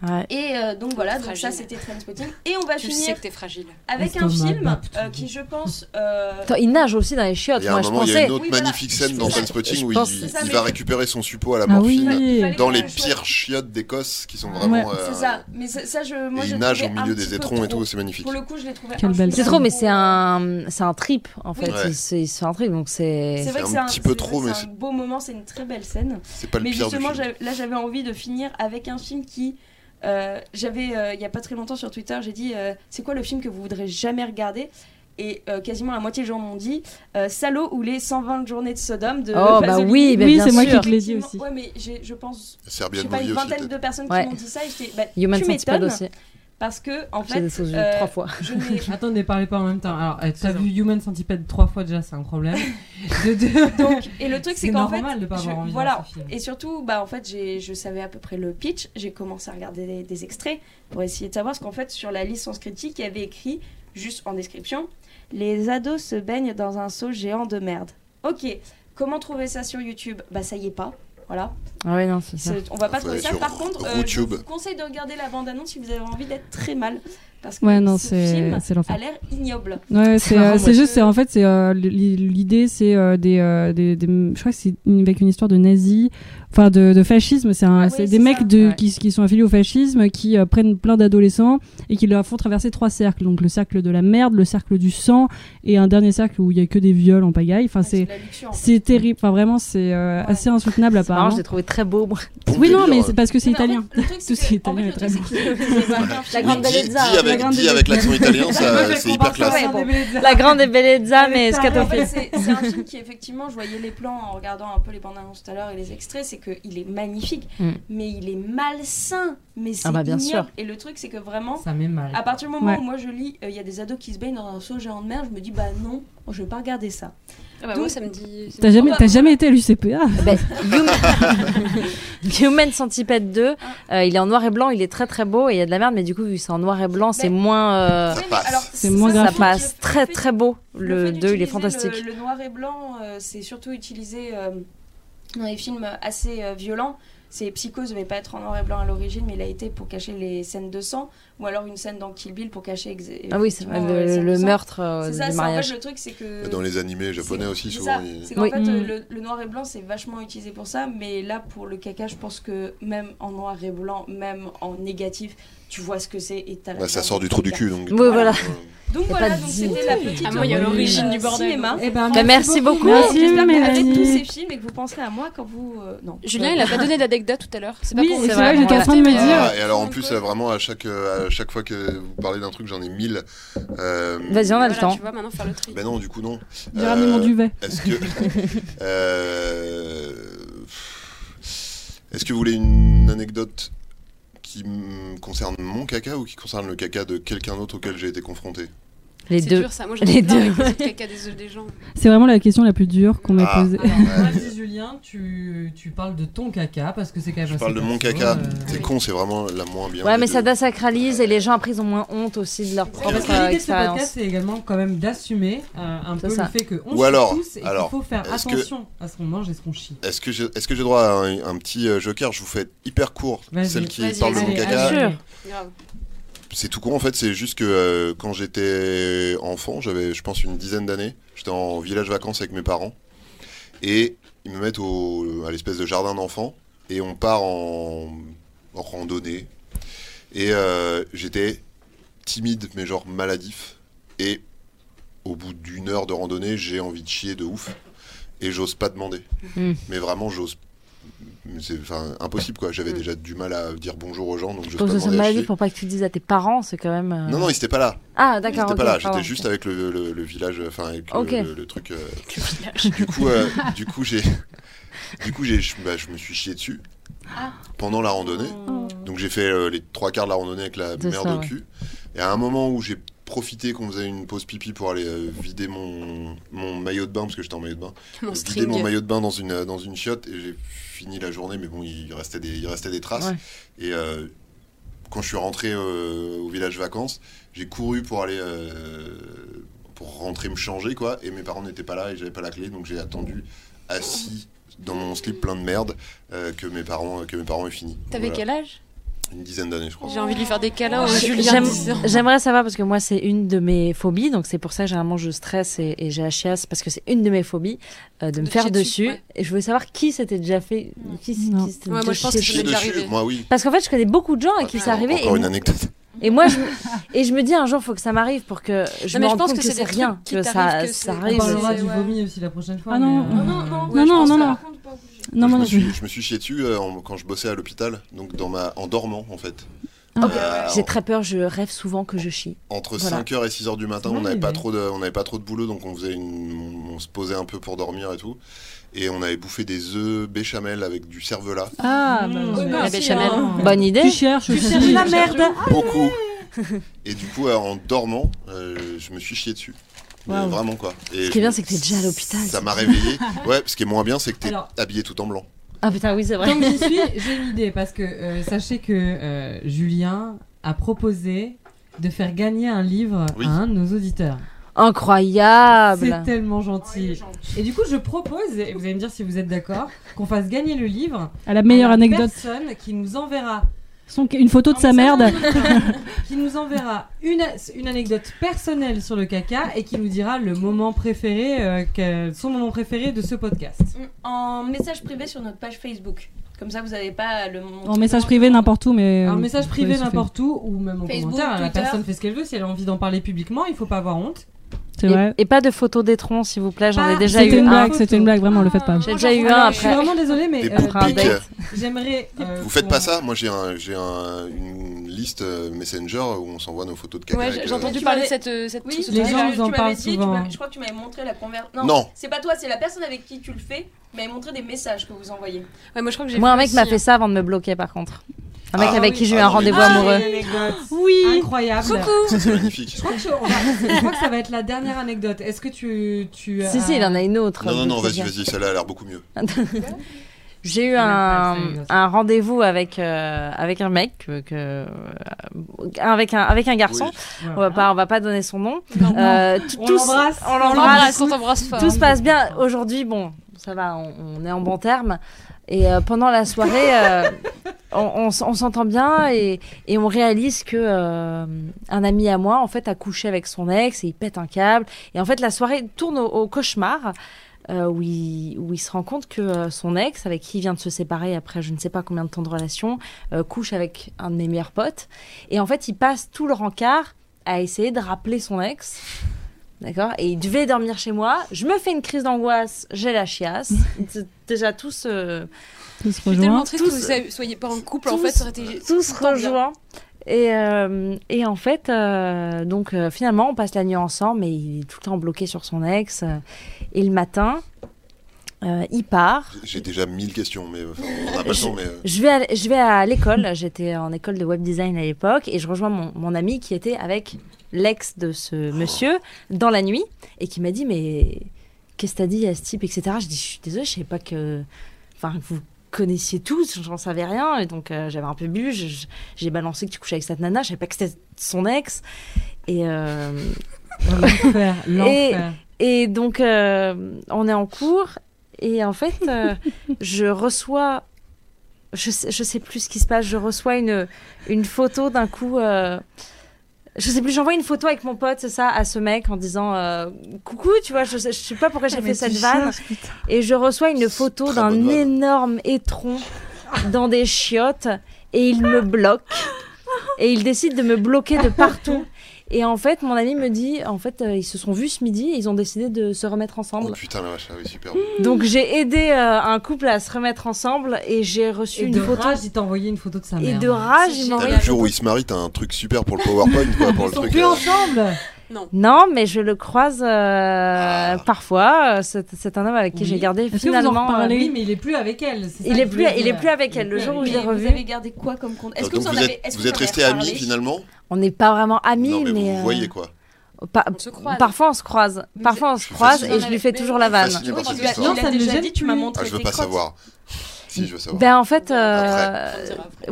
Speaker 4: Ouais.
Speaker 1: Et euh, donc voilà, donc
Speaker 6: Fragile.
Speaker 1: ça c'était Trainspotting. Et on va
Speaker 6: Je sais
Speaker 1: finir
Speaker 6: que t'es fragile.
Speaker 1: avec
Speaker 5: Estomac
Speaker 1: un film
Speaker 5: battu.
Speaker 1: euh, qui je pense... euh,
Speaker 4: Attends, il nage aussi dans les
Speaker 3: Il
Speaker 4: chiottes,
Speaker 3: y a un
Speaker 4: moi je
Speaker 3: moment, il y a
Speaker 4: pensais.
Speaker 3: une autre
Speaker 1: Oui, voilà.
Speaker 3: magnifique scène dans
Speaker 1: Je-
Speaker 3: Trainspotting
Speaker 4: je
Speaker 3: où
Speaker 4: pense-
Speaker 3: il,
Speaker 1: c'est ça,
Speaker 3: il
Speaker 1: mais-
Speaker 3: va récupérer son suppôt à la
Speaker 2: Ah
Speaker 3: morphine
Speaker 2: oui.
Speaker 1: fallait
Speaker 3: dans
Speaker 1: que
Speaker 3: les
Speaker 1: je choisisse.
Speaker 3: pires chiottes d'ECosse qui sont vraiment. euh,
Speaker 1: C'est ça, mais ça, ça, je, moi
Speaker 3: et
Speaker 1: je
Speaker 3: il nage au
Speaker 1: trouvais un
Speaker 3: milieu des
Speaker 1: petit peu
Speaker 3: étrons et
Speaker 1: trop.
Speaker 3: tout, c'est magnifique.
Speaker 1: Pour le coup, je l'ai trouvé.
Speaker 2: Quelle belle
Speaker 4: C'est
Speaker 2: scène.
Speaker 4: trop, mais c'est un, c'est un trip en fait.
Speaker 3: Ouais.
Speaker 4: C'est- C'est c'est un trip, donc c'est.
Speaker 1: C'est
Speaker 3: C'est
Speaker 1: vrai que
Speaker 3: un
Speaker 1: c'est un
Speaker 3: petit peu
Speaker 1: c'est-
Speaker 3: trop, mais
Speaker 1: c'est
Speaker 3: c'est-
Speaker 1: un beau moment, c'est une très belle scène.
Speaker 3: C'est pas le
Speaker 1: Mais
Speaker 3: pire du
Speaker 1: justement,
Speaker 3: film.
Speaker 1: j'avais- là, j'avais envie de finir avec un film qui. euh, j'avais, euh, il y a pas très longtemps sur Twitter, j'ai dit euh, c'est quoi le film que vous voudrez jamais regarder Et euh, quasiment la moitié des gens m'ont dit euh, Salo ou les 120 journées de Sodome de
Speaker 4: Oh bah
Speaker 1: Pasolini.
Speaker 4: oui, bah,
Speaker 2: Oui,
Speaker 4: bien
Speaker 2: c'est moi qui
Speaker 4: sûr.
Speaker 2: te l'ai dit aussi.
Speaker 1: Ouais, mais j'ai- je pense, je
Speaker 3: Serbian
Speaker 1: sais pas,
Speaker 3: Movie
Speaker 1: une
Speaker 3: aussi.
Speaker 1: vingtaine
Speaker 3: peut-être.
Speaker 1: de personnes
Speaker 4: Ouais.
Speaker 1: qui m'ont dit ça et j'étais bah,
Speaker 4: Human
Speaker 1: tu
Speaker 4: Centipede
Speaker 1: m'étonnes
Speaker 4: aussi.
Speaker 1: parce que en
Speaker 4: J'ai des
Speaker 1: fait,
Speaker 4: sous
Speaker 1: euh,
Speaker 4: trois fois.
Speaker 1: je n'ai
Speaker 5: Attendez, parlez pas en même temps. Alors, euh, t'as vu Human Centipede trois fois déjà, c'est un problème. De deux.
Speaker 1: Donc, et le truc, c'est
Speaker 5: C'est
Speaker 1: qu'en fait,
Speaker 5: normal de pas avoir
Speaker 1: je-
Speaker 5: envie de
Speaker 1: voilà.
Speaker 5: voir ce film.
Speaker 1: Et surtout, bah, en fait, j'ai- je savais à peu près le pitch. J'ai commencé à regarder des, des extraits pour essayer de savoir ce qu'en fait, sur la licence critique, il y avait écrit, juste en description, les ados se baignent dans un seau géant de merde. Ok, comment trouver ça sur YouTube Bah, ça y est pas. Voilà,
Speaker 4: Ah ouais, non, c'est ça.
Speaker 1: C'est- on va pas
Speaker 3: Faut
Speaker 1: trouver
Speaker 3: aller
Speaker 1: ça.
Speaker 3: sur
Speaker 1: Par contre, euh, je
Speaker 3: YouTube.
Speaker 1: vous conseille de regarder la bande-annonce si vous avez envie d'être très mal. Parce que
Speaker 2: Ouais, non,
Speaker 1: ce
Speaker 2: c'est
Speaker 1: film
Speaker 2: c'est l'enfer.
Speaker 1: a l'air ignoble.
Speaker 4: C'est
Speaker 2: Ouais, c'est
Speaker 4: marrant,
Speaker 2: euh,
Speaker 4: moi,
Speaker 2: c'est
Speaker 1: je-
Speaker 2: juste, c'est en fait, c'est euh, li- l'idée, c'est euh, des, euh, des, des- je crois que c'est une- avec une histoire de nazis, enfin de, de fascisme. C'est un-
Speaker 1: Oui,
Speaker 2: c'est
Speaker 1: Ah c'est
Speaker 2: des mecs
Speaker 1: ça.
Speaker 2: de,
Speaker 4: Ouais.
Speaker 2: qui, qui sont affiliés au fascisme, qui euh, prennent plein d'adolescents et qui leur font traverser trois cercles. Donc le cercle de la merde, le cercle du sang et un dernier cercle où il y a que des viols en pagaille. Enfin,
Speaker 1: C'est
Speaker 2: c'est
Speaker 1: de la luxure, en fait.
Speaker 2: c'est terrible. Enfin, vraiment, c'est euh, assez insoutenable
Speaker 4: C'est marrant, je
Speaker 2: apparemment.
Speaker 4: l'ai trouvé très beau. moi.
Speaker 3: Bon
Speaker 2: Oui, non,
Speaker 3: délire,
Speaker 2: mais
Speaker 3: euh,
Speaker 2: c'est parce que c'est
Speaker 1: Non, mais en fait,
Speaker 2: italien.
Speaker 1: le truc, c'est
Speaker 2: Tout ce qui est
Speaker 1: que- en
Speaker 2: italien
Speaker 1: fait, le
Speaker 2: est très
Speaker 1: truc, c'est que- c'est pas un
Speaker 3: oui,
Speaker 1: film.
Speaker 4: grande
Speaker 3: dit-
Speaker 4: Bellezza,
Speaker 3: dit
Speaker 4: la
Speaker 3: avec-
Speaker 2: grande
Speaker 3: Dit avec l'accent italien, ça- c'est hyper classe.
Speaker 1: Ouais, bon.
Speaker 4: La grande est Bellezza, mais
Speaker 1: pareil, en fait,
Speaker 4: scatophile.
Speaker 1: c'est c'est un film qui, effectivement, je voyais les plans en regardant un peu les bandes annonces tout à l'heure et les extraits, c'est qu'il est magnifique,
Speaker 4: Mm.
Speaker 1: mais il est malsain. Mais c'est
Speaker 4: bah, bien
Speaker 1: ignoble.
Speaker 4: sûr.
Speaker 1: Et le truc, c'est que vraiment,
Speaker 5: Ça met mal.
Speaker 1: à partir du moment
Speaker 2: Ouais.
Speaker 1: où moi je lis, euh, il y a des ados qui se baignent dans un seau géant de mer, je me dis, bah non, je vais pas regarder ça.
Speaker 6: Ah bah,
Speaker 1: Donc-
Speaker 6: moi, ça me dit.
Speaker 2: T'as jamais, t'as jamais été à l'UCPA
Speaker 4: Human Centipede 2, euh, il est en noir et blanc, il est très très beau et il y a de la merde, mais du coup, vu que c'est en noir et blanc, c'est
Speaker 1: Mais-
Speaker 4: moins. euh,
Speaker 1: Oui, mais
Speaker 3: passe.
Speaker 1: alors,
Speaker 2: C'est moins
Speaker 1: ça,
Speaker 4: ça
Speaker 2: graphique.
Speaker 1: le
Speaker 4: passe
Speaker 1: fait
Speaker 4: très
Speaker 1: du-
Speaker 4: très beau. Le 2, il
Speaker 1: fait
Speaker 4: est
Speaker 1: d'utiliser
Speaker 4: fantastique.
Speaker 1: Le, le noir et blanc, euh, c'est surtout utilisé euh, dans les films assez euh, violents. C'est Psychose ne devait pas être en noir et blanc à l'origine, mais il a été pour cacher les scènes de sang, ou alors une scène dans Kill Bill pour cacher. ex-
Speaker 4: Ah oui, c'est vrai,
Speaker 1: effectivement, euh, les
Speaker 4: le,
Speaker 1: scènes
Speaker 4: le
Speaker 1: de sang.
Speaker 4: meurtre euh,
Speaker 1: C'est
Speaker 4: du
Speaker 1: ça, c'est en
Speaker 4: mariage.
Speaker 1: fait le truc, c'est que.
Speaker 3: Euh, Dans les animés japonais
Speaker 1: c'est-
Speaker 3: aussi,
Speaker 1: c'est
Speaker 3: souvent.
Speaker 1: ça,
Speaker 3: ils-
Speaker 1: C'est qu'en
Speaker 4: Oui.
Speaker 1: fait,
Speaker 2: Mm.
Speaker 1: euh, le, le noir et blanc, c'est vachement utilisé pour ça, mais là, pour le caca, je pense que même en noir et blanc, même en négatif, tu vois ce que c'est et t'as la
Speaker 3: Bah, Ça
Speaker 1: viande
Speaker 3: sort du trou du
Speaker 1: gars.
Speaker 3: cul, donc. euh,
Speaker 4: Oui, voilà.
Speaker 1: Donc
Speaker 4: Y a
Speaker 1: voilà,
Speaker 4: pas de
Speaker 1: donc
Speaker 4: dignité.
Speaker 1: c'était la petite.
Speaker 6: Ah, moi, il y a
Speaker 1: rubrique,
Speaker 6: l'origine
Speaker 1: euh,
Speaker 6: du bordel.
Speaker 1: cinéma.
Speaker 5: Eh ben,
Speaker 4: Mais merci beaucoup.
Speaker 2: Merci,
Speaker 1: J'espère qu'avec
Speaker 2: Mélanie.
Speaker 1: tous ces films et que vous penserez à moi quand vous. euh, non.
Speaker 6: Julien, il a pas donné d'anecdote tout à l'heure. C'est pas
Speaker 2: Oui,
Speaker 6: pour
Speaker 2: c'est
Speaker 4: c'est vrai,
Speaker 2: vrai, j'étais en
Speaker 4: voilà.
Speaker 2: train de me
Speaker 3: Ah,
Speaker 2: dire.
Speaker 3: et alors en plus, euh, vraiment, à chaque, euh, à chaque fois que vous parlez d'un truc, j'en ai mille. Euh,
Speaker 4: Vas-y, on a le
Speaker 6: Voilà,
Speaker 4: temps.
Speaker 6: Tu vois, maintenant faire le tri.
Speaker 3: Ben non, du coup, non.
Speaker 2: J'ai ramené mon
Speaker 3: Euh,
Speaker 2: duvet.
Speaker 3: Est-ce que. Euh, Est-ce que vous voulez une anecdote qui me concerne mon caca ou qui concerne le caca de quelqu'un d'autre auquel j'ai été confronté
Speaker 4: Les
Speaker 6: C'est
Speaker 4: deux.
Speaker 6: dur ça. Moi,
Speaker 4: Les
Speaker 6: j'ai
Speaker 4: deux.
Speaker 6: caca des, des gens.
Speaker 2: C'est vraiment la question la plus dure qu'on m'a
Speaker 3: Ah.
Speaker 2: posée.
Speaker 5: Alors,
Speaker 3: Ouais.
Speaker 5: vas-y, Julien, tu, tu parles de ton caca parce que c'est quand même
Speaker 3: Je
Speaker 5: assez
Speaker 3: parle de mon
Speaker 5: perso,
Speaker 3: caca.
Speaker 5: euh,
Speaker 3: C'est con, c'est vraiment la moins bien.
Speaker 4: Ouais,
Speaker 3: des
Speaker 4: mais ça
Speaker 3: deux.
Speaker 4: désacralise et les gens après ils ont moins honte aussi de leur
Speaker 5: Ah, Parce
Speaker 4: propre euh,
Speaker 5: que l'idée de ce podcast,
Speaker 4: expérience.
Speaker 5: c'est également quand même d'assumer euh, un
Speaker 4: C'est
Speaker 5: peu
Speaker 4: ça.
Speaker 5: le fait qu'on
Speaker 3: Ou
Speaker 5: se
Speaker 3: alors,
Speaker 5: pousse et qu'il
Speaker 3: alors,
Speaker 5: faut faire
Speaker 3: est-ce que-
Speaker 5: attention à ce qu'on mange et ce qu'on chie.
Speaker 3: Est-ce que j'ai est-ce que j'ai droit à un, un petit euh, joker Je vous fais hyper court.
Speaker 5: Vas-y.
Speaker 3: Celle qui
Speaker 6: Vas-y,
Speaker 3: parle de
Speaker 6: vas-y,
Speaker 3: mon
Speaker 5: Allez,
Speaker 3: caca.
Speaker 5: allez.
Speaker 4: Bien sûr.
Speaker 6: Grave.
Speaker 3: C'est tout con en fait, c'est juste que euh, quand j'étais enfant, j'avais je pense une dizaine d'années, j'étais en village vacances avec mes parents et ils me mettent au, à l'espèce de jardin d'enfants et on part en, en randonnée et euh, j'étais timide mais genre maladif et au bout d'une heure de randonnée j'ai envie de chier de ouf et j'ose pas demander
Speaker 4: Mm.
Speaker 3: mais vraiment j'ose mais c'est enfin, impossible quoi j'avais déjà du mal à dire bonjour aux gens donc j'ose
Speaker 4: Donc
Speaker 3: pas
Speaker 4: ce sont
Speaker 3: demander à
Speaker 4: maladie
Speaker 3: chier.
Speaker 4: Hmm. pour pas que tu dises à tes parents, c'est quand même. euh,
Speaker 3: non non ils étaient pas là
Speaker 4: Ah,
Speaker 3: J'étais
Speaker 4: d'accord. ok,
Speaker 3: pas là,
Speaker 4: pardon.
Speaker 3: j'étais juste avec le, le- le village, euh, enfin avec le-
Speaker 4: Ok.
Speaker 3: le, le truc. euh, du coup, euh, du coup, j'ai, du coup, j'ai, je, bah, je me suis chié dessus
Speaker 4: Ah.
Speaker 3: pendant la randonnée.
Speaker 7: Oh.
Speaker 3: Donc j'ai fait euh, les trois quarts de la randonnée avec la
Speaker 4: C'est
Speaker 3: merde
Speaker 4: ça,
Speaker 3: au
Speaker 4: ouais.
Speaker 3: cul. Et à un moment où j'ai profité qu'on faisait une pause pipi pour aller euh, vider mon, mon maillot de bain parce que j'étais en maillot de bain,
Speaker 6: Mon
Speaker 3: j'ai vidé mon
Speaker 6: string.
Speaker 3: maillot de bain dans une euh, dans une chiotte et j'ai fini la journée. Mais bon, il restait des il restait des traces.
Speaker 4: Ouais.
Speaker 3: Et euh, quand je suis rentré euh, au village vacances, j'ai couru pour aller euh, pour rentrer me changer quoi. Et mes parents n'étaient pas là et j'avais pas la clé, donc j'ai attendu assis dans mon slip plein de merde euh, que mes parents que mes parents aient fini.
Speaker 6: T'avais
Speaker 3: Voilà.
Speaker 6: quel âge
Speaker 3: Une dizaine d'années, je crois.
Speaker 6: J'ai envie de lui faire des câlins au Julien
Speaker 4: J'aime-
Speaker 6: 10 ans.
Speaker 4: J'aimerais savoir parce que moi c'est une de mes phobies, donc c'est pour ça que généralement je stresse et, et j'ai la chiasse parce que c'est une de mes phobies euh, de me
Speaker 6: De
Speaker 4: faire
Speaker 6: chier dessus,
Speaker 4: dessus.
Speaker 6: ouais.
Speaker 4: Et je voulais savoir qui s'était déjà fait, qui, s-
Speaker 2: Non.
Speaker 4: qui s'était
Speaker 6: Ouais, moi,
Speaker 4: déjà
Speaker 6: je pense
Speaker 4: chié
Speaker 6: que je
Speaker 4: dessus.
Speaker 6: l'ai déjà Ah, arrivé.
Speaker 3: Moi, oui.
Speaker 4: Parce qu'en fait je connais beaucoup de gens à qui
Speaker 3: Attends,
Speaker 4: c'est arrivé et,
Speaker 3: Encore une anecdote.
Speaker 4: et moi je me, et je me dis un jour faut que ça m'arrive pour que je
Speaker 6: Non, mais je
Speaker 4: me rende
Speaker 6: pense
Speaker 4: compte
Speaker 6: que
Speaker 4: que,
Speaker 6: c'est
Speaker 4: c'est
Speaker 6: des
Speaker 4: rien,
Speaker 6: trucs qui
Speaker 4: que ça,
Speaker 6: t'arrivent, que
Speaker 4: ça
Speaker 6: c'est-
Speaker 5: On
Speaker 4: arrive.
Speaker 5: parlera
Speaker 6: c'est-
Speaker 5: du
Speaker 6: ouais.
Speaker 5: vomi aussi la prochaine fois.
Speaker 2: Ah non,
Speaker 5: mais, euh,
Speaker 6: Ouais,
Speaker 2: non, non,
Speaker 6: je
Speaker 2: non,
Speaker 6: pense
Speaker 2: non,
Speaker 6: que-
Speaker 2: non. Non,
Speaker 3: je,
Speaker 2: moi
Speaker 3: me
Speaker 2: non
Speaker 3: suis,
Speaker 2: plus.
Speaker 3: je me suis chié dessus euh, en- quand je bossais à l'hôpital, donc dans ma, en dormant en fait.
Speaker 2: Ah.
Speaker 3: Euh,
Speaker 4: J'ai très peur, je rêve souvent que je chie.
Speaker 3: Entre
Speaker 4: Voilà.
Speaker 3: 5h et 6h du matin,
Speaker 5: C'est
Speaker 3: on
Speaker 5: mal
Speaker 3: n'avait pas
Speaker 5: élevé.
Speaker 3: trop de, on n'avait pas trop de boulot, donc on faisait une, on, on se posait un peu pour dormir et tout, et on avait bouffé des œufs béchamel avec du cervelas,
Speaker 2: Ah, bah,
Speaker 5: Mmh.
Speaker 2: ouais.
Speaker 5: La
Speaker 6: La béchamel.
Speaker 5: Bah,
Speaker 4: Bonne idée.
Speaker 2: tu cherches aussi.
Speaker 8: cherches la merde.
Speaker 4: Ah
Speaker 3: beaucoup. Et du coup, euh, en dormant, euh, je me suis chié dessus. Mais
Speaker 2: Waouh.
Speaker 3: Vraiment quoi.
Speaker 4: Ce qui
Speaker 3: Et
Speaker 4: est
Speaker 3: je-
Speaker 4: bien, c'est que t'es déjà à l'hôpital.
Speaker 3: Ça m'a réveillé. Ouais, ce qui est moins bien, c'est que t'es
Speaker 5: Alors-
Speaker 3: habillé tout en blanc.
Speaker 4: Ah putain, oui, c'est vrai.
Speaker 5: Tant que j'y suis, j'ai une idée parce que euh, sachez que euh, Julien a proposé de faire gagner un livre
Speaker 3: Oui.
Speaker 5: à un de nos auditeurs. C'est
Speaker 2: Ah,
Speaker 4: Incroyable.
Speaker 5: tellement gentil. Et du coup, je propose, et vous allez me dire si vous êtes d'accord, qu'on fasse gagner le livre
Speaker 2: À la meilleure
Speaker 5: à la
Speaker 2: anecdote,
Speaker 5: personne qui nous enverra
Speaker 2: son- une photo de sa
Speaker 5: Non, mais
Speaker 2: merde.
Speaker 5: ça, non, non, non. qui nous enverra une, une anecdote personnelle sur le caca et qui nous dira le moment préféré, euh, que- son moment préféré de ce podcast.
Speaker 4: Euh,
Speaker 7: En message privé sur notre page Facebook. Comme ça, vous n'avez pas le
Speaker 2: En message privé n'importe où, mais.
Speaker 5: Un
Speaker 2: euh,
Speaker 5: message
Speaker 2: vous
Speaker 5: privé
Speaker 2: pouvez surfer.
Speaker 5: n'importe où ou même en
Speaker 7: Facebook,
Speaker 5: commentaire, la
Speaker 7: Twitter.
Speaker 5: personne fait ce qu'elle veut. Si elle a envie d'en parler publiquement, il faut pas avoir honte.
Speaker 2: C'est
Speaker 4: Et-
Speaker 2: vrai.
Speaker 4: Et, pas de photos d'étrons, s'il vous plaît, j'en ai
Speaker 5: Pas-
Speaker 4: déjà
Speaker 5: J'ai
Speaker 2: C'était
Speaker 4: eu
Speaker 2: une
Speaker 5: un.
Speaker 2: blague, c'était une blague, vraiment, le faites pas.
Speaker 4: J'ai déjà eu un
Speaker 5: Alors, Je suis
Speaker 4: après.
Speaker 5: vraiment désolée, mais
Speaker 3: Des
Speaker 5: euh,
Speaker 3: poupes
Speaker 4: pardon.
Speaker 3: piques.
Speaker 5: j'aimerais. euh,
Speaker 3: Vous faites
Speaker 5: qu'on-
Speaker 3: pas ça Moi j'ai un, j'ai un- une liste euh, Messenger où on s'envoie nos photos de caca.
Speaker 6: Ouais,
Speaker 3: avec,
Speaker 6: j'ai
Speaker 3: euh,
Speaker 6: entendu
Speaker 7: tu
Speaker 6: parler
Speaker 7: m'avais-
Speaker 6: de cette. euh, cette
Speaker 7: Oui,
Speaker 6: ce
Speaker 7: tu
Speaker 5: Les
Speaker 6: truc.
Speaker 5: gens
Speaker 7: m'avais-
Speaker 5: nous en
Speaker 7: tu m'avais
Speaker 5: parlent
Speaker 7: dit, tu
Speaker 5: souvent.
Speaker 7: m'avais- je crois que tu m'avais montré la conversation. Non,
Speaker 3: Non.
Speaker 7: c'est pas toi, c'est la personne avec qui tu le fais, qui m'avait montré des messages que vous envoyez.
Speaker 6: Ouais, moi, je crois que j'ai
Speaker 4: Moi, un
Speaker 6: vu
Speaker 4: mec
Speaker 6: aussi,
Speaker 4: m'a
Speaker 6: hein.
Speaker 4: fait ça avant de me bloquer, par contre. Un mec
Speaker 3: Ah
Speaker 4: avec
Speaker 3: oui.
Speaker 4: qui j'ai eu un
Speaker 3: Ah non, mais
Speaker 4: rendez-vous
Speaker 3: oui.
Speaker 4: amoureux.
Speaker 5: Oui. Incroyable.
Speaker 3: Ça, c'est magnifique.
Speaker 5: Je crois, que je- on va- je crois que ça va être la dernière anecdote. Est-ce que tu, tu euh, as-
Speaker 4: Si, si, il en a une autre.
Speaker 3: Non, non, non,
Speaker 4: Donc, c'est bien.
Speaker 3: vas-y, vas-y, celle-là a l'air beaucoup mieux.
Speaker 4: J'ai eu
Speaker 5: a
Speaker 4: un,
Speaker 5: pas, c'est une autre.
Speaker 4: un rendez-vous avec, euh, avec un mec, que, que- euh, avec, un, avec un garçon.
Speaker 3: Oui.
Speaker 4: On, va pas, on va pas donner son nom.
Speaker 5: Non.
Speaker 4: Euh, tout-
Speaker 5: On
Speaker 4: tous-
Speaker 5: l'embrasse.
Speaker 4: On
Speaker 6: On
Speaker 4: l'embrasse.
Speaker 6: l'embrasse, on t'embrasse fort.
Speaker 4: Tout se passe bien. Aujourd'hui, bon, ça va, on, on est en bon terme. Et euh, pendant la soirée, euh, on, on s- on s'entend bien et, et on réalise que euh, un ami à moi, en fait, a couché avec son ex et il pète un câble. Et en fait, la soirée tourne au, au cauchemar. euh, où, il, où il se rend compte que euh, son ex, avec qui il vient de se séparer après je ne sais pas combien de temps de relation, euh, couche avec un de mes meilleurs potes. Et en fait, il passe tout le rencard à essayer de rappeler son ex. D'accord Et il devait dormir chez moi. Je me fais une crise d'angoisse, j'ai la chiasse. D- Déjà, tout se,
Speaker 2: Tout se
Speaker 6: Je suis tellement
Speaker 2: rejoint.
Speaker 6: triste que vous sa- soyez pas en couple, en
Speaker 4: tous-
Speaker 6: fait, ça aurait été.
Speaker 4: tout se
Speaker 6: tombe bien.
Speaker 4: rejoint. Et, euh, et en fait, euh, donc euh, finalement, on passe la nuit ensemble, mais il est tout le temps bloqué sur son ex. euh, et le matin, euh, il part.
Speaker 3: J'ai déjà mille questions, mais enfin, on n'a pas le temps, mais. euh,
Speaker 4: Je vais à, je vais à l'école, j'étais en école de web design à l'époque, et je rejoins mon, mon ami qui était avec l'ex de ce monsieur dans la nuit, et qui m'a dit Mais qu'est-ce que t'as dit à ce type, etc. Je dis Je suis désolée, je savais pas que. Enfin, que vous connaissiez tous, j'en savais rien, et donc euh, j'avais un peu bu, je- je- j'ai balancé que tu couchais avec cette nana, je savais pas que c'était son ex. Et, euh,
Speaker 5: L'enfer, l'enfer.
Speaker 4: et donc, euh, on est en cours. Et en fait, euh, je reçois. Je sais, je sais plus ce qui se passe. Je reçois une, une photo d'un coup. euh, je sais plus, j'envoie une photo avec mon pote, c'est ça, à ce mec en disant euh, coucou, tu vois, je sais, je sais pas pourquoi j'ai fait cette vanne. Et je reçois une photo
Speaker 3: Très
Speaker 4: d'un
Speaker 3: bonne vanne.
Speaker 4: énorme étron dans des chiottes et il me bloque. Et il décide de me bloquer de partout. Et en fait, mon ami me dit, en fait, euh, ils se sont vus ce midi et ils ont décidé de se remettre
Speaker 3: Oh
Speaker 4: ensemble.
Speaker 3: putain, la vache, ah oui, super.
Speaker 4: Donc j'ai aidé euh, un couple à se remettre ensemble et j'ai reçu
Speaker 5: Et
Speaker 4: une
Speaker 5: de
Speaker 4: photo.
Speaker 5: rage, il t'a envoyé une photo de sa
Speaker 4: et
Speaker 5: mère.
Speaker 4: de
Speaker 6: C'est
Speaker 4: rage, il
Speaker 6: génial.
Speaker 4: m'a
Speaker 3: T'as
Speaker 4: envoyé
Speaker 3: le jour où il se marie, t'as un truc super pour le PowerPoint, quoi, pour
Speaker 5: Ils
Speaker 3: le
Speaker 5: sont
Speaker 3: truc.
Speaker 5: plus
Speaker 3: euh,
Speaker 5: ensemble.
Speaker 4: Non, mais je le croise euh,
Speaker 3: Ah.
Speaker 4: parfois. euh, C'est c'est un homme avec qui
Speaker 5: Oui.
Speaker 4: j'ai gardé
Speaker 2: Est-ce que vous en
Speaker 4: finalement. euh,
Speaker 2: reparlez
Speaker 5: Oui, mais il est plus avec elle. c'est ça
Speaker 4: il
Speaker 5: que
Speaker 4: est
Speaker 5: je
Speaker 4: plus,
Speaker 5: voulais
Speaker 4: il
Speaker 5: dire.
Speaker 4: est plus avec elle. Le
Speaker 5: Oui,
Speaker 4: jour où
Speaker 5: oui.
Speaker 4: je l'ai
Speaker 7: Mais vous
Speaker 4: revu,
Speaker 7: avez gardé quoi comme compte Est-ce que
Speaker 3: Donc
Speaker 7: vous en
Speaker 3: vous
Speaker 7: avez
Speaker 3: êtes,
Speaker 7: est-ce que
Speaker 3: vous êtes
Speaker 7: en avez
Speaker 3: restés amis
Speaker 7: reparlé
Speaker 3: finalement
Speaker 4: on n'est pas vraiment amis,
Speaker 3: Non, mais,
Speaker 4: mais,
Speaker 3: vous vous
Speaker 4: euh,
Speaker 3: voyez quoi.
Speaker 4: pa-
Speaker 6: On se croise.
Speaker 4: parfois on se croise.
Speaker 7: Mais
Speaker 4: Parfois on
Speaker 3: je
Speaker 4: se
Speaker 3: suis
Speaker 4: croise
Speaker 3: fasciné
Speaker 4: et je
Speaker 3: par-
Speaker 4: lui fais toujours la vanne.
Speaker 3: Fasciné par
Speaker 7: Tu
Speaker 3: cette
Speaker 7: l'as-
Speaker 3: histoire.
Speaker 7: tu l'as
Speaker 5: Ça ne
Speaker 7: déjà
Speaker 5: gêne
Speaker 7: dit, tu m'as
Speaker 5: plus.
Speaker 7: montré
Speaker 3: Ah, je veux
Speaker 7: tes
Speaker 3: pas
Speaker 7: crottes.
Speaker 3: savoir. Si, je veux savoir.
Speaker 4: Ben en fait,
Speaker 3: Après.
Speaker 4: euh,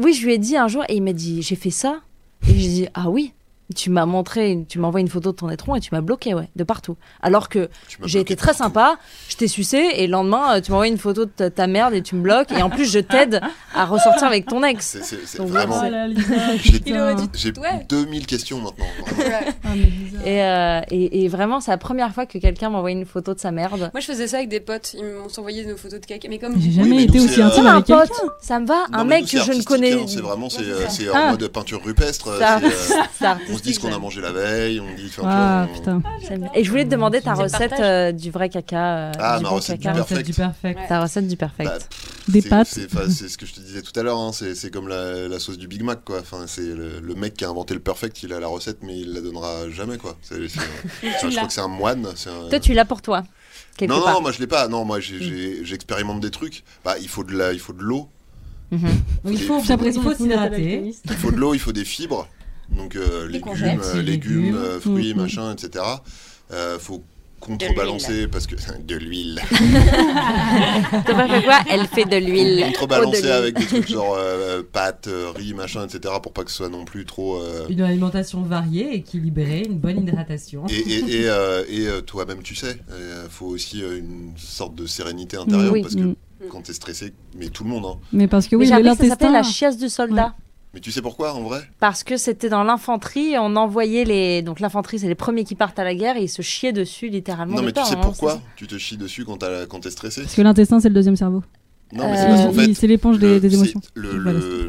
Speaker 4: oui, je lui ai dit un jour et il m'a dit j'ai fait ça et j'ai dit ah oui Tu m'as montré, tu m'as envoyé une photo de ton étron et tu m'as bloqué, ouais, de partout. Alors que
Speaker 3: Tu m'as
Speaker 4: j'ai
Speaker 3: Bah, bloqué
Speaker 4: été très
Speaker 3: partout.
Speaker 4: sympa, je t'ai sucé et le lendemain, euh, tu m'as envoyé une photo de ta, ta merde et tu me bloques. Et en plus, je t'aide à ressortir avec ton ex.
Speaker 3: C'est- C'est c'est
Speaker 4: Donc,
Speaker 3: vraiment.
Speaker 4: voilà.
Speaker 3: J'ai-
Speaker 1: Il aurait dû.
Speaker 3: J'ai
Speaker 1: Ouais.
Speaker 3: 2000 questions maintenant. vraiment.
Speaker 4: Et, euh, et, et vraiment, c'est la première fois que quelqu'un m'a envoyé une photo de sa merde.
Speaker 6: Moi, je faisais ça avec des potes. Ils m'ont envoyé nos photos de caca. Mais comme
Speaker 2: J'ai
Speaker 6: du
Speaker 3: mais
Speaker 2: jamais été
Speaker 3: nous, c'est,
Speaker 2: aussi
Speaker 3: euh,
Speaker 2: intime
Speaker 4: un
Speaker 2: avec quelqu'un.
Speaker 4: pote, ça me va.
Speaker 3: Non,
Speaker 4: un
Speaker 3: mais
Speaker 4: mec
Speaker 3: nous,
Speaker 4: que je
Speaker 3: c'est
Speaker 4: ne
Speaker 3: artistique,
Speaker 4: connais.
Speaker 3: hein, C'est vraiment, c'est euh, c'est
Speaker 4: Ah.
Speaker 3: en mode peinture rupestre. euh,
Speaker 4: Ça-
Speaker 3: c'est, euh,
Speaker 4: c'est
Speaker 3: On se dit ce
Speaker 4: artistique,
Speaker 3: qu'on a
Speaker 4: j'aime.
Speaker 3: mangé la veille, on dit. enfin, tu
Speaker 2: Ah
Speaker 3: vois, on-
Speaker 2: putain.
Speaker 4: J'aime. Et je voulais te demander ta
Speaker 5: C'est
Speaker 4: recette
Speaker 6: partage.
Speaker 4: euh, du vrai caca. euh,
Speaker 3: Ah,
Speaker 4: du
Speaker 3: ma
Speaker 4: bon
Speaker 3: recette
Speaker 5: La
Speaker 4: caca.
Speaker 3: du
Speaker 5: recette du
Speaker 3: Perfect.
Speaker 5: perfect.
Speaker 6: Ouais.
Speaker 4: Ta recette du perfect.
Speaker 2: Des
Speaker 3: C'est-
Speaker 2: pâtes.
Speaker 3: C'est enfin, c'est ce que je te disais tout à l'heure, hein, c'est c'est comme la, la sauce du Big Mac, quoi. Enfin, c'est le, le mec qui a inventé le perfect, il a la recette, mais il la donnera jamais, quoi. C'est- c'est- enfin, je crois que c'est un moine. c'est un-
Speaker 4: Toi, tu l'as pour toi. Quelque
Speaker 3: non,
Speaker 4: part. Mm.
Speaker 3: non, moi je l'ai pas. Non, moi j'ai- j'ai- j'expérimente des trucs. Bah, il faut de la, il faut de l'eau,
Speaker 5: Il faut,
Speaker 3: J'ai
Speaker 5: il faut s'hydrater.
Speaker 3: il faut de l'eau, il faut des fibres, donc euh, légumes, euh,
Speaker 5: Petits
Speaker 3: légumes,
Speaker 5: légumes.
Speaker 4: Mm,
Speaker 3: euh, fruits,
Speaker 2: Mhm.
Speaker 3: machin, etc. Euh, faut contrebalancer parce que de l'huile.
Speaker 4: T'as pas fait quoi Elle fait de l'huile. Oh, de
Speaker 3: contrebalancer
Speaker 4: l'huile.
Speaker 3: avec des trucs genre euh, pâtes, euh, riz, machin, etc. pour pas que ce soit non plus trop. euh,
Speaker 5: Une alimentation variée, équilibrée, une bonne hydratation.
Speaker 3: Et, et, et, euh, et, euh, toi-même, tu sais, il faut aussi euh, une sorte de sérénité intérieure
Speaker 2: Oui.
Speaker 3: parce que
Speaker 2: Mm.
Speaker 3: quand t'es stressé, mais tout le monde, hein.
Speaker 2: Mais parce que
Speaker 4: Mais
Speaker 2: oui,
Speaker 4: j'ai
Speaker 2: mais
Speaker 4: appris que ça s'appelait
Speaker 2: l'intestin.
Speaker 4: la chiasse du soldat.
Speaker 3: Mais tu sais pourquoi en vrai
Speaker 4: Parce que c'était dans l'infanterie, et on envoyait les. Donc l'infanterie, c'est les premiers qui partent à la guerre et ils se chiaient dessus littéralement.
Speaker 3: Non,
Speaker 4: de
Speaker 3: mais tu
Speaker 4: peur,
Speaker 3: sais
Speaker 4: hein, c'est
Speaker 3: pourquoi
Speaker 4: ça.
Speaker 3: tu te chies dessus quand t'as- quand t'es stressé
Speaker 2: Parce que l'intestin, c'est le deuxième cerveau.
Speaker 3: Non, mais
Speaker 4: Euh,
Speaker 3: c'est parce qu'en
Speaker 2: Il-
Speaker 3: fait.
Speaker 2: c'est l'éponge des,
Speaker 3: le-
Speaker 2: des
Speaker 3: c'est-
Speaker 2: émotions.
Speaker 3: le-
Speaker 2: Voilà,
Speaker 3: le-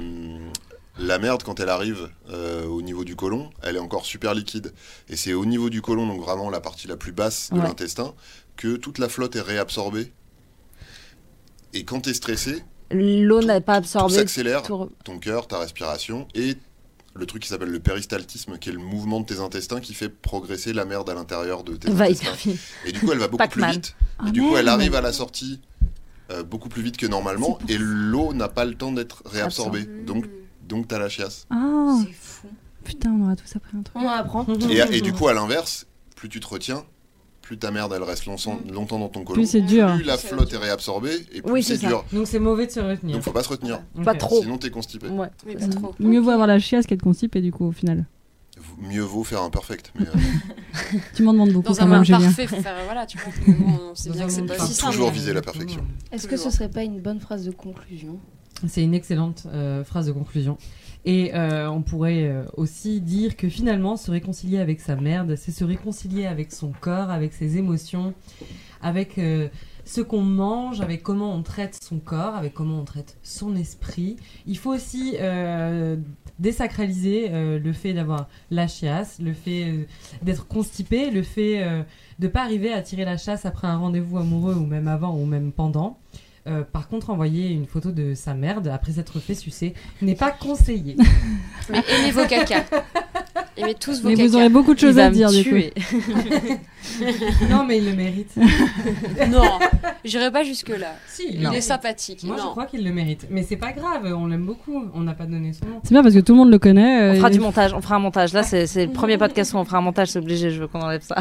Speaker 3: la merde, quand elle arrive euh, au niveau du côlon, elle est encore super liquide. Et c'est au niveau du côlon, donc vraiment la partie la plus basse de
Speaker 2: Ouais.
Speaker 3: l'intestin, que toute la flotte est réabsorbée. Et quand t'es stressé,
Speaker 4: L'eau n'a pas
Speaker 3: tout
Speaker 4: absorbé.
Speaker 3: s'accélère.
Speaker 4: tout re-
Speaker 3: ton cœur, ta respiration et le truc qui s'appelle le péristaltisme, qui est le mouvement de tes intestins qui fait progresser la merde à l'intérieur de tes
Speaker 4: Va
Speaker 3: intestins.
Speaker 4: hyper vite.
Speaker 3: Et du coup, elle va beaucoup plus
Speaker 4: Pac-Man.
Speaker 3: vite.
Speaker 2: Ah,
Speaker 3: Et du coup, elle
Speaker 2: merde.
Speaker 3: arrive à la sortie euh, beaucoup plus vite que normalement et l'eau n'a pas le temps d'être réabsorbée. Bah,
Speaker 6: Mm.
Speaker 3: Donc, donc t'as la chiasse.
Speaker 2: Ah
Speaker 1: C'est fou.
Speaker 2: putain, on aura tous appris un truc.
Speaker 7: On en apprend.
Speaker 3: Et, et du coup, à l'inverse, plus tu te retiens, plus ta merde elle reste longtemps, longtemps dans ton côlon,
Speaker 2: Plus c'est dur.
Speaker 3: plus la flotte est réabsorbée et plus
Speaker 4: Oui,
Speaker 3: c'est
Speaker 4: c'est ça.
Speaker 3: dur.
Speaker 5: Donc c'est mauvais de se retenir.
Speaker 3: Donc faut pas se retenir,
Speaker 4: Pas
Speaker 5: Ok.
Speaker 4: trop. Mm.
Speaker 3: sinon t'es constipé.
Speaker 4: Ouais.
Speaker 6: Mais pas trop.
Speaker 2: Mieux vaut avoir la chiasse qu'être constipé, du coup, au final.
Speaker 3: Mieux vaut faire un perfect. Mais, euh,
Speaker 2: Tu m'en demandes beaucoup
Speaker 6: Dans un
Speaker 2: quand même,
Speaker 6: monde
Speaker 2: Julien.
Speaker 6: parfait, faut faire. Voilà, tu vois. mais bon, on sait
Speaker 5: Dans
Speaker 6: bien
Speaker 5: un
Speaker 6: que c'est
Speaker 5: monde
Speaker 6: pas
Speaker 5: parfait.
Speaker 6: aussi simple.
Speaker 3: toujours viser la perfection.
Speaker 7: Est-ce que ce serait pas une bonne phrase de conclusion
Speaker 5: C'est une excellente euh, phrase de conclusion. Et euh, on pourrait euh, aussi dire que finalement, se réconcilier avec sa merde, c'est se réconcilier avec son corps, avec ses émotions, avec euh, ce qu'on mange, avec comment on traite son corps, avec comment on traite son esprit. Il faut aussi euh, désacraliser euh, le fait d'avoir la chiasse, le fait euh, d'être constipé, le fait euh, de pas arriver à tirer la chasse après un rendez-vous amoureux ou même avant ou même pendant. Euh, par contre, envoyer une photo de sa merde après s'être fait sucer n'est pas conseillé.
Speaker 6: Mais aimez vos caca. Aimez tous vos
Speaker 2: Mais
Speaker 6: caca.
Speaker 2: vous aurez beaucoup de
Speaker 4: Il
Speaker 2: choses
Speaker 4: va
Speaker 2: à
Speaker 4: me
Speaker 2: dire, du coup.
Speaker 4: tuer.
Speaker 5: non, mais il le mérite.
Speaker 6: Non, j'irai pas jusque-là.
Speaker 5: si,
Speaker 6: Il est sympathique.
Speaker 5: Moi, je
Speaker 6: non.
Speaker 5: crois qu'il le mérite. Mais c'est pas grave, on l'aime beaucoup. On n'a pas donné son nom.
Speaker 2: C'est bien parce que tout le monde le connaît.
Speaker 4: On
Speaker 2: euh,
Speaker 4: fera
Speaker 2: et-
Speaker 4: du montage, on fera un montage. Là, c'est c'est le premier podcast où on fera un montage, c'est obligé, je veux qu'on enlève ça.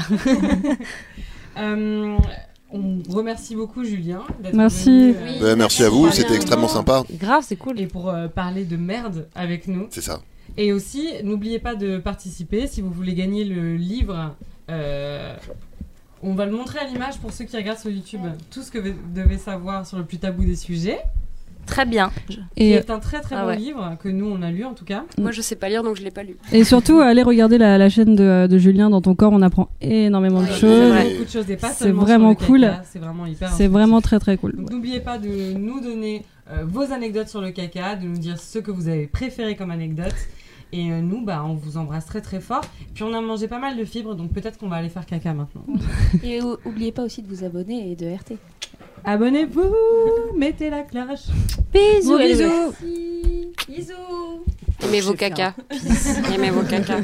Speaker 5: Euh, on remercie beaucoup Julien d'être
Speaker 2: Merci.
Speaker 5: venu,
Speaker 6: Oui.
Speaker 3: Bah, merci à vous, c'était extrêmement sympa.
Speaker 4: Grave, c'est cool.
Speaker 5: Et pour euh, parler de merde avec nous.
Speaker 3: C'est ça.
Speaker 5: Et aussi, n'oubliez pas de participer si vous voulez gagner le livre. euh, on va le montrer à l'image pour ceux qui regardent sur YouTube. Tout ce que vous devez savoir sur le plus tabou des sujets.
Speaker 4: Très bien.
Speaker 5: qui
Speaker 2: Et, euh,
Speaker 5: est un très très
Speaker 4: Ah
Speaker 5: bon
Speaker 4: ouais.
Speaker 5: livre que nous on a lu en tout cas.
Speaker 6: Moi, je sais pas lire, donc je l'ai pas lu.
Speaker 2: et surtout, allez regarder la, la chaîne de, de Julien dans ton corps, on apprend énormément de
Speaker 3: Ouais,
Speaker 2: choses.
Speaker 3: vrai.
Speaker 5: Beaucoup de choses et pas
Speaker 2: C'est
Speaker 5: seulement
Speaker 2: vraiment
Speaker 5: sur le
Speaker 2: cool.
Speaker 5: caca, C'est vraiment hyper.
Speaker 2: C'est
Speaker 5: instructif.
Speaker 2: vraiment très très cool.
Speaker 5: Donc n'oubliez pas de nous donner euh, vos anecdotes sur le caca, de nous dire ce que vous avez préféré comme anecdote. Et euh, nous, bah, on vous embrasse très très fort. Puis on a mangé pas mal de fibres, donc peut-être qu'on va aller faire caca maintenant.
Speaker 7: Et ou- oubliez pas aussi de vous abonner et de RT.
Speaker 5: Abonnez-vous, mettez la cloche.
Speaker 4: Bisous,
Speaker 7: Bisous
Speaker 6: Aimez vos caca. Aimez vos caca.